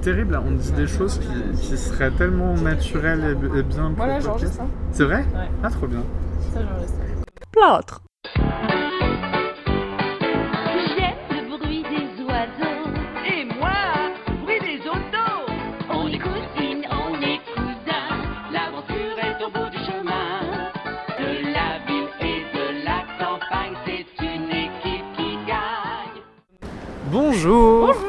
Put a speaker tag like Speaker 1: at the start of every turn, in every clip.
Speaker 1: terrible, là. on dit des choses qui, qui seraient tellement naturelles et, b- et bien. pour
Speaker 2: Voilà,
Speaker 1: le podcast.
Speaker 2: j'enregistre. hein.
Speaker 1: C'est vrai
Speaker 2: Ouais.
Speaker 1: Ah, trop bien.
Speaker 2: Ça, j'enregistre.
Speaker 3: plâtre,
Speaker 4: J'aime le bruit des oiseaux.
Speaker 5: Et moi, bruit des autos.
Speaker 4: On est cousines, on est cousins.
Speaker 5: L'aventure est au bout du chemin. De la ville et de la campagne, c'est une équipe qui gagne.
Speaker 1: Bonjour
Speaker 2: Bonjour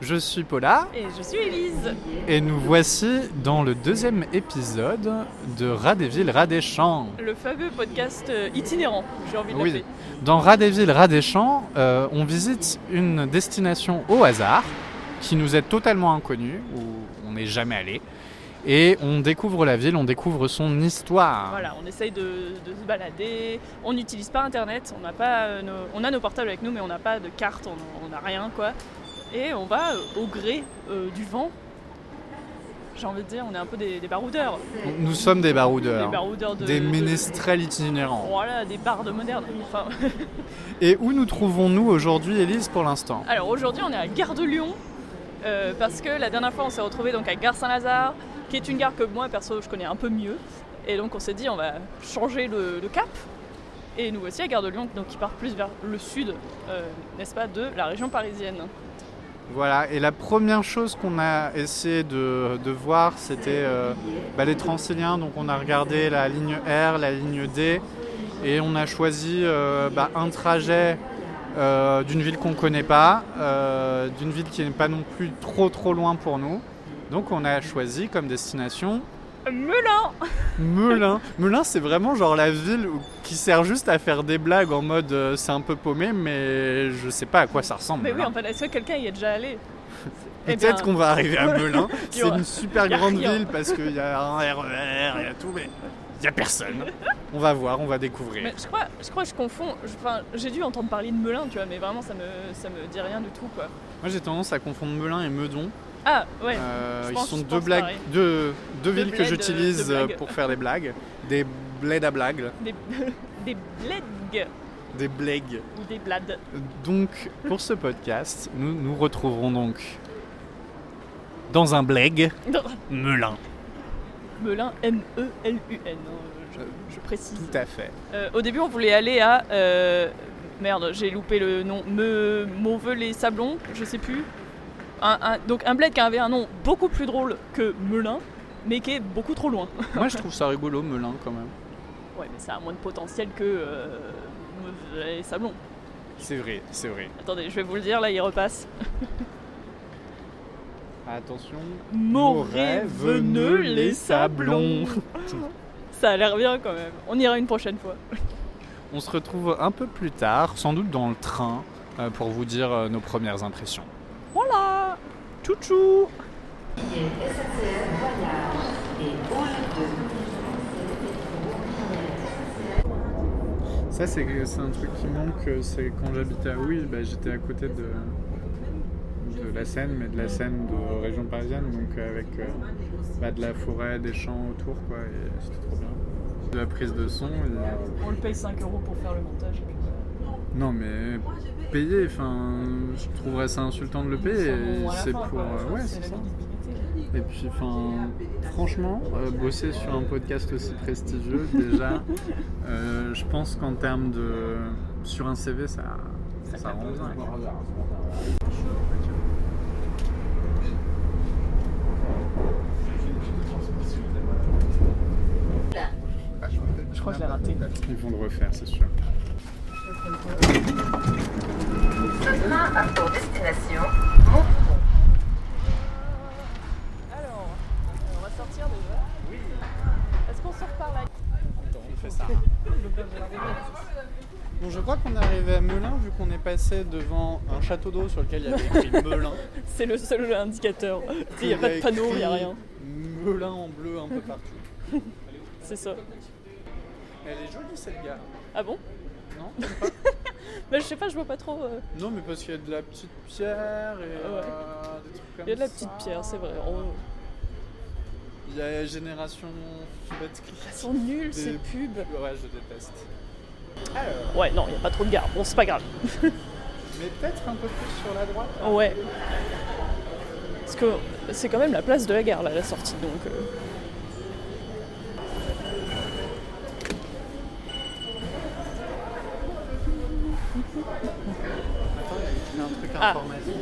Speaker 1: Je suis Paula
Speaker 2: Et je suis Elise.
Speaker 1: et nous voici dans le deuxième épisode de Rat des villes, Rat des champs.
Speaker 2: Le fameux podcast euh, itinérant, j'ai envie de
Speaker 1: Oui.
Speaker 2: l'appeler.
Speaker 1: Dans Rat des villes, Rat des champs, euh, on visite une destination au hasard qui nous est totalement inconnue, où on n'est jamais allé. Et on découvre la ville, on découvre son histoire.
Speaker 2: Voilà, on essaye de, de se balader. On n'utilise pas Internet. On, n'a pas, euh, nos- on a nos portables avec nous, mais on n'a pas de carte, on on n'a rien, quoi. Et on va euh, au gré euh, du vent. J'ai envie de dire, on est un peu des, des baroudeurs.
Speaker 1: Nous sommes des baroudeurs,
Speaker 2: Des baroudeurs de...
Speaker 1: des
Speaker 2: de-
Speaker 1: ménestrels itinérants.
Speaker 2: Voilà, des bardes modernes. Enfin,
Speaker 1: Et où nous trouvons-nous aujourd'hui, Élise, pour l'instant
Speaker 2: Alors aujourd'hui, on est à Gare de Lyon euh, parce que la dernière fois, on s'est retrouvé donc à Gare Saint-Lazare, qui est une gare que moi perso je connais un peu mieux. Et donc on s'est dit, on va changer le, le cap. Et nous voici à Gare de Lyon, donc qui part plus vers le sud, euh, n'est-ce pas, de la région parisienne.
Speaker 1: Voilà, et la première chose qu'on a essayé de, de voir, c'était euh, bah, les Transiliens. Donc on a regardé la ligne R, la ligne D, et on a choisi euh, bah, un trajet euh, d'une ville qu'on ne connaît pas, euh, d'une ville qui n'est pas non plus trop trop loin pour nous. Donc on a choisi comme destination
Speaker 2: Melun
Speaker 1: Melun. Melun, c'est vraiment genre la ville où- qui sert juste à faire des blagues en mode euh, c'est un peu paumé, mais je sais pas à quoi ça ressemble.
Speaker 2: Mais oui,
Speaker 1: Melun.
Speaker 2: enfin, est-ce que quelqu'un y est déjà allé Eh
Speaker 1: Peut-être
Speaker 2: bien,
Speaker 1: qu'on va arriver à Melun.
Speaker 2: y
Speaker 1: C'est
Speaker 2: aura-
Speaker 1: une super
Speaker 2: y a
Speaker 1: grande
Speaker 2: rien.
Speaker 1: ville parce qu'il y a un RER, il y a tout, mais il y a personne. On va voir, on va découvrir.
Speaker 2: Mais je crois, je crois que je confonds. je- Enfin, j'ai dû entendre parler de Melun, tu vois, mais vraiment ça me, ça me dit rien du tout, quoi.
Speaker 1: Moi, j'ai tendance à confondre Melun et Meudon.
Speaker 2: Ah ouais.
Speaker 1: Euh,
Speaker 2: je
Speaker 1: ils
Speaker 2: pense-
Speaker 1: sont
Speaker 2: je
Speaker 1: deux
Speaker 2: pense
Speaker 1: blagues,
Speaker 2: pareil.
Speaker 1: deux, deux
Speaker 2: Deux
Speaker 1: villes que
Speaker 2: bleds, euh,
Speaker 1: j'utilise
Speaker 2: deux
Speaker 1: euh,
Speaker 2: blagues.
Speaker 1: pour faire des blagues, des bleds à blagues,
Speaker 2: Des, des bleds
Speaker 1: des blagues.
Speaker 2: ou des blades.
Speaker 1: Donc, pour ce podcast, nous nous retrouverons donc dans un blague
Speaker 2: Non.
Speaker 1: Melun.
Speaker 2: Melun, E M-E-L-U-N, hein, je, je précise.
Speaker 1: Euh, Tout à fait.
Speaker 2: Euh, au début, on voulait aller à. euh, merde, j'ai loupé le nom. Me, Mauveux les Sablons, je sais plus. Un- un- donc, un bled qui avait un nom beaucoup plus drôle que Melun, mais qui est beaucoup trop loin.
Speaker 1: Moi, je trouve ça rigolo, Melun, quand même.
Speaker 2: Ouais, mais ça a moins de potentiel que. euh, Mauveux les Sablons.
Speaker 1: C'est vrai, c'est vrai.
Speaker 2: Attendez, je vais vous le dire, là, il repasse.
Speaker 1: Attention,
Speaker 2: Morée, veneux les Sablons. Ça a l'air bien quand même. On ira une prochaine fois.
Speaker 1: On se retrouve un peu plus tard, sans doute dans le train, euh, pour vous dire euh, nos premières impressions.
Speaker 2: Voilà Tchouchou
Speaker 1: Ça, c'est un truc qui manque. euh, C'est quand j'habitais à Houille, bah, j'étais à côté de, de la Seine, mais de la Seine de région parisienne, donc euh, avec bah, de la forêt, des champs autour, quoi, et c'était trop bien. De la prise de son.
Speaker 2: On le paye 5 euros pour faire le montage.
Speaker 1: Non, mais payer, enfin, je trouverais ça insultant de le payer. et C'est pour. euh, ouais, c'est ça. Et puis, enfin, franchement, euh, bosser sur un podcast aussi prestigieux, déjà, euh, je pense qu'en termes de. Sur un CV, ça. Ça rend bien. quoi.
Speaker 2: Je crois que je l'ai raté.
Speaker 1: Ils vont le refaire, c'est sûr.
Speaker 2: Alors, on va sortir déjà. Est-ce qu'on sort par là
Speaker 1: Bon, je crois qu'on est arrivé à Melun, vu qu'on est passé devant un château d'eau sur lequel il y avait écrit Melun.
Speaker 2: C'est le seul indicateur. Il n'y a pas de panneau, il n'y a rien.
Speaker 1: Melun en bleu un peu partout.
Speaker 2: C'est ça.
Speaker 1: Elle est jolie cette gare,
Speaker 2: Ah bon
Speaker 1: non
Speaker 2: Mais je sais pas, je vois pas trop. euh.
Speaker 1: Non, mais parce qu'il y a de la petite pierre et euh, des trucs comme ça.
Speaker 2: Ah Il y a de la petite pierre, c'est vrai. Oh,
Speaker 1: Il y a Génération Fête Cri.
Speaker 2: Elles sont nulles ces
Speaker 1: Des-
Speaker 2: pubs.
Speaker 1: Ouais, je déteste.
Speaker 2: Ouais, non, il n'y a pas trop de gare. Bon, c'est pas grave. Oh.
Speaker 1: Mais peut-être un peu plus sur la droite.
Speaker 2: Ouais. Parce que c'est quand même la place de la gare, là, la sortie. Donc, euh,
Speaker 1: Il y a un truc
Speaker 2: Ah.
Speaker 1: informatique.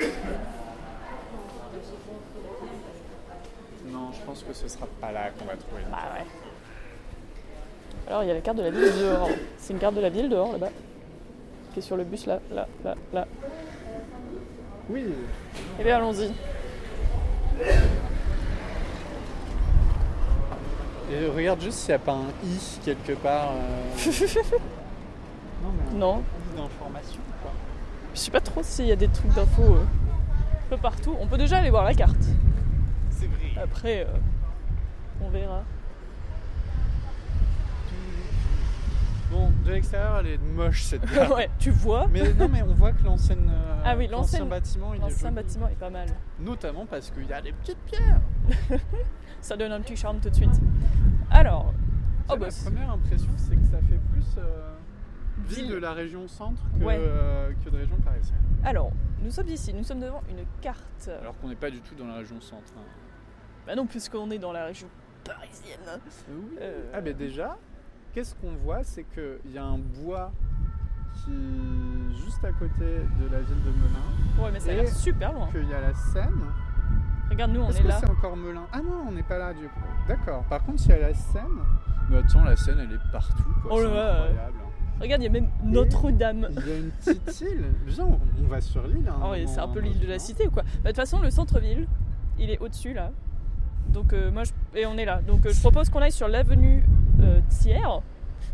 Speaker 1: non, je pense que ce sera pas là qu'on va trouver.
Speaker 2: bah ouais. Alors, il y a la carte de la ville dehors. C'est une carte de la ville dehors, là-bas. Qui est sur le bus, là, là, là, là.
Speaker 1: Oui.
Speaker 2: Eh bien, allons-y.
Speaker 1: Et regarde juste s'il n'y a pas un i quelque part. euh. non, mais
Speaker 2: Non,
Speaker 1: un i d'information quoi.
Speaker 2: je sais pas trop s'il y a des trucs d'infos euh, un peu partout. On peut déjà aller voir la carte.
Speaker 1: C'est vrai.
Speaker 2: Après, euh, on verra.
Speaker 1: Bon, de l'extérieur, elle est moche cette gare.
Speaker 2: ouais, tu vois,
Speaker 1: mais non, mais on voit que l'ancienne, euh,
Speaker 2: Ah oui,
Speaker 1: l'ancien
Speaker 2: l'ancienne-
Speaker 1: bâtiment, il est
Speaker 2: l'ancien
Speaker 1: joli.
Speaker 2: bâtiment est pas mal.
Speaker 1: Notamment parce qu'il y a des petites pierres.
Speaker 2: Ça donne un petit charme tout de suite. Alors, oh
Speaker 1: La
Speaker 2: bah, c'est-
Speaker 1: première impression, c'est que ça fait plus euh, ville
Speaker 2: Ville.
Speaker 1: de la région centre que,
Speaker 2: Ouais.
Speaker 1: euh, que de région parisienne.
Speaker 2: alors, nous sommes ici, nous sommes devant une carte.
Speaker 1: Alors qu'on n'est pas du tout dans la région centre. hein.
Speaker 2: Bah non, puisqu'on est dans la région parisienne. Euh.
Speaker 1: Ah, mais déjà, qu'est-ce qu'on voit C'est qu'il y a un bois qui est juste à côté de la ville de Melun,
Speaker 2: Ouais, mais ça a
Speaker 1: Et-
Speaker 2: l'air super loin.
Speaker 1: qu'il y a la Seine.
Speaker 2: Regarde, nous, on
Speaker 1: Est-ce
Speaker 2: est,
Speaker 1: que
Speaker 2: là.
Speaker 1: c'est encore Melun Ah non, on n'est pas là du coup. D'accord. Par contre, il y a la Seine. Mais attends, la Seine, elle est partout. Quoi.
Speaker 2: Oh
Speaker 1: c'est
Speaker 2: là là.
Speaker 1: incroyable.
Speaker 2: Regarde, il y a même Notre-Dame.
Speaker 1: Il y a une petite île. Viens, on on va sur l'île. hein, à un
Speaker 2: Ah ouais, c'est un
Speaker 1: moment,
Speaker 2: peu l'île de la
Speaker 1: non
Speaker 2: cité ou quoi. Bah, De toute façon, le centre-ville, il est au-dessus là. Donc, euh, moi, je... et on est là. Donc, euh, je propose qu'on aille sur l'avenue euh, Thiers,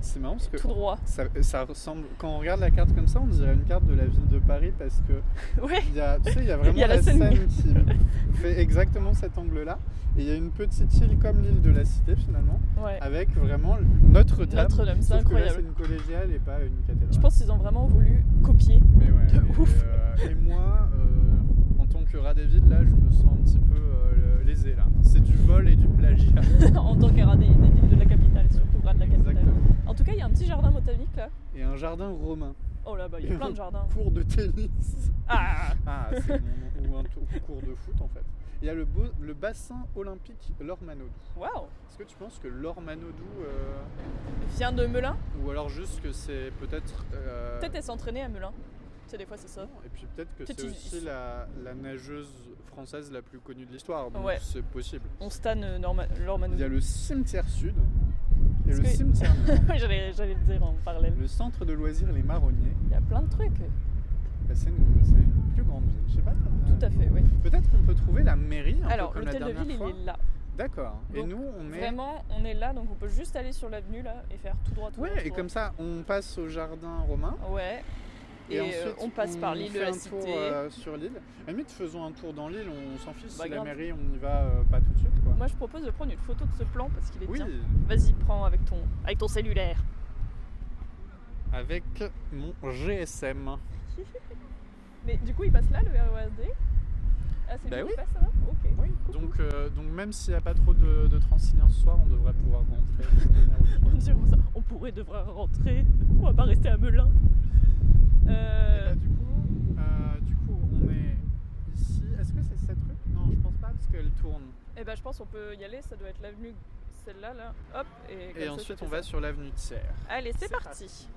Speaker 1: C'est marrant parce que
Speaker 2: tout droit.
Speaker 1: ça, ça ressemble. Quand on regarde la carte comme ça, on dirait une carte de la ville de Paris parce que
Speaker 2: Ouais,
Speaker 1: il y a, tu sais, il y a vraiment
Speaker 2: Il y a la
Speaker 1: la
Speaker 2: Seine.
Speaker 1: Seine qui fait exactement cet angle-là. Et il y a une petite île comme l'île de la cité finalement,
Speaker 2: ouais.
Speaker 1: avec vraiment Notre-Dame.
Speaker 2: Notre-Dame, c'est
Speaker 1: Sauf que là,
Speaker 2: incroyable.
Speaker 1: c'est une collégiale et pas une cathédrale.
Speaker 2: Je pense qu'ils ont vraiment voulu copier.
Speaker 1: Mais ouais,
Speaker 2: De
Speaker 1: et,
Speaker 2: ouf.
Speaker 1: euh, et moi, euh, en tant que rat des villes, là, je me sens un petit peu euh, lésé là. C'est du vol et du plagiat.
Speaker 2: en tant qu'un des, des villes de la capitale, surtout ras de la capitale.
Speaker 1: Exactement.
Speaker 2: En tout cas, il y a un petit jardin botanique là.
Speaker 1: Et un jardin romain,
Speaker 2: Oh là, bah, il y a plein de jardins.
Speaker 1: cours de tennis.
Speaker 2: Ah
Speaker 1: Ah, c'est mon- ou un tou- cours de foot en fait. Il y a le, beau- le bassin olympique Lormanodou.
Speaker 2: Waouh
Speaker 1: Est-ce que tu penses que Lormanodou, euh,
Speaker 2: Vient de Melun
Speaker 1: ou alors juste que c'est peut-être. euh,
Speaker 2: Peut-être elle s'entraînait à Melun. Tu sais, des fois, c'est ça.
Speaker 1: et puis peut-être que
Speaker 2: Peut-être
Speaker 1: c'est
Speaker 2: ils-
Speaker 1: aussi la, la nageuse française la plus connue de l'histoire, donc
Speaker 2: Ouais.
Speaker 1: c'est possible.
Speaker 2: On stan euh, Norma-
Speaker 1: Il y a
Speaker 2: Lormanodou.
Speaker 1: le cimetière sud, il y a
Speaker 2: Est-ce
Speaker 1: le
Speaker 2: que-
Speaker 1: cimetière nord.
Speaker 2: J'allais j'allais le dire en parallèle.
Speaker 1: Le centre de loisirs Les Marronniers,
Speaker 2: Il y a plein de trucs. Tout
Speaker 1: bah, c'est une, c'est une plus grande ville. Je sais pas. euh,
Speaker 2: à fait, oui.
Speaker 1: Peut-être qu'on peut trouver la mairie. Un
Speaker 2: Alors,
Speaker 1: peu comme la
Speaker 2: l'hôtel de
Speaker 1: dernière
Speaker 2: ville,
Speaker 1: fois.
Speaker 2: il est là.
Speaker 1: D'accord. Et
Speaker 2: Donc,
Speaker 1: nous, on est.
Speaker 2: Vraiment, on est là, donc on peut juste aller sur l'avenue là et faire tout droit, tout droit.
Speaker 1: Ouais,
Speaker 2: tout
Speaker 1: et
Speaker 2: droit.
Speaker 1: comme ça, on passe au jardin romain.
Speaker 2: Ouais. Et, euh,
Speaker 1: ensuite,
Speaker 2: on passe par l'île de
Speaker 1: fait
Speaker 2: la
Speaker 1: un
Speaker 2: cité.
Speaker 1: Tour, euh, sur l'île. À la limite, faisons un tour dans l'île, on s'en fiche.
Speaker 2: Bah,
Speaker 1: si la
Speaker 2: grave.
Speaker 1: mairie, on y va euh, pas tout de suite. Quoi.
Speaker 2: Moi, je propose de prendre une photo de ce plan parce qu'il est
Speaker 1: oui,
Speaker 2: bien. Vas-y, prends avec ton, avec ton cellulaire.
Speaker 1: avec mon GSM.
Speaker 2: Mais du coup, il passe là, le RERD Ah, c'est
Speaker 1: Bah
Speaker 2: lui
Speaker 1: oui.
Speaker 2: qui passe là Ok.
Speaker 1: Donc, euh, donc même s'il n'y a pas trop de, de Transilien ce soir, on devrait pouvoir rentrer.
Speaker 2: On, dirait ça, on pourrait devoir rentrer. On va pas rester à Melun.
Speaker 1: Et
Speaker 2: Euh,
Speaker 1: bah, du, coup, euh, du coup, on est ici. Est-ce que c'est cette rue Non, je pense pas, parce qu'elle tourne.
Speaker 2: eh ben, je pense qu'on peut y aller. Ça doit être l'avenue, celle-là, là. Hop. Et, comme
Speaker 1: Et
Speaker 2: ça,
Speaker 1: ensuite,
Speaker 2: ça
Speaker 1: on
Speaker 2: fait
Speaker 1: va
Speaker 2: ça.
Speaker 1: sur l'avenue de Serre.
Speaker 2: Allez, c'est
Speaker 1: c'est
Speaker 2: parti.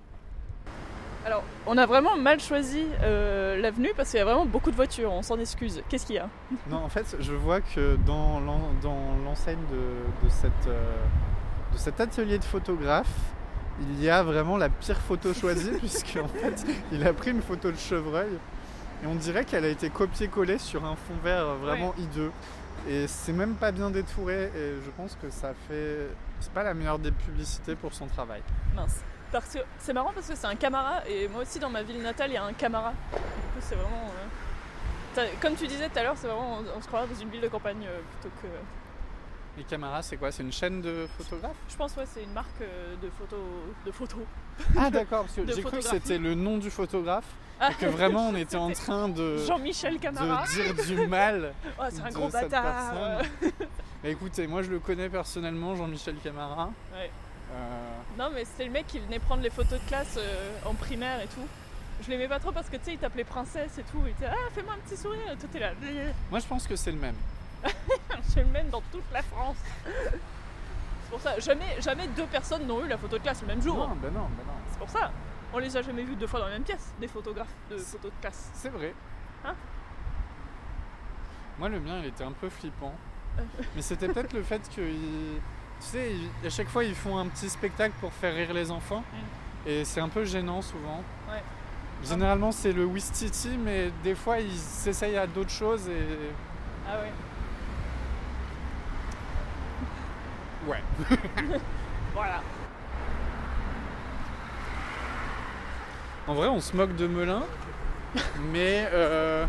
Speaker 2: Alors, on a vraiment mal choisi euh, l'avenue parce qu'il y a vraiment beaucoup de voitures. On s'en excuse. Qu'est-ce qu'il y a
Speaker 1: Non, en fait, je vois que dans l'en- dans l'enseigne de, de, cette, euh, de cet atelier de photographe, il y a vraiment la pire photo choisie, puisque en fait, il a pris une photo de chevreuil et on dirait qu'elle a été copiée-collée sur un fond vert euh, vraiment hideux. Et c'est même pas bien détouré, et je pense que ça fait. C'est pas la meilleure des publicités pour son travail.
Speaker 2: Mince. Parce que c'est marrant parce que c'est un Camara et moi aussi dans ma ville natale il y a un Camara. Du coup c'est vraiment. euh, t'as- Comme tu disais tout à l'heure, c'est vraiment on, on se croirait dans une ville de campagne euh, plutôt que.
Speaker 1: Et Camara, c'est quoi C'est une chaîne de photographes
Speaker 2: Je pense ouais c'est une marque euh, de photos de photos.
Speaker 1: Ah, d'accord, parce que
Speaker 2: De
Speaker 1: j'ai cru que
Speaker 2: photographie.
Speaker 1: c'était le nom du photographe,
Speaker 2: Ah,
Speaker 1: et que vraiment on était en train de.
Speaker 2: Jean-Michel Camara.
Speaker 1: de dire du mal.
Speaker 2: Oh c'est un
Speaker 1: de
Speaker 2: gros
Speaker 1: cette
Speaker 2: bâtard.
Speaker 1: personne. Bah, écoutez, moi je le connais personnellement, Jean-Michel Camara.
Speaker 2: Ouais.
Speaker 1: Euh,
Speaker 2: Non mais c'était le mec qui venait prendre les photos de classe euh, en primaire et tout. je l'aimais pas trop parce que tu sais, il t'appelait princesse et tout. Il était ah, fais-moi un petit sourire. Et toi, t'es là.
Speaker 1: Moi, je pense que c'est le même.
Speaker 2: Je le mène dans toute la France. c'est pour ça. Jamais, jamais deux personnes n'ont eu la photo de classe le même jour.
Speaker 1: Non, ben non, ben non.
Speaker 2: C'est pour ça. On les a jamais vus deux fois dans la même pièce, des photographes de photos de classe.
Speaker 1: C'est vrai.
Speaker 2: Hein
Speaker 1: Moi, le mien, il était un peu flippant. Mais c'était peut-être le fait que. il- Tu sais, il- à chaque fois, ils font un petit spectacle pour faire rire les enfants. Et c'est un peu gênant souvent.
Speaker 2: Ouais.
Speaker 1: Généralement, c'est le Wistiti, mais des fois, ils s'essayent à d'autres choses et.
Speaker 2: Ah ouais.
Speaker 1: Ouais.
Speaker 2: Voilà.
Speaker 1: En vrai, on se moque de Melun, mais. euh,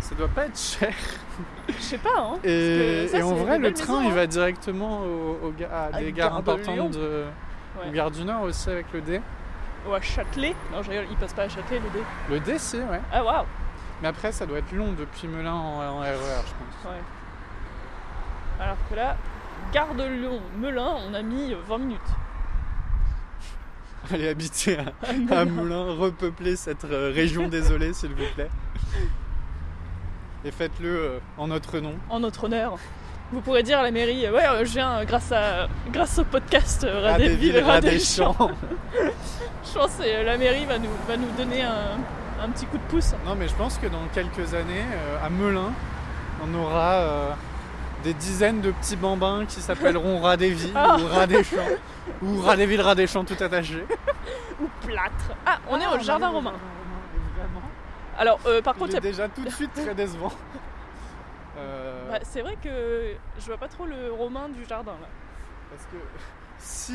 Speaker 1: Ça doit pas être cher.
Speaker 2: Je sais pas, hein. parce que
Speaker 1: Et,
Speaker 2: ça,
Speaker 1: Euh, et en
Speaker 2: c'est
Speaker 1: vrai,
Speaker 2: des
Speaker 1: le
Speaker 2: belles
Speaker 1: train,
Speaker 2: maisons,
Speaker 1: il
Speaker 2: hein.
Speaker 1: va directement au- au ga- à
Speaker 2: À
Speaker 1: des
Speaker 2: Ah,
Speaker 1: gares
Speaker 2: Gare de Lyon.
Speaker 1: importantes de,
Speaker 2: hein. Ouais.
Speaker 1: aux gares du Nord aussi avec le D.
Speaker 2: Ou à Châtelet. Non, je rigole, il passe pas à Châtelet, le dé.
Speaker 1: Le D, si, ouais.
Speaker 2: Ah waouh
Speaker 1: Mais après, ça doit être long depuis Melun en, en RER, je pense.
Speaker 2: Ouais. Alors que là, Gare de Lyon, Melun, on a mis euh, 20 minutes.
Speaker 1: Allez habiter à,
Speaker 2: Ah,
Speaker 1: à Melun, repeupler cette euh, région désolée, s'il vous plaît. Et faites-le euh, en notre nom.
Speaker 2: En notre honneur. Vous pourrez dire à la mairie, euh, ouais, euh, je viens euh, grâce, à, grâce au podcast euh, Rat
Speaker 1: Rat
Speaker 2: des
Speaker 1: des
Speaker 2: villes,
Speaker 1: villes,
Speaker 2: Rat
Speaker 1: rat
Speaker 2: des
Speaker 1: des
Speaker 2: champs.
Speaker 1: champs.
Speaker 2: Je pense que euh, la mairie va nous, va nous donner un, un petit coup de pouce.
Speaker 1: Non, mais je pense que dans quelques années, euh, à Melun, on aura euh, des dizaines de petits bambins qui s'appelleront Rat des Villes
Speaker 2: Ah.
Speaker 1: ou Rat des Champs ou Rat des Villes, Rat des Champs tout attaché.
Speaker 2: Ou plâtre. Ah, on est
Speaker 1: Ah,
Speaker 2: au jardin
Speaker 1: est au
Speaker 2: romain.
Speaker 1: Vraiment
Speaker 2: Alors, euh, par contre,
Speaker 1: Il
Speaker 2: il y
Speaker 1: est
Speaker 2: a-
Speaker 1: déjà tout de suite très décevant. Euh,
Speaker 2: bah, c'est vrai que je vois pas trop le romain du jardin là.
Speaker 1: Parce que si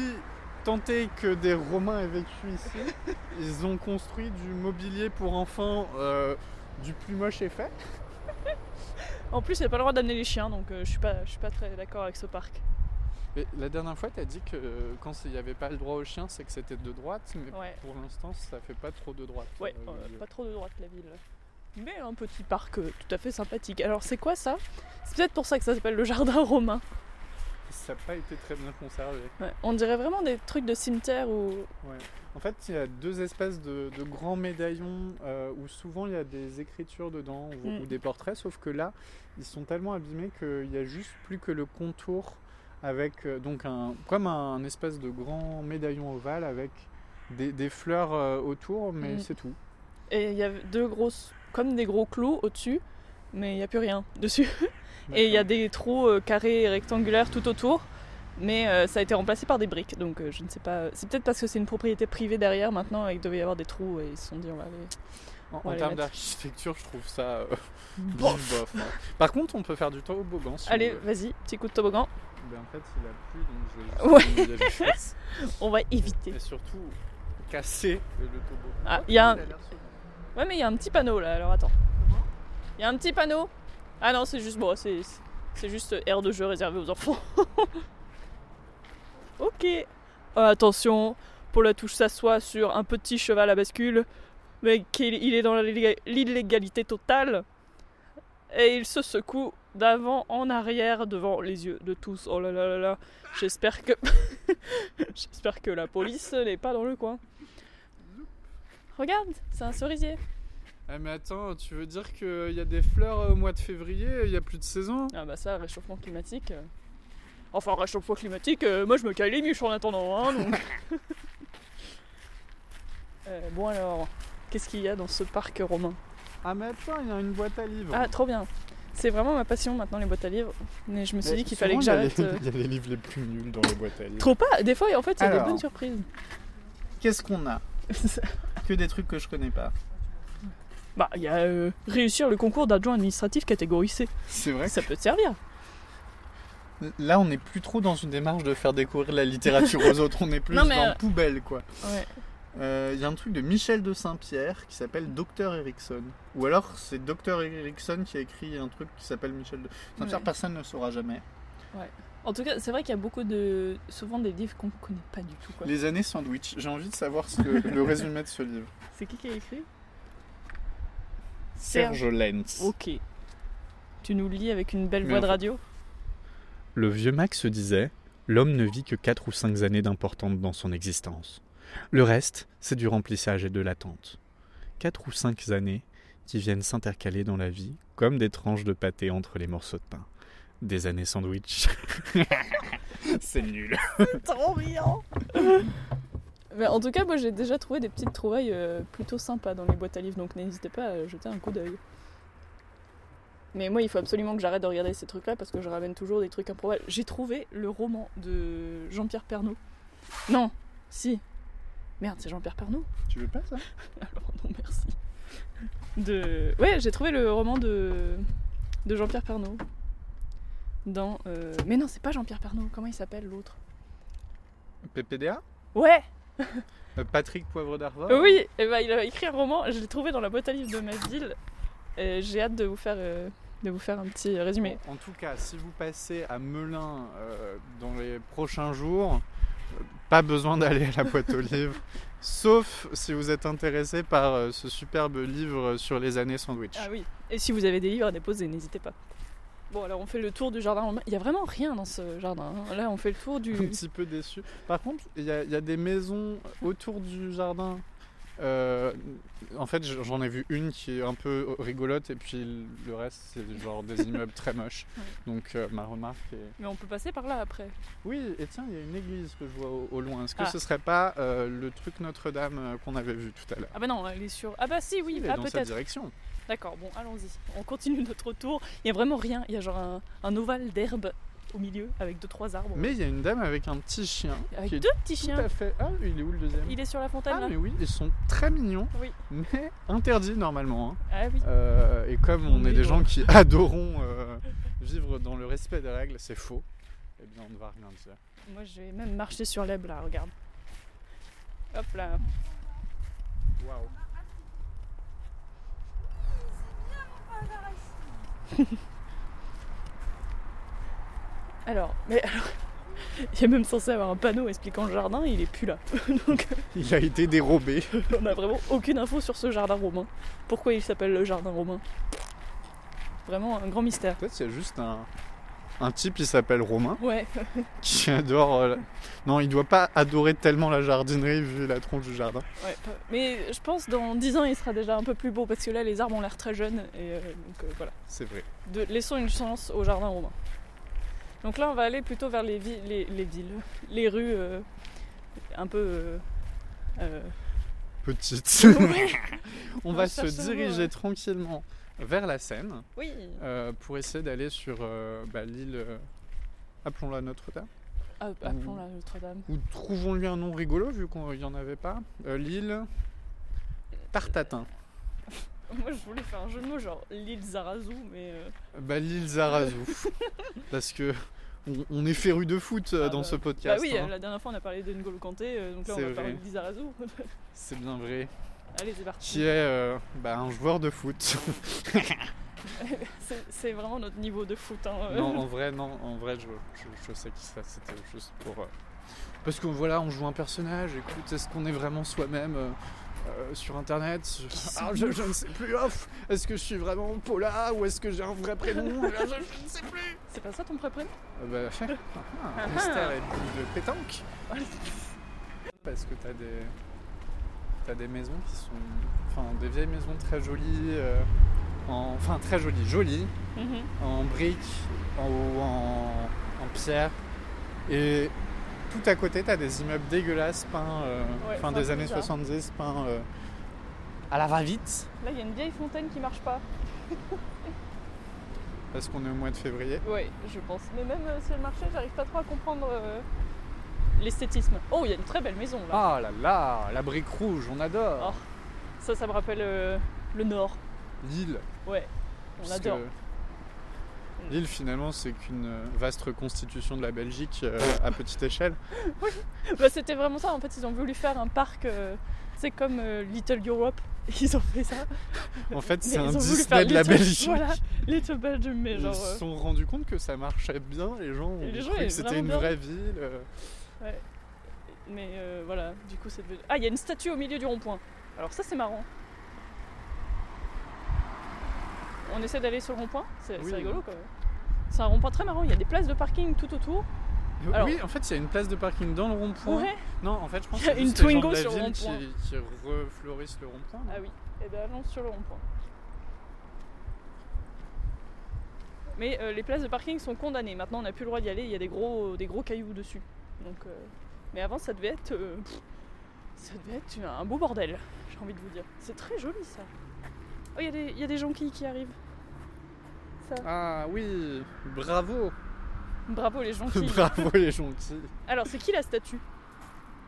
Speaker 1: tant est que des Romains aient vécu ici, ils ont construit du mobilier pour enfants euh, du plus moche effet.
Speaker 2: En plus, il n'y a pas le droit d'amener les chiens, donc euh, je suis pas, je suis pas très d'accord avec ce parc.
Speaker 1: Mais la dernière fois, tu as dit que euh, quand il n'y avait pas le droit aux chiens, c'est que c'était de droite, mais
Speaker 2: Ouais.
Speaker 1: pour l'instant, ça fait pas trop de droite.
Speaker 2: Ouais,
Speaker 1: euh,
Speaker 2: euh,
Speaker 1: le-
Speaker 2: pas trop de droite la ville. Mais un petit parc euh, tout à fait sympathique. Alors c'est quoi ça C'est peut-être pour ça que ça s'appelle le jardin romain.
Speaker 1: Ça n'a pas été très bien conservé.
Speaker 2: Ouais, on dirait vraiment des trucs de cimetière ou
Speaker 1: En fait, il y a deux espèces de, de grands médaillons euh, où souvent il y a des écritures dedans ou,
Speaker 2: Mm.
Speaker 1: ou des portraits, sauf que là, ils sont tellement abîmés qu'il n'y a juste plus que le contour avec euh, donc un comme un, espèce de grand médaillon ovale avec des, des fleurs euh, autour, mais
Speaker 2: Mm.
Speaker 1: c'est tout.
Speaker 2: et il y a deux grosses comme des gros clous au-dessus, mais il n'y a plus rien dessus. Et il y a des trous euh, carrés et rectangulaires tout autour. Mais euh, ça a été remplacé par des briques, donc euh, je ne sais pas. C'est peut-être parce que c'est une propriété privée derrière maintenant et qu'il devait y avoir des trous et ils se sont dit on va aller.
Speaker 1: En, en
Speaker 2: on va les
Speaker 1: termes
Speaker 2: mettre.
Speaker 1: d'architecture, je trouve ça euh, bof. hein. Par contre, on peut faire du toboggan. Si on
Speaker 2: Allez,
Speaker 1: veut.
Speaker 2: vas-y, petit coup de toboggan.
Speaker 1: Ben, en fait, il a plu, donc
Speaker 2: Ouais.
Speaker 1: je vais juste enlever les choses.
Speaker 2: On va éviter.
Speaker 1: Et surtout casser le toboggan.
Speaker 2: Ah, il y a un-
Speaker 1: Il l'air solide.
Speaker 2: Ouais, mais il y a un petit panneau là, alors attends. Il y a un petit panneau Ah non, c'est juste. Bon, c'est c'est juste aire de jeu réservée aux enfants. ok. Euh, attention, pour la touche s'assoit sur un petit cheval à bascule, mais qu'il il est dans la léga- l'illégalité totale. Et il se secoue d'avant en arrière devant les yeux de tous. Oh là là là là. J'espère que. J'espère que la police n'est pas dans le coin. Regarde, c'est un cerisier.
Speaker 1: Ah mais attends, tu veux dire qu'il y a des fleurs euh, au mois de février, il y a plus de saison
Speaker 2: Ah bah ça, réchauffement climatique. euh. Enfin, réchauffement climatique, euh, moi je me caille les miches en attendant, hein, donc. Euh, bon alors, qu'est-ce qu'il y a dans ce parc romain
Speaker 1: Ah mais attends, il y a une boîte à livres.
Speaker 2: Ah, trop bien C'est vraiment ma passion maintenant, les boîtes à livres. Mais je me suis dit qu'il fallait que j'arrête. euh,
Speaker 1: Il y a les livres les plus nuls dans les boîtes à livres.
Speaker 2: Trop pas Des fois, en fait, il y a
Speaker 1: Alors.
Speaker 2: des bonnes surprises.
Speaker 1: Qu'est-ce qu'on a Que des trucs que je connais pas.
Speaker 2: bah, il y a euh, réussir le concours d'adjoint administratif catégorie C.
Speaker 1: C'est vrai.
Speaker 2: Ça peut te servir.
Speaker 1: que Là, on n'est plus trop dans une démarche de faire découvrir la littérature aux autres. On est plus
Speaker 2: Non, mais,
Speaker 1: dans
Speaker 2: euh,
Speaker 1: poubelle quoi.
Speaker 2: Ouais.
Speaker 1: Euh, Il y a un truc de Michel de Saint-Pierre qui s'appelle Docteur Erickson. Ou alors c'est Docteur Erickson qui a écrit un truc qui s'appelle Michel de Saint-Pierre.
Speaker 2: Ouais.
Speaker 1: Personne ne saura jamais.
Speaker 2: En tout cas, c'est vrai qu'il y a beaucoup de. souvent des livres qu'on connaît pas du tout, quoi.
Speaker 1: Les années sandwich. J'ai envie de savoir ce que- le résumé de ce livre.
Speaker 2: C'est qui qui a écrit
Speaker 1: Serge Lenz.
Speaker 2: Ok. Tu nous lis avec une belle
Speaker 1: Mais
Speaker 2: voix
Speaker 1: en
Speaker 2: de
Speaker 1: fait-
Speaker 2: radio
Speaker 3: Le vieux Max se disait L'homme ne vit que quatre ou cinq années d'importante dans son existence.
Speaker 1: Le reste, c'est du remplissage et de l'attente. Quatre ou cinq années qui viennent s'intercaler dans la vie comme des tranches de pâté entre les morceaux de pain. Des années sandwich. c'est nul.
Speaker 2: Trop riant Mais en tout cas, moi j'ai déjà trouvé des petites trouvailles euh, plutôt sympas dans les boîtes à livres, donc n'hésitez pas à jeter un coup d'œil. Mais moi, il faut absolument que j'arrête de regarder ces trucs-là parce que je ramène toujours des trucs improbables. J'ai trouvé le roman de Jean-Pierre Pernaud. Non, si. Merde, c'est Jean-Pierre Pernaud
Speaker 1: Tu veux pas ça
Speaker 2: Alors non, merci. De... Ouais, j'ai trouvé le roman de, de Jean-Pierre Pernaud. Dans... euh, Mais non, c'est pas Jean-Pierre Pernaud. Comment il s'appelle l'autre
Speaker 1: PPDA
Speaker 2: Ouais
Speaker 1: Euh, Patrick Poivre d'Arvor
Speaker 2: Oui, eh ben, il a écrit un roman, je l'ai trouvé dans la boîte à livres de ma ville. Et J'ai hâte de vous faire, euh, de vous faire un petit résumé.
Speaker 1: En tout cas, si vous passez à Melun euh, dans les prochains jours, euh, pas besoin d'aller à la boîte aux livres, sauf si vous êtes intéressé par euh, ce superbe livre sur les années sandwich.
Speaker 2: Ah oui. Et si vous avez des livres à déposer, n'hésitez pas. Bon, alors on fait le tour du jardin romain. Il y a vraiment rien dans ce jardin. hein. Là, on fait le tour
Speaker 1: Un
Speaker 2: du.
Speaker 1: petit peu déçu. Par contre, il y, a- il y a des maisons autour du jardin. Euh, en fait, j- j'en ai vu une qui est un peu rigolote, et puis le reste, c'est genre des immeubles très moches.
Speaker 2: Ouais.
Speaker 1: Donc, euh, ma remarque est.
Speaker 2: Mais on peut passer par là après.
Speaker 1: Oui, et tiens, il y a une église que je vois au, au loin. Est-ce que
Speaker 2: Ah.
Speaker 1: ce serait pas euh, le truc Notre-Dame euh, qu'on avait vu tout à l'heure
Speaker 2: Ah bah non, elle est sur. Ah bah si, oui,
Speaker 1: Il est
Speaker 2: ah,
Speaker 1: dans cette
Speaker 2: peut-être.
Speaker 1: direction.
Speaker 2: D'accord, bon, allons-y. On continue notre tour. Il y a vraiment rien. Il y a genre un, un ovale d'herbe au milieu avec deux trois arbres.
Speaker 1: Mais il y a une dame avec un petit chien.
Speaker 2: Avec
Speaker 1: qui est
Speaker 2: deux petits
Speaker 1: tout à
Speaker 2: chiens.
Speaker 1: fait. Ah, il est où le deuxième
Speaker 2: Il est sur la fontaine hein.
Speaker 1: Ah,
Speaker 2: là.
Speaker 1: mais oui, ils sont très mignons,
Speaker 2: Oui.
Speaker 1: mais interdits normalement. hein.
Speaker 2: Ah oui.
Speaker 1: Euh, et comme on est des gens qui adorons euh, vivre dans le respect des règles, c'est faux. Eh bien, on ne va rien dire.
Speaker 2: Moi, je vais même marcher sur l'herbe là, regarde. Hop là.
Speaker 1: Waouh.
Speaker 2: Alors, mais alors. Il est même censé avoir un panneau expliquant le jardin, il est plus là. Donc,
Speaker 1: Il a été dérobé.
Speaker 2: on n'a vraiment aucune info sur ce jardin romain. Pourquoi il s'appelle le jardin romain Vraiment un grand mystère.
Speaker 1: Peut-être qu'il y a juste un, un type, il s'appelle Romain.
Speaker 2: Ouais,
Speaker 1: qui adore. euh, la- Non, il doit pas adorer tellement la jardinerie vu la tronche du jardin.
Speaker 2: ouais. Mais je pense dans 10 ans, il sera déjà un peu plus beau parce que là, les arbres ont l'air très jeunes. Et euh, donc euh, voilà.
Speaker 1: C'est vrai.
Speaker 2: De, laissons une chance au jardin romain. Donc là, on va aller plutôt vers les, vi- les, les villes, les rues euh, un peu. euh, euh,
Speaker 1: Petite. On va
Speaker 2: Ouais,
Speaker 1: se
Speaker 2: cherche un mot,
Speaker 1: diriger
Speaker 2: ouais.
Speaker 1: tranquillement vers la Seine
Speaker 2: Oui.
Speaker 1: euh, pour essayer d'aller sur euh, bah, l'île, euh, appelons-la Notre-Dame,
Speaker 2: Ah,
Speaker 1: Mmh.
Speaker 2: appelons la Notre-Dame.
Speaker 1: ou trouvons-lui un nom rigolo vu qu'il n'y en avait pas. Euh, l'île Tartatin.
Speaker 2: Moi, je voulais faire un jeu de mots genre l'île Zarazou, mais. euh,
Speaker 1: Bah, l'île Zarazou. Parce que on, on est féru de foot euh,
Speaker 2: Ah
Speaker 1: dans
Speaker 2: bah.
Speaker 1: ce
Speaker 2: Bah
Speaker 1: podcast.
Speaker 2: oui,
Speaker 1: hein.
Speaker 2: euh, la dernière fois, on a parlé de N'Golo Kanté, euh, donc là, on
Speaker 1: C'est
Speaker 2: va
Speaker 1: vrai.
Speaker 2: parler de Zarazou.
Speaker 1: C'est bien vrai.
Speaker 2: Allez, c'est
Speaker 1: Qui
Speaker 2: parti.
Speaker 1: est euh, bah, un joueur de foot.
Speaker 2: C'est- C'est vraiment notre niveau de foot. hein.
Speaker 1: Non, en vrai, non, en vrai, je, je- je sais que ça, c'était juste pour. euh, Parce que voilà, on joue un personnage, écoute, est-ce qu'on est vraiment soi-même euh, euh, sur internet sur- Ah, je, je ne sais plus, off Est-ce que je suis vraiment Paula ou est-ce que j'ai un vrai prénom Ah, je, je ne sais plus
Speaker 2: C'est pas ça ton vrai prénom
Speaker 1: Euh, Bah, ah, un hamster et puis de pétanque Parce que t'as des. T'as des maisons qui sont. Enfin, des vieilles maisons très jolies. euh, en- Enfin, très jolies, jolies
Speaker 2: Mhm.
Speaker 1: en briques en, ou en, en pierre. Et tout à côté, tu as des immeubles dégueulasses peints, euh,
Speaker 2: Ouais,
Speaker 1: fin
Speaker 2: c'est un
Speaker 1: des
Speaker 2: peu
Speaker 1: années
Speaker 2: bizarre.
Speaker 1: 70, peints euh, à la va-vite,
Speaker 2: Là, il y a une vieille fontaine qui marche pas.
Speaker 1: parce qu'on est au mois de février.
Speaker 2: Ouais, je pense. Mais même euh, si elle marchait, j'arrive pas trop à comprendre euh, l'esthétisme. Oh, il y a une très belle maison là.
Speaker 1: Ah là là, la brique rouge, on adore.
Speaker 2: Oh. Ça, ça me rappelle euh, le Nord.
Speaker 1: Ah. L'île.
Speaker 2: Ouais, on
Speaker 1: puisque
Speaker 2: adore.
Speaker 1: L'île, finalement, c'est qu'une euh, vaste reconstitution de la Belgique euh, à petite échelle.
Speaker 2: Bah, C'était vraiment ça. En fait, ils ont voulu faire un parc. euh, c'est comme euh, Little Europe. Ils ont fait ça.
Speaker 1: En fait, c'est
Speaker 2: Mais
Speaker 1: un
Speaker 2: ils ont voulu faire
Speaker 1: Disney de la
Speaker 2: Little-
Speaker 1: Belgique.
Speaker 2: Voilà, Little Belgium, mais
Speaker 1: Ils
Speaker 2: genre.
Speaker 1: se
Speaker 2: euh,
Speaker 1: sont rendus compte que ça marchait bien, les gens. ont
Speaker 2: Les gens
Speaker 1: cru que
Speaker 2: étaient
Speaker 1: c'était
Speaker 2: vraiment
Speaker 1: une
Speaker 2: bien.
Speaker 1: vraie ville. euh,
Speaker 2: Mais euh, voilà, du coup, c'est devenu- Ah, il y a une statue au milieu du rond-point. Alors, ça, c'est marrant. On essaie d'aller sur le rond-point, c'est c'est
Speaker 1: Oui.
Speaker 2: rigolo quand même. C'est un rond-point très marrant, il y a des places de parking tout autour. Alors-
Speaker 1: Oui, en fait, il y a une place de parking dans le rond-point.
Speaker 2: Ouais.
Speaker 1: Non, en fait, je pense
Speaker 2: Il y a
Speaker 1: que
Speaker 2: une
Speaker 1: c'est juste les gens
Speaker 2: Twingo
Speaker 1: de la
Speaker 2: sur le
Speaker 1: ville
Speaker 2: rond-point.
Speaker 1: qui, qui refleurissent le rond-point. non
Speaker 2: Ah oui, et bien allons sur le rond-point. Mais euh, les places de parking sont condamnées. Maintenant, on n'a plus le droit d'y aller. Il y a des gros, des gros cailloux dessus. Donc, euh, mais avant, ça devait être, euh, pff, ça devait être un beau bordel. J'ai envie de vous dire. C'est très joli ça. Oh, il y a des- il y, a des gens qui, qui arrivent. Ça.
Speaker 1: Ah oui, bravo
Speaker 2: Bravo les gens qui.
Speaker 1: Bravo les gentils
Speaker 2: Alors, c'est qui la statue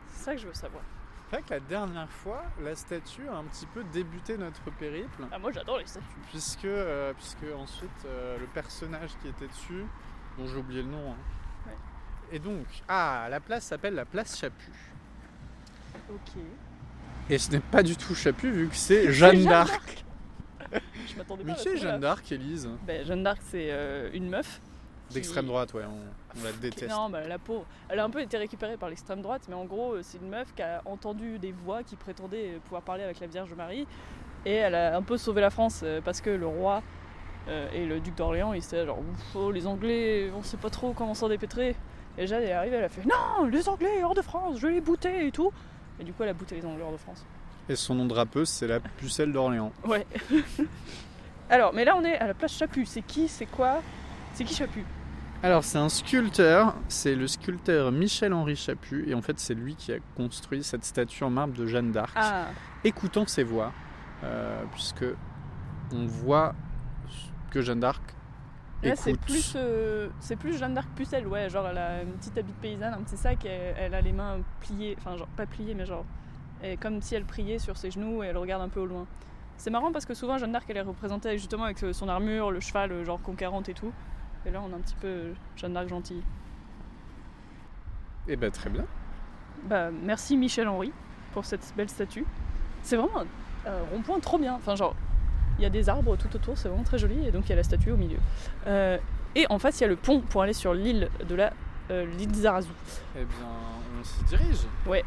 Speaker 2: C'est ça que je veux savoir.
Speaker 1: C'est vrai que la dernière fois, la statue a un petit peu débuté notre périple,
Speaker 2: Ah, moi, j'adore les statues.
Speaker 1: puisque, euh, puisque ensuite euh, le personnage qui était dessus, dont j'ai oublié le nom, hein.
Speaker 2: Ouais.
Speaker 1: et donc, ah, la place s'appelle la place Chaput.
Speaker 2: Ok.
Speaker 1: Et ce n'est pas du tout Chaput vu que c'est Jeanne d'Arc.
Speaker 2: Je m'attendais pas
Speaker 1: Mais
Speaker 2: à la
Speaker 1: qui est
Speaker 2: trouver là.
Speaker 1: Jeanne d'Arc, Élise
Speaker 2: Ben, Jeanne d'Arc, c'est euh, une meuf. qui-
Speaker 1: D'extrême droite, ouais, on, on la
Speaker 2: qui-
Speaker 1: déteste.
Speaker 2: Non, ben, la pauvre. Elle a un peu été récupérée par l'extrême droite, mais en gros, euh, c'est une meuf qui a entendu des voix qui prétendaient euh, pouvoir parler avec la Vierge Marie. Et elle a un peu sauvé la France euh, parce que le roi euh, et le duc d'Orléans, ils étaient genre, Ouf, oh, les Anglais, on sait pas trop comment s'en dépêtrer. Et Jeanne, elle est arrivée, elle a fait Non, les Anglais, hors de France, je vais les bouter et tout. Et du coup, elle a bouté les Anglais hors de France.
Speaker 1: Et son nom de rappeuse, c'est la pucelle d'Orléans.
Speaker 2: Ouais. Alors, mais là, on est à la place Chaput. C'est qui C'est quoi C'est qui Chaput
Speaker 1: Alors c'est un sculpteur, c'est le sculpteur Michel-Henri Chaput, et en fait c'est lui qui a construit cette statue en marbre de Jeanne d'Arc.
Speaker 2: Ah,
Speaker 1: Écoutons ses voix, euh, puisque on voit que Jeanne d'Arc
Speaker 2: là, Ah, c'est
Speaker 1: écoute.
Speaker 2: plus, euh, c'est plus Jeanne d'Arc Pucelle, ouais. Genre, elle a une petite habit de paysanne, hein, un petit sac, et elle, elle a les mains pliées, enfin, genre, pas pliées, mais genre, et comme si elle priait sur ses genoux et elle regarde un peu au loin. C'est marrant parce que souvent, Jeanne d'Arc, elle est représentée justement avec euh, son armure, le cheval, euh, genre conquérante et tout. Et là, on a un petit peu euh, Jeanne d'Arc gentille.
Speaker 1: Eh ben très bien.
Speaker 2: Bah, merci Michel Henry pour cette belle statue. C'est vraiment un, un rond-point trop bien. Enfin, genre, il y a des arbres tout autour, c'est vraiment très joli. Et donc, il y a la statue au milieu. Euh, et en face, il y a le pont pour aller sur l'île de la euh, l'île Zarazu.
Speaker 1: Eh bien on s'y dirige. Ah, bah.
Speaker 2: Ouais.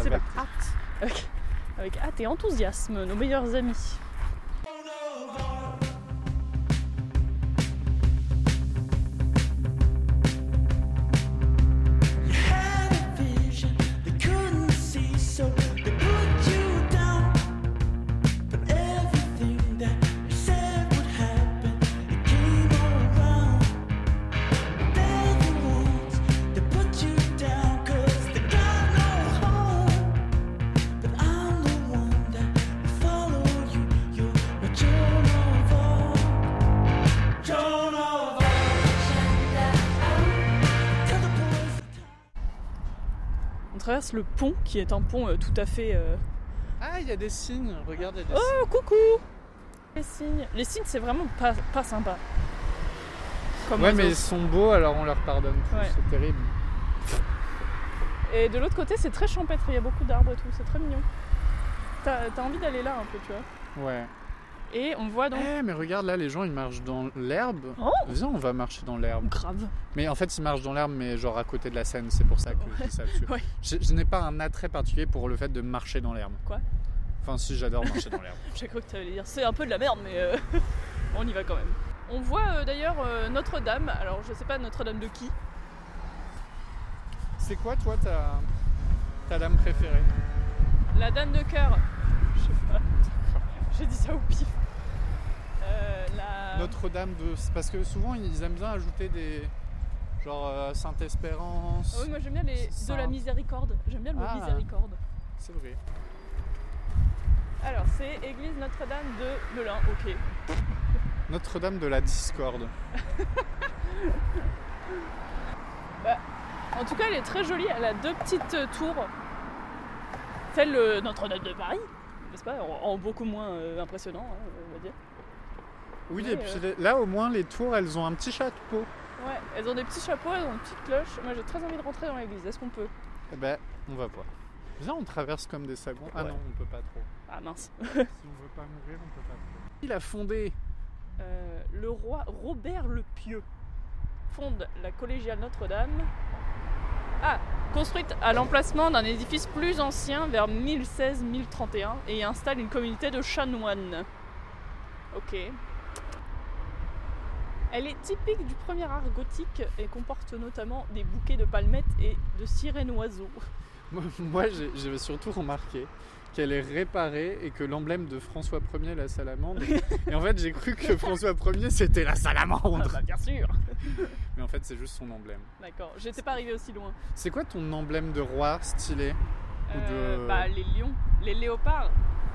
Speaker 2: C'est
Speaker 1: Avec
Speaker 2: hâte. Avec, avec hâte et enthousiasme, nos meilleurs amis.
Speaker 3: had a vision they couldn't see, so they put you down. But everything that you said would happen, it came all around. They're the ones that put you down, 'cause they got no home. But I'm the one that will follow you. You're my Joan of Arc. Joan of Arc. Tell the boys the time.
Speaker 2: On traverse le pont qui est un pont euh, tout à fait. euh,
Speaker 1: Ah il y a des signes, regarde il y a des signes.
Speaker 2: Oh, coucou Les signes, les signes c'est vraiment pas, pas sympa. Comme
Speaker 1: Ouais
Speaker 2: les
Speaker 1: mais ils
Speaker 2: autres.
Speaker 1: sont beaux alors on leur pardonne tout,
Speaker 2: Ouais.
Speaker 1: c'est terrible.
Speaker 2: Et de l'autre côté, c'est très champêtre, il y a beaucoup d'arbres et tout, c'est très mignon. T'as t'as envie d'aller là un peu, tu vois.
Speaker 1: Ouais.
Speaker 2: Et on voit
Speaker 1: Eh
Speaker 2: donc.
Speaker 1: mais regarde là les gens ils marchent dans l'herbe.
Speaker 2: Euh, Oh.
Speaker 1: Viens on va marcher dans l'herbe.
Speaker 2: Grave.
Speaker 1: Mais en fait, il marche dans l'herbe, mais genre à côté de la Seine, c'est pour ça que je dis ça dessus.
Speaker 2: Ouais.
Speaker 1: Je, je n'ai pas un attrait particulier pour le fait de marcher dans l'herbe.
Speaker 2: Quoi
Speaker 1: Enfin, si, j'adore marcher dans l'herbe.
Speaker 2: J'ai cru que t'allais dire c'est un peu de la merde, mais euh, on y va quand même. On voit euh, d'ailleurs euh, Notre-Dame, alors je sais pas Notre-Dame de qui.
Speaker 1: C'est quoi, toi, ta, ta dame préférée
Speaker 2: La Dame de cœur. Je sais pas. J'ai dit ça au pif. Euh, la.
Speaker 1: Notre-Dame de. c'est Parce que souvent, ils aiment bien ajouter des. Genre euh, Sainte-Espérance.
Speaker 2: Ah oui, moi j'aime bien les. De la
Speaker 1: Saint-
Speaker 2: miséricorde. J'aime bien le mot
Speaker 1: Ah.
Speaker 2: miséricorde.
Speaker 1: C'est vrai.
Speaker 2: Alors c'est Église Notre-Dame de Melun, ok.
Speaker 1: Notre-Dame de la Discorde.
Speaker 2: En tout cas, elle est très jolie. Elle a deux petites euh, tours, telle euh, Notre-Dame de Paris, n'est-ce pas en, en beaucoup moins euh, impressionnant, hein, on va dire.
Speaker 1: Oui,
Speaker 2: Ouais,
Speaker 1: et puis les- là, au moins, les tours, elles ont un petit chapeau.
Speaker 2: Ouais, elles ont des petits chapeaux, elles ont une petite cloche. Moi, j'ai très envie de rentrer dans l'église. Est-ce qu'on peut
Speaker 1: Eh ben, on va voir. Viens, on traverse comme des sagons. Ah
Speaker 2: Ouais.
Speaker 1: non, on peut pas trop.
Speaker 2: Ah mince.
Speaker 1: si on veut pas mourir, on peut pas trop. Il a fondé
Speaker 2: Euh, le roi Robert le Pieux fonde la collégiale Notre-Dame. Ah, construite à l'emplacement d'un édifice plus ancien vers 1016-1031 et y installe une communauté de chanoines. Ok. Elle est typique du premier art gothique et comporte notamment des bouquets de palmettes et de sirènes oiseaux.
Speaker 1: Moi- Moi, j'ai- j'avais surtout remarqué qu'elle est réparée et que l'emblème de François Ier, la salamandre. et en fait, j'ai cru que François Ier, c'était la
Speaker 2: Ah
Speaker 1: salamandre.
Speaker 2: bah bien sûr
Speaker 1: Mais en fait, c'est juste son emblème.
Speaker 2: D'accord, j'étais pas arrivée aussi loin.
Speaker 1: C'est quoi ton emblème de roi stylé Ou de-
Speaker 2: Bah les lions, les léopards.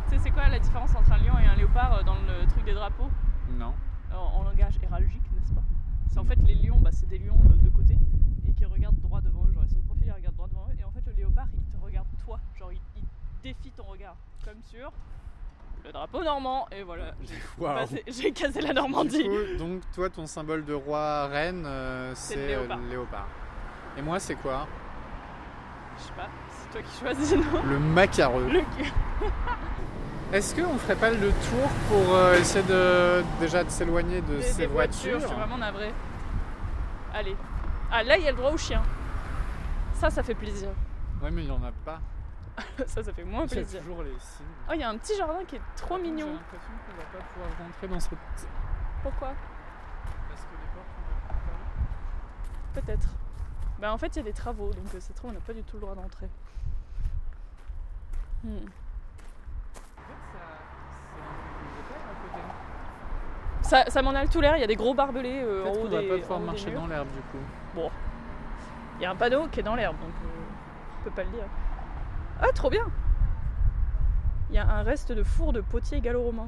Speaker 2: Tu sais c'est quoi la différence entre un lion et un léopard euh, dans le truc des drapeaux
Speaker 1: Non.
Speaker 2: en, en langage héralgique, n'est-ce pas C'est en fait les lions, bah, c'est des lions euh, de côté et qui regardent droit devant eux. Genre ils sont de profil, ils regardent droit devant eux. Et en fait le léopard, il te regarde toi. Genre il, il défie ton regard. Comme sur le drapeau normand. Et voilà, j'ai
Speaker 1: Waouh.
Speaker 2: passé- j'ai casé la
Speaker 1: Du
Speaker 2: Normandie.
Speaker 1: coup, Bah, donc toi, ton symbole de roi reine, euh, c'est
Speaker 2: le
Speaker 1: euh,
Speaker 2: léopard.
Speaker 1: le léopard. Et moi, c'est quoi
Speaker 2: Je sais pas, c'est toi qui choisis, non
Speaker 1: Le macareux.
Speaker 2: Le
Speaker 1: Est-ce qu'on ferait pas le tour pour euh, essayer de déjà de s'éloigner de
Speaker 2: des,
Speaker 1: ces
Speaker 2: des voitures, je suis vraiment navrée. Allez. Ah là, il y a le droit au chien. Ça, ça fait plaisir.
Speaker 1: Ouais, mais il y en a pas.
Speaker 2: Ça, ça fait moins
Speaker 1: C'est
Speaker 2: plaisir.
Speaker 1: toujours les signes.
Speaker 2: Oh, il y a un petit jardin qui est trop
Speaker 1: J'ai
Speaker 2: mignon.
Speaker 1: l'impression qu'on va pas pouvoir rentrer dans cette.
Speaker 2: Pourquoi
Speaker 1: Parce que les portes sont pas
Speaker 2: Peut-être. Bah en fait il y a des travaux donc euh, c'est trop on n'a pas du tout le droit d'entrer. Hmm.
Speaker 1: fermées.
Speaker 2: Ça, ça m'en a le tout l'air, il y a des gros barbelés euh, en
Speaker 1: Peut-être
Speaker 2: haut
Speaker 1: qu'on va
Speaker 2: des-
Speaker 1: pas
Speaker 2: en
Speaker 1: pouvoir
Speaker 2: haut des
Speaker 1: marcher
Speaker 2: murs.
Speaker 1: dans l'herbe du coup.
Speaker 2: Il y a un panneau qui est dans l'herbe donc euh, on peut pas le dire. Ah trop bien Il y a un reste de four de potier gallo-romain.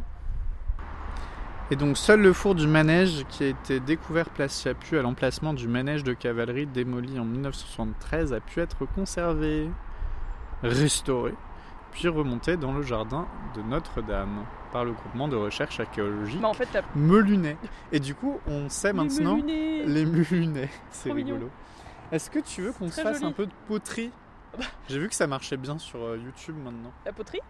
Speaker 1: Et donc seul le four du manège qui a été découvert place Chaput à l'emplacement du manège de cavalerie démoli en 1973 a pu être conservé, restauré, puis remonté dans le jardin de Notre-Dame par le groupement de recherche archéologique
Speaker 2: Bah en fait t'as
Speaker 1: Melunet. Et du coup, on sait
Speaker 2: les
Speaker 1: maintenant
Speaker 2: melunets.
Speaker 1: les Melunets. C'est
Speaker 2: Trop mignon.
Speaker 1: rigolo. Est-ce que tu veux qu'on se
Speaker 2: très
Speaker 1: fasse
Speaker 2: joli.
Speaker 1: un peu de poterie
Speaker 2: Ah bah.
Speaker 1: J'ai vu que ça marchait bien sur euh, YouTube maintenant.
Speaker 2: La poterie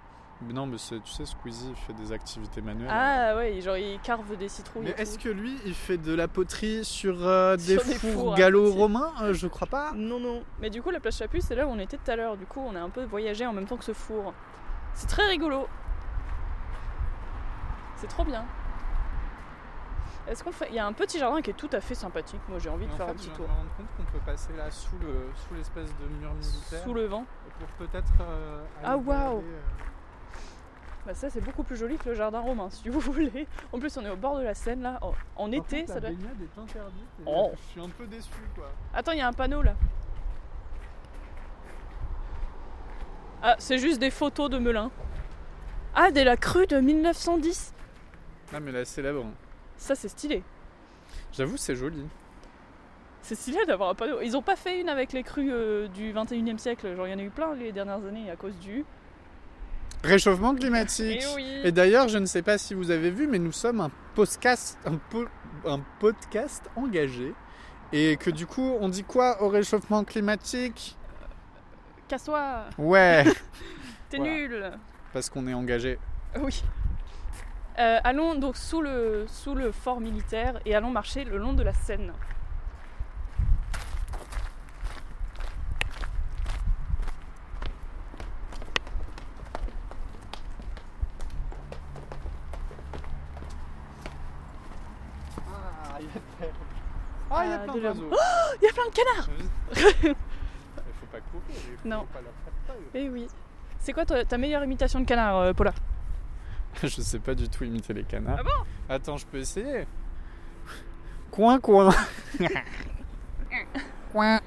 Speaker 1: Mais non, mais c'est- tu sais, Squeezie il fait des activités manuelles.
Speaker 2: Ah ouais, genre il carve des citrouilles.
Speaker 1: Mais
Speaker 2: et
Speaker 1: est-ce
Speaker 2: tout.
Speaker 1: que lui, il fait de la poterie sur euh, des
Speaker 2: Sur des
Speaker 1: fours,
Speaker 2: fours à
Speaker 1: gallo-romains Euh, Je crois pas.
Speaker 2: Non, non. Mais du coup, la place Chaput, c'est là où on était tout à l'heure. Du coup, on a un peu voyagé en même temps que ce four. C'est très rigolo. C'est trop bien. Est-ce qu'on fait. Il y a un petit jardin qui est tout à fait sympathique. Moi, j'ai envie de faire un petit tour.
Speaker 1: rendre compte qu'on peut passer là sous l'espèce de mur
Speaker 2: Sous le vent.
Speaker 1: pour peut-être. euh,
Speaker 2: Ah, aller waouh. Bah, ça, c'est beaucoup plus joli que le jardin romain, si vous voulez. En plus, on est au bord de la Seine, là. En, en été, ça doit.
Speaker 1: baignade est interdite.
Speaker 2: Oh.
Speaker 1: Je suis un peu déçu quoi.
Speaker 2: Attends, il y a un panneau là. Ah, c'est juste des photos de Melun. Ah, de la crue de 1910.
Speaker 1: Ah mais là célèbre.
Speaker 2: Ça, c'est stylé.
Speaker 1: J'avoue c'est joli.
Speaker 2: C'est stylé d'avoir un panneau. Ils ont pas fait une avec les crues euh, du 21e siècle. Genre, il y en a eu plein les dernières années à cause du.
Speaker 1: Réchauffement climatique.
Speaker 2: Eh oui.
Speaker 1: Et d'ailleurs je ne sais pas si vous avez vu mais nous sommes un podcast un, po- un podcast engagé. Et que du coup, on dit quoi au réchauffement climatique
Speaker 2: Casse-toi
Speaker 1: Ouais,
Speaker 2: T'es
Speaker 1: Voilà.
Speaker 2: nul
Speaker 1: parce qu'on est engagé.
Speaker 2: Oui. Euh, allons donc sous le, sous le fort militaire et allons marcher le long de la Seine.
Speaker 1: Ah, il y a terre. Ah, il y a
Speaker 2: Ah,
Speaker 1: plein
Speaker 2: de l'herbe.
Speaker 1: d'oiseaux.
Speaker 2: Il y a plein de canards
Speaker 1: Il faut pas courir, il faut
Speaker 2: Non.
Speaker 1: pas leur faire peur.
Speaker 2: Eh oui. C'est quoi ta, ta meilleure imitation de canard, euh, Paula
Speaker 1: Je sais pas du tout imiter les
Speaker 2: Ah
Speaker 1: canards. Attends, je peux essayer. Coin, coin. coin.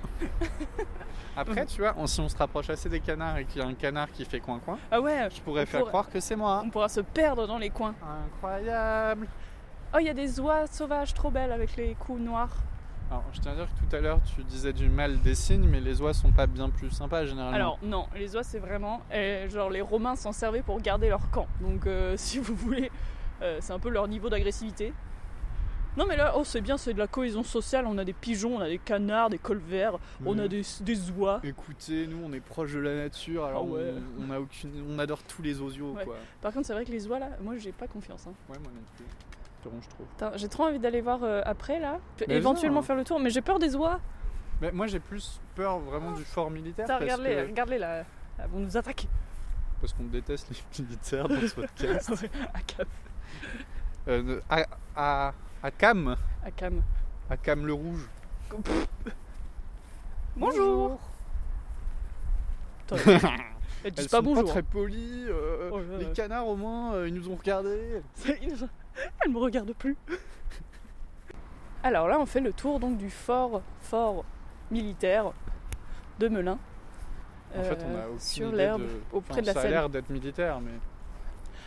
Speaker 1: Après, tu vois, on- si on se rapproche assez des canards et qu'il y a un canard qui fait coin, coin,
Speaker 2: Ah ouais,
Speaker 1: je pourrais
Speaker 2: On
Speaker 1: faire
Speaker 2: pourrait-
Speaker 1: croire que c'est moi.
Speaker 2: on pourra se perdre dans les coins.
Speaker 1: Incroyable.
Speaker 2: Oh, il y a des oies sauvages trop belles avec les coups noirs.
Speaker 1: Alors, je tiens à dire que tout à l'heure, tu disais du mal des signes, mais les oies sont pas bien plus sympas généralement.
Speaker 2: Alors non, les oies c'est vraiment euh, genre les Romains s'en servaient pour garder leur camp. Donc euh, si vous voulez, euh, c'est un peu leur niveau d'agressivité. Non mais là, oh c'est bien, c'est de la cohésion sociale. On a des pigeons, on a des canards, des colverts, on
Speaker 1: Mais
Speaker 2: a des, des oies.
Speaker 1: Écoutez, nous, on est proche de la nature, alors
Speaker 2: Ah ouais.
Speaker 1: on, on a aucune, on adore tous les osios,
Speaker 2: Ouais.
Speaker 1: quoi.
Speaker 2: Par contre, c'est vrai que les oies là, moi j'ai pas confiance. hein.
Speaker 1: Ouais, moi non plus. je trouve.
Speaker 2: Putain, J'ai trop envie d'aller voir euh, après là, Peut-
Speaker 1: Mais
Speaker 2: éventuellement
Speaker 1: viens.
Speaker 2: faire le tour, mais j'ai peur des oies.
Speaker 1: Mais moi, j'ai plus peur vraiment du fort militaire.
Speaker 2: Putain,
Speaker 1: parce
Speaker 2: regarde-les, euh,
Speaker 1: que-
Speaker 2: regarde-les là, elles vont nous attaquer. hein.
Speaker 1: parce qu'on déteste les militaires dans ce podcast.
Speaker 2: Ah, cap.
Speaker 1: Euh, à, à, à Cam,
Speaker 2: à Cam.
Speaker 1: à Cam le Rouge.
Speaker 2: Bonjour Putain, Elles
Speaker 1: Elles
Speaker 2: disent pas
Speaker 1: sont
Speaker 2: bonjour. hein.
Speaker 1: pas très polies. euh,
Speaker 2: Oh là
Speaker 1: les
Speaker 2: là.
Speaker 1: canards au moins, euh, ils nous ont regardés.
Speaker 2: C'est- ils- Elle me regarde plus. Alors là, on fait le tour donc du fort, fort militaire de Melun.
Speaker 1: En fait, on a
Speaker 2: Euh,
Speaker 1: aucune
Speaker 2: sur
Speaker 1: idée
Speaker 2: l'herbe,
Speaker 1: de-
Speaker 2: auprès
Speaker 1: Enfin,
Speaker 2: de la
Speaker 1: ça a
Speaker 2: Seine.
Speaker 1: l'air d'être militaire, mais.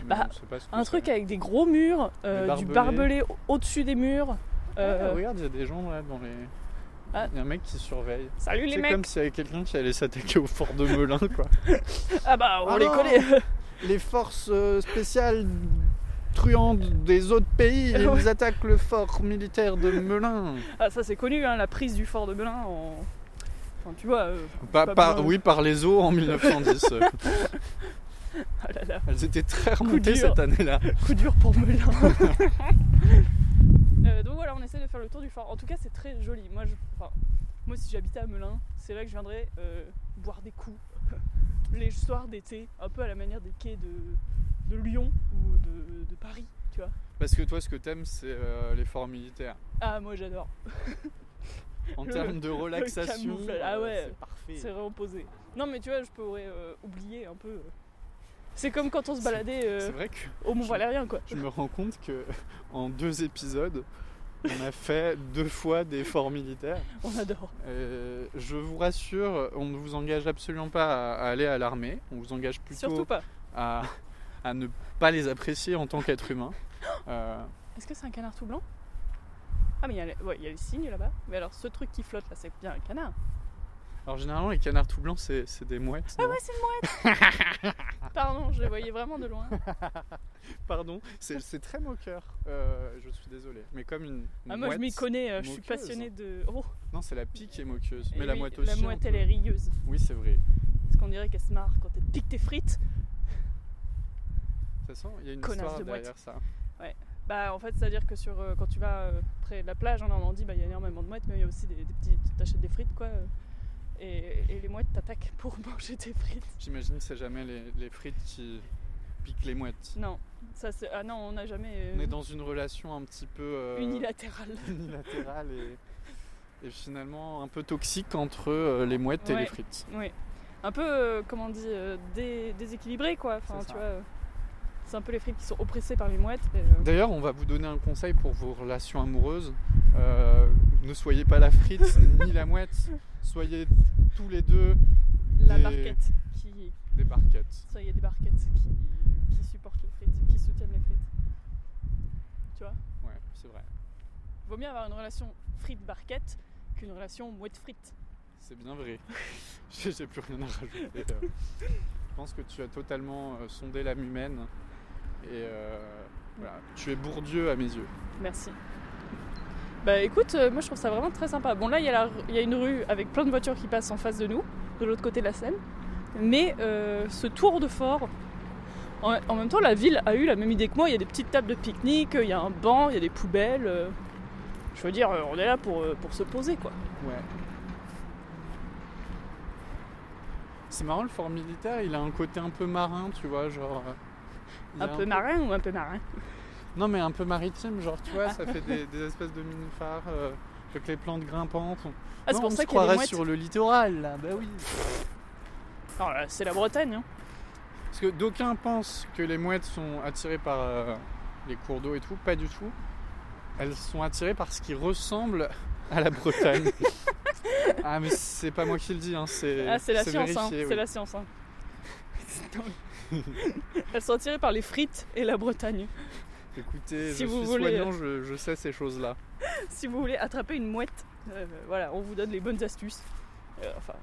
Speaker 1: mais
Speaker 2: Bah,
Speaker 1: on sait pas ce que
Speaker 2: Un
Speaker 1: c'est.
Speaker 2: truc avec des gros murs, euh,
Speaker 1: Des
Speaker 2: du
Speaker 1: barbelés.
Speaker 2: barbelé au- au-dessus des murs.
Speaker 1: Ah,
Speaker 2: euh,
Speaker 1: regarde, il y a des gens là dans les. Il
Speaker 2: Ah.
Speaker 1: y a un mec qui surveille.
Speaker 2: Salut les
Speaker 1: C'est
Speaker 2: mecs
Speaker 1: comme s'il y avait quelqu'un qui allait s'attaquer au fort de Melun, quoi.
Speaker 2: Ah bah on
Speaker 1: Ah
Speaker 2: les
Speaker 1: non
Speaker 2: connaît
Speaker 1: les forces euh, spéciales truandes des autres pays, ils
Speaker 2: Ouais.
Speaker 1: attaquent le fort militaire de Melun.
Speaker 2: Ah ça c'est connu, hein, la prise du fort de Melun en... Enfin, tu vois... euh,
Speaker 1: Pas,
Speaker 2: Pas
Speaker 1: par-
Speaker 2: bien.
Speaker 1: oui, par les eaux en 1910. euh.
Speaker 2: ah là là,
Speaker 1: Elles étaient très remontées
Speaker 2: dur.
Speaker 1: cette année-là.
Speaker 2: coup dur pour Melun Euh, Donc voilà, on essaie de faire le tour du fort. En tout cas c'est très joli. Moi, je... enfin, moi si j'habitais à Melun, c'est là que je viendrais euh, boire des coups. Les soirs d'été, un peu à la manière des quais de, de Lyon ou de, de Paris, tu vois.
Speaker 1: Parce que toi, ce que t'aimes, c'est euh, les forts militaires.
Speaker 2: Ah moi j'adore,
Speaker 1: En
Speaker 2: Le-
Speaker 1: termes de relaxation,
Speaker 2: camouflage, ah
Speaker 1: euh,
Speaker 2: ouais.
Speaker 1: c'est parfait.
Speaker 2: c'est vraiment posé. Non mais tu vois, je pourrais euh, oublier un peu... euh. C'est comme quand on se baladait euh,
Speaker 1: C'est vrai que
Speaker 2: au Mont Valérien quoi.
Speaker 1: je me rends compte que en deux épisodes, on a fait deux fois des forts militaires.
Speaker 2: On adore.
Speaker 1: Euh, je vous rassure, on ne vous engage absolument pas à, à aller à l'armée. On vous engage
Speaker 2: Surtout
Speaker 1: plutôt
Speaker 2: pas.
Speaker 1: à, à ne pas les apprécier en tant qu'être humain. Euh,
Speaker 2: Est-ce que c'est un canard tout blanc Ah mais il y, a les- ouais, il y a les signes là-bas. Mais alors ce truc qui flotte là, c'est bien un canard.
Speaker 1: alors généralement, les canards tout blancs, c'est c'est des mouettes. non
Speaker 2: Ah Ouais, c'est une mouette. Pardon, je le voyais vraiment de loin.
Speaker 1: Pardon, c'est c'est très moqueur. Euh, je suis désolé. Mais comme une, une
Speaker 2: Ah, moi je
Speaker 1: mouette-
Speaker 2: m'y connais, euh, je suis
Speaker 1: moqueuse.
Speaker 2: passionnée de. Oh,
Speaker 1: Non, c'est la pique qui est moqueuse.
Speaker 2: et
Speaker 1: Mais la
Speaker 2: Eh oui,
Speaker 1: mouette aussi.
Speaker 2: La
Speaker 1: on
Speaker 2: mouette
Speaker 1: peut-
Speaker 2: elle est rieuse.
Speaker 1: Oui, c'est vrai.
Speaker 2: Parce qu'on dirait qu'elle se marre quand elle te pique tes frites.
Speaker 1: Ça sent, il y a une
Speaker 2: Connasse
Speaker 1: histoire
Speaker 2: de mouette.
Speaker 1: derrière ça.
Speaker 2: Bah en fait, c'est-à-dire que sur, euh, quand tu vas euh, près de la plage en Normandie, bah, il y a énormément de mouettes, mais il y a aussi des, des petits. T'achètes des frites quoi. euh, Et, et les mouettes t'attaquent pour manger tes frites.
Speaker 1: J'imagine que c'est jamais les, les frites qui piquent les mouettes.
Speaker 2: Non, ça c'est. Ah non, on n'a jamais. euh,
Speaker 1: On est dans une relation un petit peu. euh,
Speaker 2: unilatérale.
Speaker 1: unilatérale et, et finalement un peu toxique entre euh, les mouettes et
Speaker 2: Ouais.
Speaker 1: les frites.
Speaker 2: Oui. Un peu, euh, comment on dit, euh, dé- déséquilibré quoi. Enfin,
Speaker 1: C'est
Speaker 2: tu
Speaker 1: ça.
Speaker 2: vois, euh, c'est un peu les frites qui sont oppressés par les mouettes. et, euh,
Speaker 1: D'ailleurs, on va vous donner un conseil pour vos relations amoureuses. Euh, ne soyez pas la frite ni la mouette. Soyez tous les deux
Speaker 2: la
Speaker 1: des-
Speaker 2: barquette qui.
Speaker 1: des barquettes.
Speaker 2: Ça, il y a des barquettes qui, qui supportent les frites, qui soutiennent les frites.
Speaker 1: Ouais, c'est vrai.
Speaker 2: Vaut mieux avoir une relation frites-barquette qu'une relation mouette-frite.
Speaker 1: C'est bien vrai. J'ai j'ai plus rien à rajouter. euh. Je pense que tu as totalement euh, sondé l'âme humaine. Et euh, voilà, tu es Bourdieu à mes yeux.
Speaker 2: Merci. Bah écoute, euh, moi je trouve ça vraiment très sympa. Bon là il y, a la ru- il y a une rue avec plein de voitures qui passent en face de nous, de l'autre côté de la Seine. Mais euh, ce tour de fort, en, en même temps la ville a eu la même idée que moi. Il y a des petites tables de pique-nique, il y a un banc, il y a des poubelles. euh. Je veux dire, euh, on est là pour, euh, pour se poser quoi.
Speaker 1: Ouais. C'est marrant le fort militaire, il a un côté un peu marin, tu vois, genre. euh, il y
Speaker 2: Un
Speaker 1: a
Speaker 2: peu marin ou un peu marin
Speaker 1: Non, mais un peu maritime, genre, tu vois, ça fait des, des espèces de mini-phares euh, avec les plantes grimpantes.
Speaker 2: Ah c'est
Speaker 1: Non,
Speaker 2: pour
Speaker 1: on se
Speaker 2: ça qu'il y a des
Speaker 1: croirait
Speaker 2: mouettes.
Speaker 1: sur le littoral, là, bah oui.
Speaker 2: Oh là, c'est la Bretagne. hein.
Speaker 1: Parce que d'aucuns pensent que les mouettes sont attirées par euh, les cours d'eau et tout, pas du tout. Elles sont attirées par ce qui ressemble à la Bretagne. ah, mais c'est pas moi qui le dis, hein, c'est.
Speaker 2: Ah, c'est la science, hein.
Speaker 1: vérifié, oui.
Speaker 2: c'est la science. hein. C'est dingue. Elles sont attirées par les frites et la Bretagne.
Speaker 1: Écoutez, je
Speaker 2: Si vous
Speaker 1: suis
Speaker 2: voulez.
Speaker 1: soignant, je, je sais ces choses-là.
Speaker 2: Si vous voulez attraper une mouette, euh, voilà, on vous donne les bonnes astuces. Euh, enfin,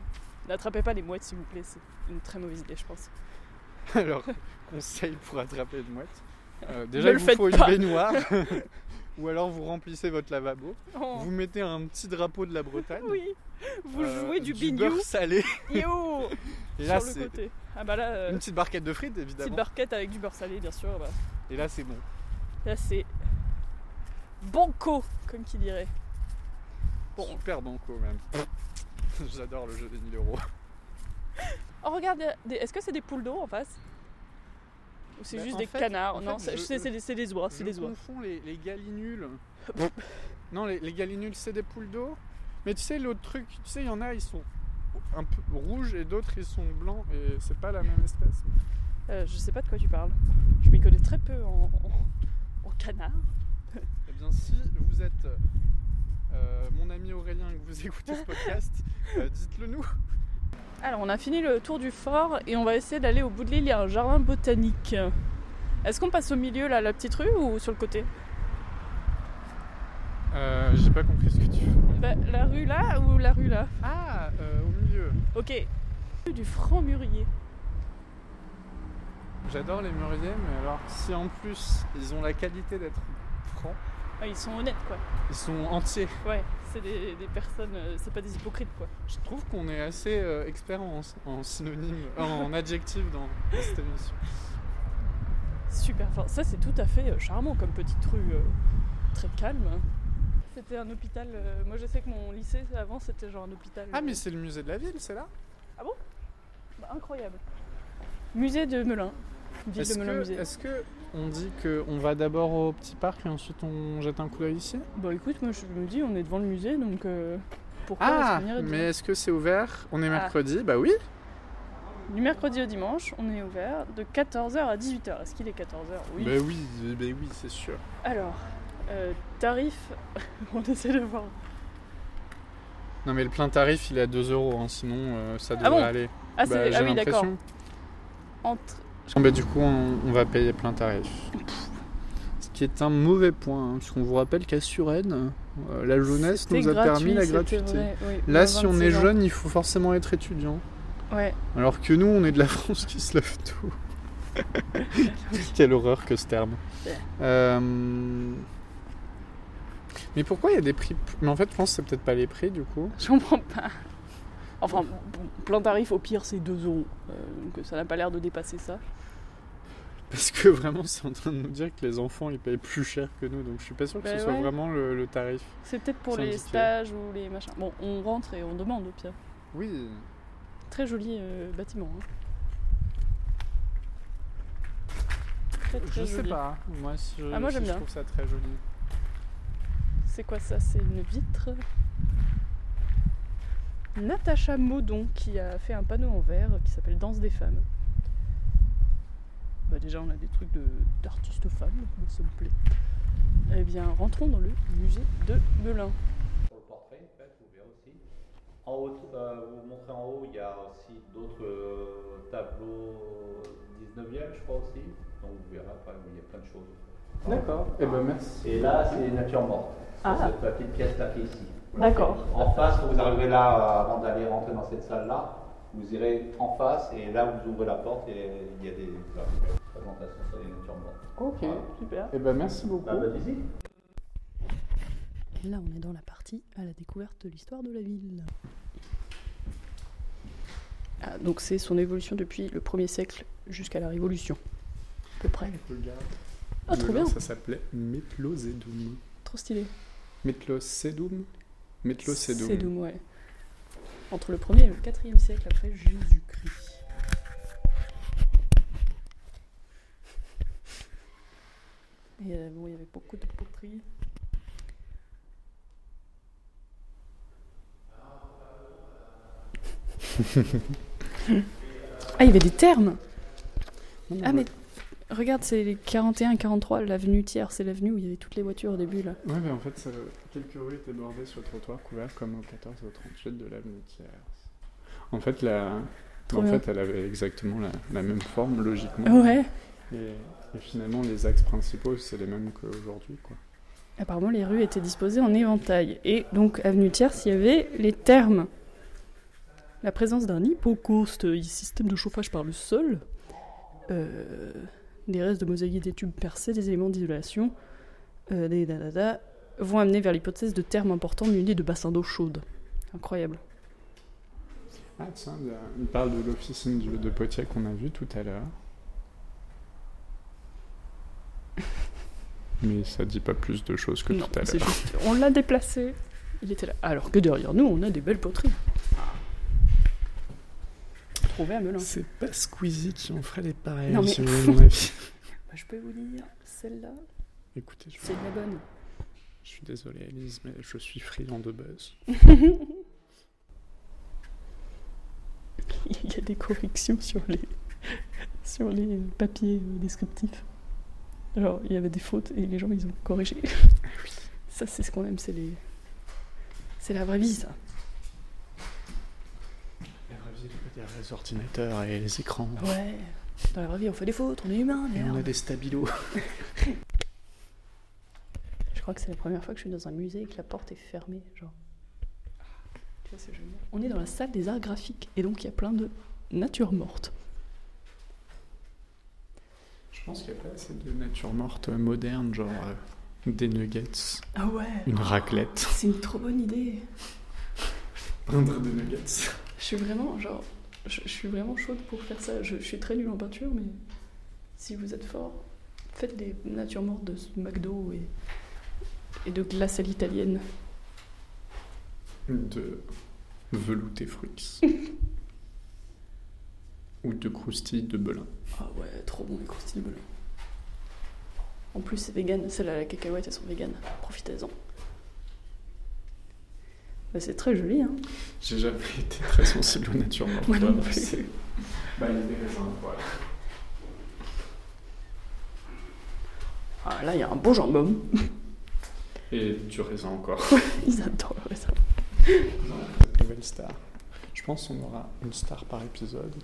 Speaker 2: n'attrapez pas les mouettes, s'il vous plaît, c'est une très mauvaise idée, je pense.
Speaker 1: Alors, conseil pour attraper une mouette. Euh, déjà, il
Speaker 2: Ne le
Speaker 1: vous
Speaker 2: faites
Speaker 1: faut
Speaker 2: pas.
Speaker 1: une baignoire. Ou alors vous remplissez votre lavabo,
Speaker 2: Oh,
Speaker 1: vous mettez un petit drapeau de la Bretagne,
Speaker 2: oui, vous
Speaker 1: euh,
Speaker 2: jouez du,
Speaker 1: beurre
Speaker 2: bignou,
Speaker 1: salé,
Speaker 2: yo,
Speaker 1: et là
Speaker 2: sur le
Speaker 1: c'est
Speaker 2: côté. Ah bah là, euh,
Speaker 1: une petite barquette de frites
Speaker 2: petite
Speaker 1: évidemment,
Speaker 2: barquette avec du beurre salé, bien sûr. bah.
Speaker 1: et là c'est bon.
Speaker 2: Là, c'est banco, comme qui dirait. Bon.
Speaker 1: Super banco même. J'adore le jeu des 1000 euros.
Speaker 2: Oh, regarde, il y a des- est-ce que c'est des poules d'eau en face Ou c'est
Speaker 1: Bah,
Speaker 2: juste
Speaker 1: en
Speaker 2: des
Speaker 1: fait-
Speaker 2: canards
Speaker 1: en
Speaker 2: Non,
Speaker 1: fait,
Speaker 2: c'est
Speaker 1: je-
Speaker 2: c'est- c'est des, c'est des oies, Oh, c'est
Speaker 1: Je
Speaker 2: des oies.
Speaker 1: confonds les, les galinules. non, les, les galinules, c'est des poules d'eau. Mais tu sais, l'autre truc, tu sais, il y en a, ils sont un peu rouges et d'autres, ils sont blancs et c'est pas la même espèce.
Speaker 2: Euh, je sais pas de quoi tu parles. Je m'y connais très peu en, en- en canard.
Speaker 1: Eh bien, si vous êtes euh, mon ami Aurélien et que vous écoutez ce podcast, euh, dites-le nous.
Speaker 2: Alors, on a fini le tour du fort et on va essayer d'aller au bout de l'île. Il y a un jardin botanique. Est-ce qu'on passe au milieu, là, la petite rue ou sur le côté
Speaker 1: Euh, J'ai pas compris ce que tu veux.
Speaker 2: Bah, La rue là ou la rue là
Speaker 1: Ah, euh, au milieu.
Speaker 2: Ok. Du franc mûrier.
Speaker 1: J'adore les mûriers, mais alors, si en plus ils ont la qualité d'être francs,
Speaker 2: Ah, ils sont honnêtes, quoi.
Speaker 1: ils sont entiers.
Speaker 2: Ouais, c'est des, des personnes, euh, c'est pas des hypocrites, quoi.
Speaker 1: Je trouve qu'on est assez euh, expert en, en synonyme, euh, en adjectif dans, dans cette émission.
Speaker 2: Super fort. Ça, c'est tout à fait euh, charmant comme petite rue, euh, très calme. C'était un hôpital. euh, moi, je sais que mon lycée avant, c'était genre un hôpital.
Speaker 1: Ah, mais
Speaker 2: euh,
Speaker 1: c'est le musée de la ville, c'est là
Speaker 2: bah, incroyable. Musée de Melun. Ville de
Speaker 1: Est-ce
Speaker 2: Melun
Speaker 1: que,
Speaker 2: Musée.
Speaker 1: est-ce que on dit qu'on va d'abord au petit parc et ensuite on jette un coup d'œil ici
Speaker 2: Bon, Bah, écoute, moi, je me dis, on est devant le musée, donc euh, pourquoi
Speaker 1: Ah,
Speaker 2: est-ce qu'on irait
Speaker 1: mais est-ce que c'est ouvert On est
Speaker 2: Ah.
Speaker 1: mercredi, bah oui.
Speaker 2: de- Du mercredi au dimanche, on est ouvert de 14h à 18h. Est-ce qu'il est 14h Oui.
Speaker 1: Bah oui, bah oui, c'est sûr.
Speaker 2: Alors, euh, tarif, on essaie de voir.
Speaker 1: Non mais le plein tarif il est à 2 euros, hein, sinon euh, ça devrait
Speaker 2: bon
Speaker 1: aller.
Speaker 2: Ah, c'est-
Speaker 1: Bah,
Speaker 2: ah
Speaker 1: j'ai
Speaker 2: oui, d'accord.
Speaker 1: l'impression.
Speaker 2: Entre
Speaker 1: Bon, bah, du coup on, on va payer plein tarif. Ce qui est un mauvais point, hein, puisqu'on vous rappelle qu'à Suresnes, euh, la jeunesse
Speaker 2: C'était
Speaker 1: nous a permis la
Speaker 2: c'était
Speaker 1: gratuité.
Speaker 2: vrai, oui,
Speaker 1: Là,
Speaker 2: moins
Speaker 1: si on
Speaker 2: 26
Speaker 1: est
Speaker 2: ans.
Speaker 1: jeune, il faut forcément être étudiant.
Speaker 2: Ouais.
Speaker 1: Alors que nous, on est de la France qui se lève tôt. Quelle horreur que ce terme.
Speaker 2: Ouais.
Speaker 1: Euh, Mais pourquoi il y a des prix Mais en fait, je pense que c'est peut-être pas les prix du coup.
Speaker 2: Je comprends pas. Enfin, bon, plein tarif, au pire, c'est 2 euros. Euh, donc ça n'a pas l'air de dépasser ça.
Speaker 1: Parce que vraiment, c'est en train de nous dire que les enfants ils payent plus cher que nous. Donc je suis pas sûr que ce
Speaker 2: Bah
Speaker 1: soit
Speaker 2: ouais.
Speaker 1: vraiment le, le tarif.
Speaker 2: C'est peut-être pour
Speaker 1: Syndiqué.
Speaker 2: les stages ou les machins. Bon, on rentre et on demande au pire.
Speaker 1: Oui.
Speaker 2: Très joli euh, bâtiment. hein. Très, très
Speaker 1: Je sais
Speaker 2: joli.
Speaker 1: pas. Moi, je,
Speaker 2: Ah, moi, j'aime
Speaker 1: je
Speaker 2: bien.
Speaker 1: trouve ça très joli.
Speaker 2: C'est quoi ça C'est une vitre Natacha Maudon qui a fait un panneau en verre qui s'appelle Danse des femmes. Bah déjà on a des trucs de- d'artistes femmes, donc moi, ça me plaît. Eh bien rentrons dans le musée de Melun.
Speaker 6: Pour le portrait, en fait, vous verrez aussi. En haut, euh, vous montrez en haut, il y a aussi d'autres euh, tableaux 19e, je crois aussi. Donc vous verrez, enfin, il y a plein de choses.
Speaker 1: D'accord. Et ben merci.
Speaker 6: Et là, c'est les natures mortes.
Speaker 2: Ah.
Speaker 6: C'est Cette petite pièce là qui est ici.
Speaker 2: D'accord.
Speaker 6: En face, quand vous arriverez là, euh, avant d'aller rentrer dans cette salle-là, vous irez en face et là, vous ouvrez la porte et il y a des voilà, des présentations sur les natures mortes.
Speaker 1: Ok.
Speaker 2: Super.
Speaker 1: Et ben merci beaucoup.
Speaker 6: Bah, bah, ici.
Speaker 2: Là on est dans la partie à la découverte de l'histoire de la ville. Ah, donc c'est son évolution depuis le 1er siècle jusqu'à la Révolution. À peu près.
Speaker 1: Regarde.
Speaker 2: Ah trop
Speaker 1: Melun,
Speaker 2: bien,
Speaker 1: Ça s'appelait Métlozédoum.
Speaker 2: trop stylé.
Speaker 1: Métlocédoum Métlocédoum.
Speaker 2: Sédoum, ouais. Entre le 1er et le 4e siècle après Jésus-Christ. Et euh, bon, il y avait beaucoup de poteries. ah, il y avait des termes Ah, mais regarde, c'est les 41 et 43, l'avenue tiers, c'est l'avenue où il y avait toutes les voitures au début, là.
Speaker 1: Ouais, mais en fait, ça- quelques rues étaient bordées sur le trottoir couvert comme au 14 et au 38 de l'avenue Thiers. En fait, la...
Speaker 2: Trop
Speaker 1: en
Speaker 2: bien.
Speaker 1: fait, elle avait exactement la, la même forme, logiquement.
Speaker 2: Ouais
Speaker 1: Et, et finalement, les axes principaux, c'est les mêmes qu'aujourd'hui, quoi.
Speaker 2: Apparemment, les rues étaient disposées en éventail. Et donc, avenue Tierce, il y avait les thermes. La présence d'un hypocauste, euh, système de chauffage par le sol, euh, des restes de mosaïques des tubes percés, des éléments d'isolation, euh, des dadada, vont amener vers l'hypothèse de thermes importants munis de bassins d'eau chaude. Incroyable.
Speaker 1: Ah, tiens, il y a- il parle de l'officine du- de Potier qu'on a vu tout à l'heure. Mais ça dit pas plus de choses que
Speaker 2: Non,
Speaker 1: tout à
Speaker 2: c'est
Speaker 1: l'heure.
Speaker 2: juste- on l'a déplacé. Il était là. Alors que derrière nous, on a des belles poteries. retrouver à Melun.
Speaker 1: C'est pas Squeezie qui en ferait les pareils,
Speaker 2: Non, mais-
Speaker 1: selon mon avis.
Speaker 2: Bah, je peux vous dire, celle-là,
Speaker 1: Écoutez, je,
Speaker 2: c'est de la bonne.
Speaker 1: je suis désolé, Elise, mais je suis friand de buzz.
Speaker 2: Il y a des corrections sur les, sur les papiers euh, descriptifs. Genre, il y avait des fautes et les gens, ils ont corrigé. Ça, c'est ce qu'on aime, c'est les... C'est la vraie vie, ça.
Speaker 1: La vraie vie, il y a les ordinateurs et les écrans.
Speaker 2: Ouais. Dans la vraie vie, on fait des fautes, on est humain,
Speaker 1: Et on a
Speaker 2: Oh, merde.
Speaker 1: des stabilos.
Speaker 2: Je crois que c'est la première fois que je suis dans un musée et que la porte est fermée, genre. Tu vois, c'est génial. On est dans la salle des arts graphiques et donc il y a plein de natures mortes.
Speaker 1: Je pense qu'il n'y a pas assez de nature morte moderne, genre euh, des nuggets,
Speaker 2: Ah ouais
Speaker 1: une raclette.
Speaker 2: C'est une trop bonne idée.
Speaker 1: Peindre des nuggets.
Speaker 2: Je suis vraiment, genre, je, je suis vraiment chaude pour faire ça. Je, je suis très nulle en peinture, mais si vous êtes fort, faites des natures mortes de McDo et, et de glace à l'italienne.
Speaker 1: De velouté fruits. Ou de croustilles de belin.
Speaker 2: Ah ouais, trop bon les croustilles belin. En plus, c'est vegan. Celles à la cacahuète, elles sont vegan. Profitez-en. Bah, c'est très joli, hein.
Speaker 1: J'ai jamais été très sensible aux natures mortes.
Speaker 2: Moi non
Speaker 1: vraiment,
Speaker 2: plus.
Speaker 1: c'est- Bah, il y a des raisins, voilà.
Speaker 2: Ah, là, il y a un beau jambon.
Speaker 1: Et du raisin encore.
Speaker 2: Ils adorent le raisin.
Speaker 1: Nouvelle star. Je pense qu'on aura une star par épisode.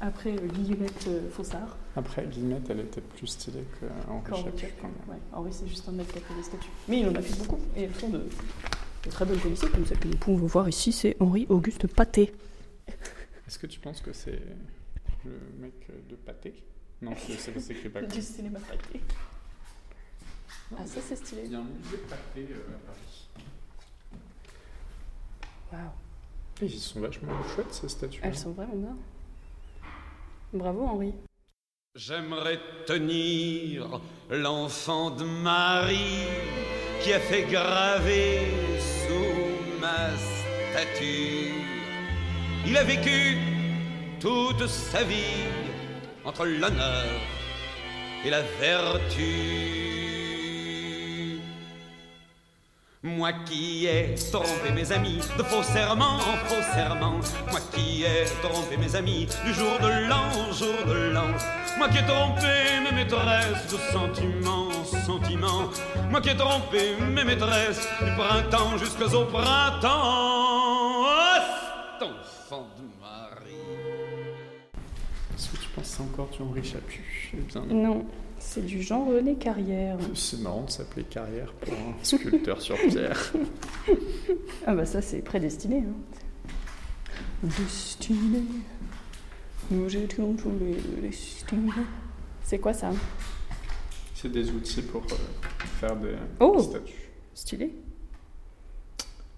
Speaker 2: Après, euh, Guillemette euh, Fossard.
Speaker 1: Après, Guillemette, elle était plus stylée qu'Henri
Speaker 2: Corbeau
Speaker 1: Chaput
Speaker 2: Jack.
Speaker 1: quand même.
Speaker 2: Ouais. Alors oui, c'est juste un mec qui a fait des statues. Mais il en a fait beaucoup. Et elles sont de, de très bonnes qualités, comme celle que nous pouvons voir ici, c'est Henri-Auguste Pâté.
Speaker 1: Est-ce que tu penses que c'est le mec de pâté Non, je sais pas, c'est québécois.
Speaker 2: Du cinéma pâté. Ah, ça, c'est stylé.
Speaker 1: Il y a un musée pâté euh, à Paris.
Speaker 2: Waouh.
Speaker 1: Et Ils sont vachement chouettes ces statues.
Speaker 2: Elles sont vraiment bien. Bravo, Henri.
Speaker 7: J'aimerais tenir l'enfant de Marie qui a fait graver sous ma statue. Il a vécu toute sa vie entre l'honneur et la vertu. Moi qui ai trompé mes amis de faux serments en faux serments. Moi qui ai trompé mes amis du jour de l'an au jour de l'an. Moi qui ai trompé mes maîtresses de sentiments en sentiments. Moi qui ai trompé mes maîtresses du printemps jusqu'au printemps. Oh, cet enfant de Marie.
Speaker 1: Est-ce que tu penses que c'est encore du Henri Chaput Eh bien,
Speaker 2: Non, c'est du euh, Jean-René Carrière.
Speaker 1: c'est marrant de s'appeler carrière pour un sculpteur sur pierre.
Speaker 2: Ah bah ça c'est prédestiné. Hein. Destiné. Nous étions tous les destinés. C'est quoi ça
Speaker 1: C'est des outils pour euh, faire des
Speaker 2: Oh.
Speaker 1: statues.
Speaker 2: Stylé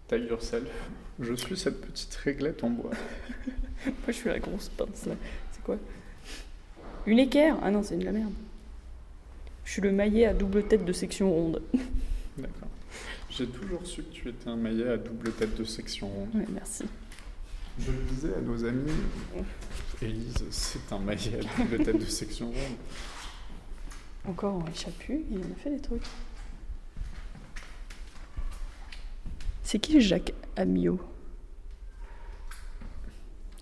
Speaker 1: Taille yourself. Je suis cette petite réglette en bois.
Speaker 2: Moi je suis la grosse pince là. C'est quoi Une équerre Ah non c'est de la merde. Je suis le maillet à double tête de section ronde.
Speaker 1: D'accord. J'ai toujours su que tu étais un maillet à double tête de section ronde.
Speaker 2: Ouais merci.
Speaker 1: Je le disais à nos amis, Élise, c'est un maillet à double tête de section ronde.
Speaker 2: Encore Henri Chaput, il en a fait des trucs. C'est qui Jacques Amiot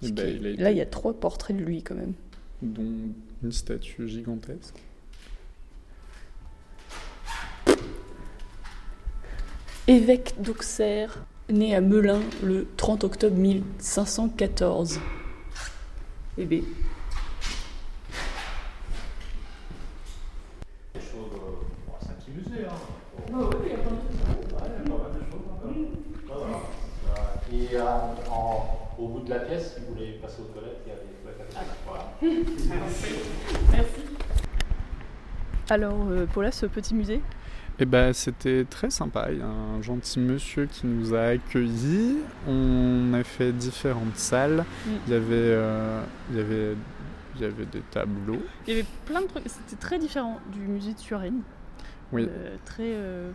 Speaker 1: Eh ben, il a été-
Speaker 2: Là il y a trois portraits de lui quand même.
Speaker 1: dont une statue gigantesque.
Speaker 2: Évêque d'Auxerre, né à Melun le 30 octobre 1514. Bébé.
Speaker 6: Des choses. euh, bon, c'est un petit musée, hein. Et euh, en- au bout de la pièce, si vous voulez passer aux toilettes, il y a des toilettes à côté. Voilà.
Speaker 8: Alors, euh, Paula, ce petit musée,
Speaker 1: Eh ben, c'était très sympa. Il y a un gentil monsieur qui nous a accueillis. On a fait différentes salles.
Speaker 8: Mm.
Speaker 1: Il y avait, euh, il y avait, il y avait des tableaux.
Speaker 8: il y avait plein de trucs. C'était très différent du musée de Suresnes.
Speaker 1: Oui.
Speaker 8: Euh, très. euh,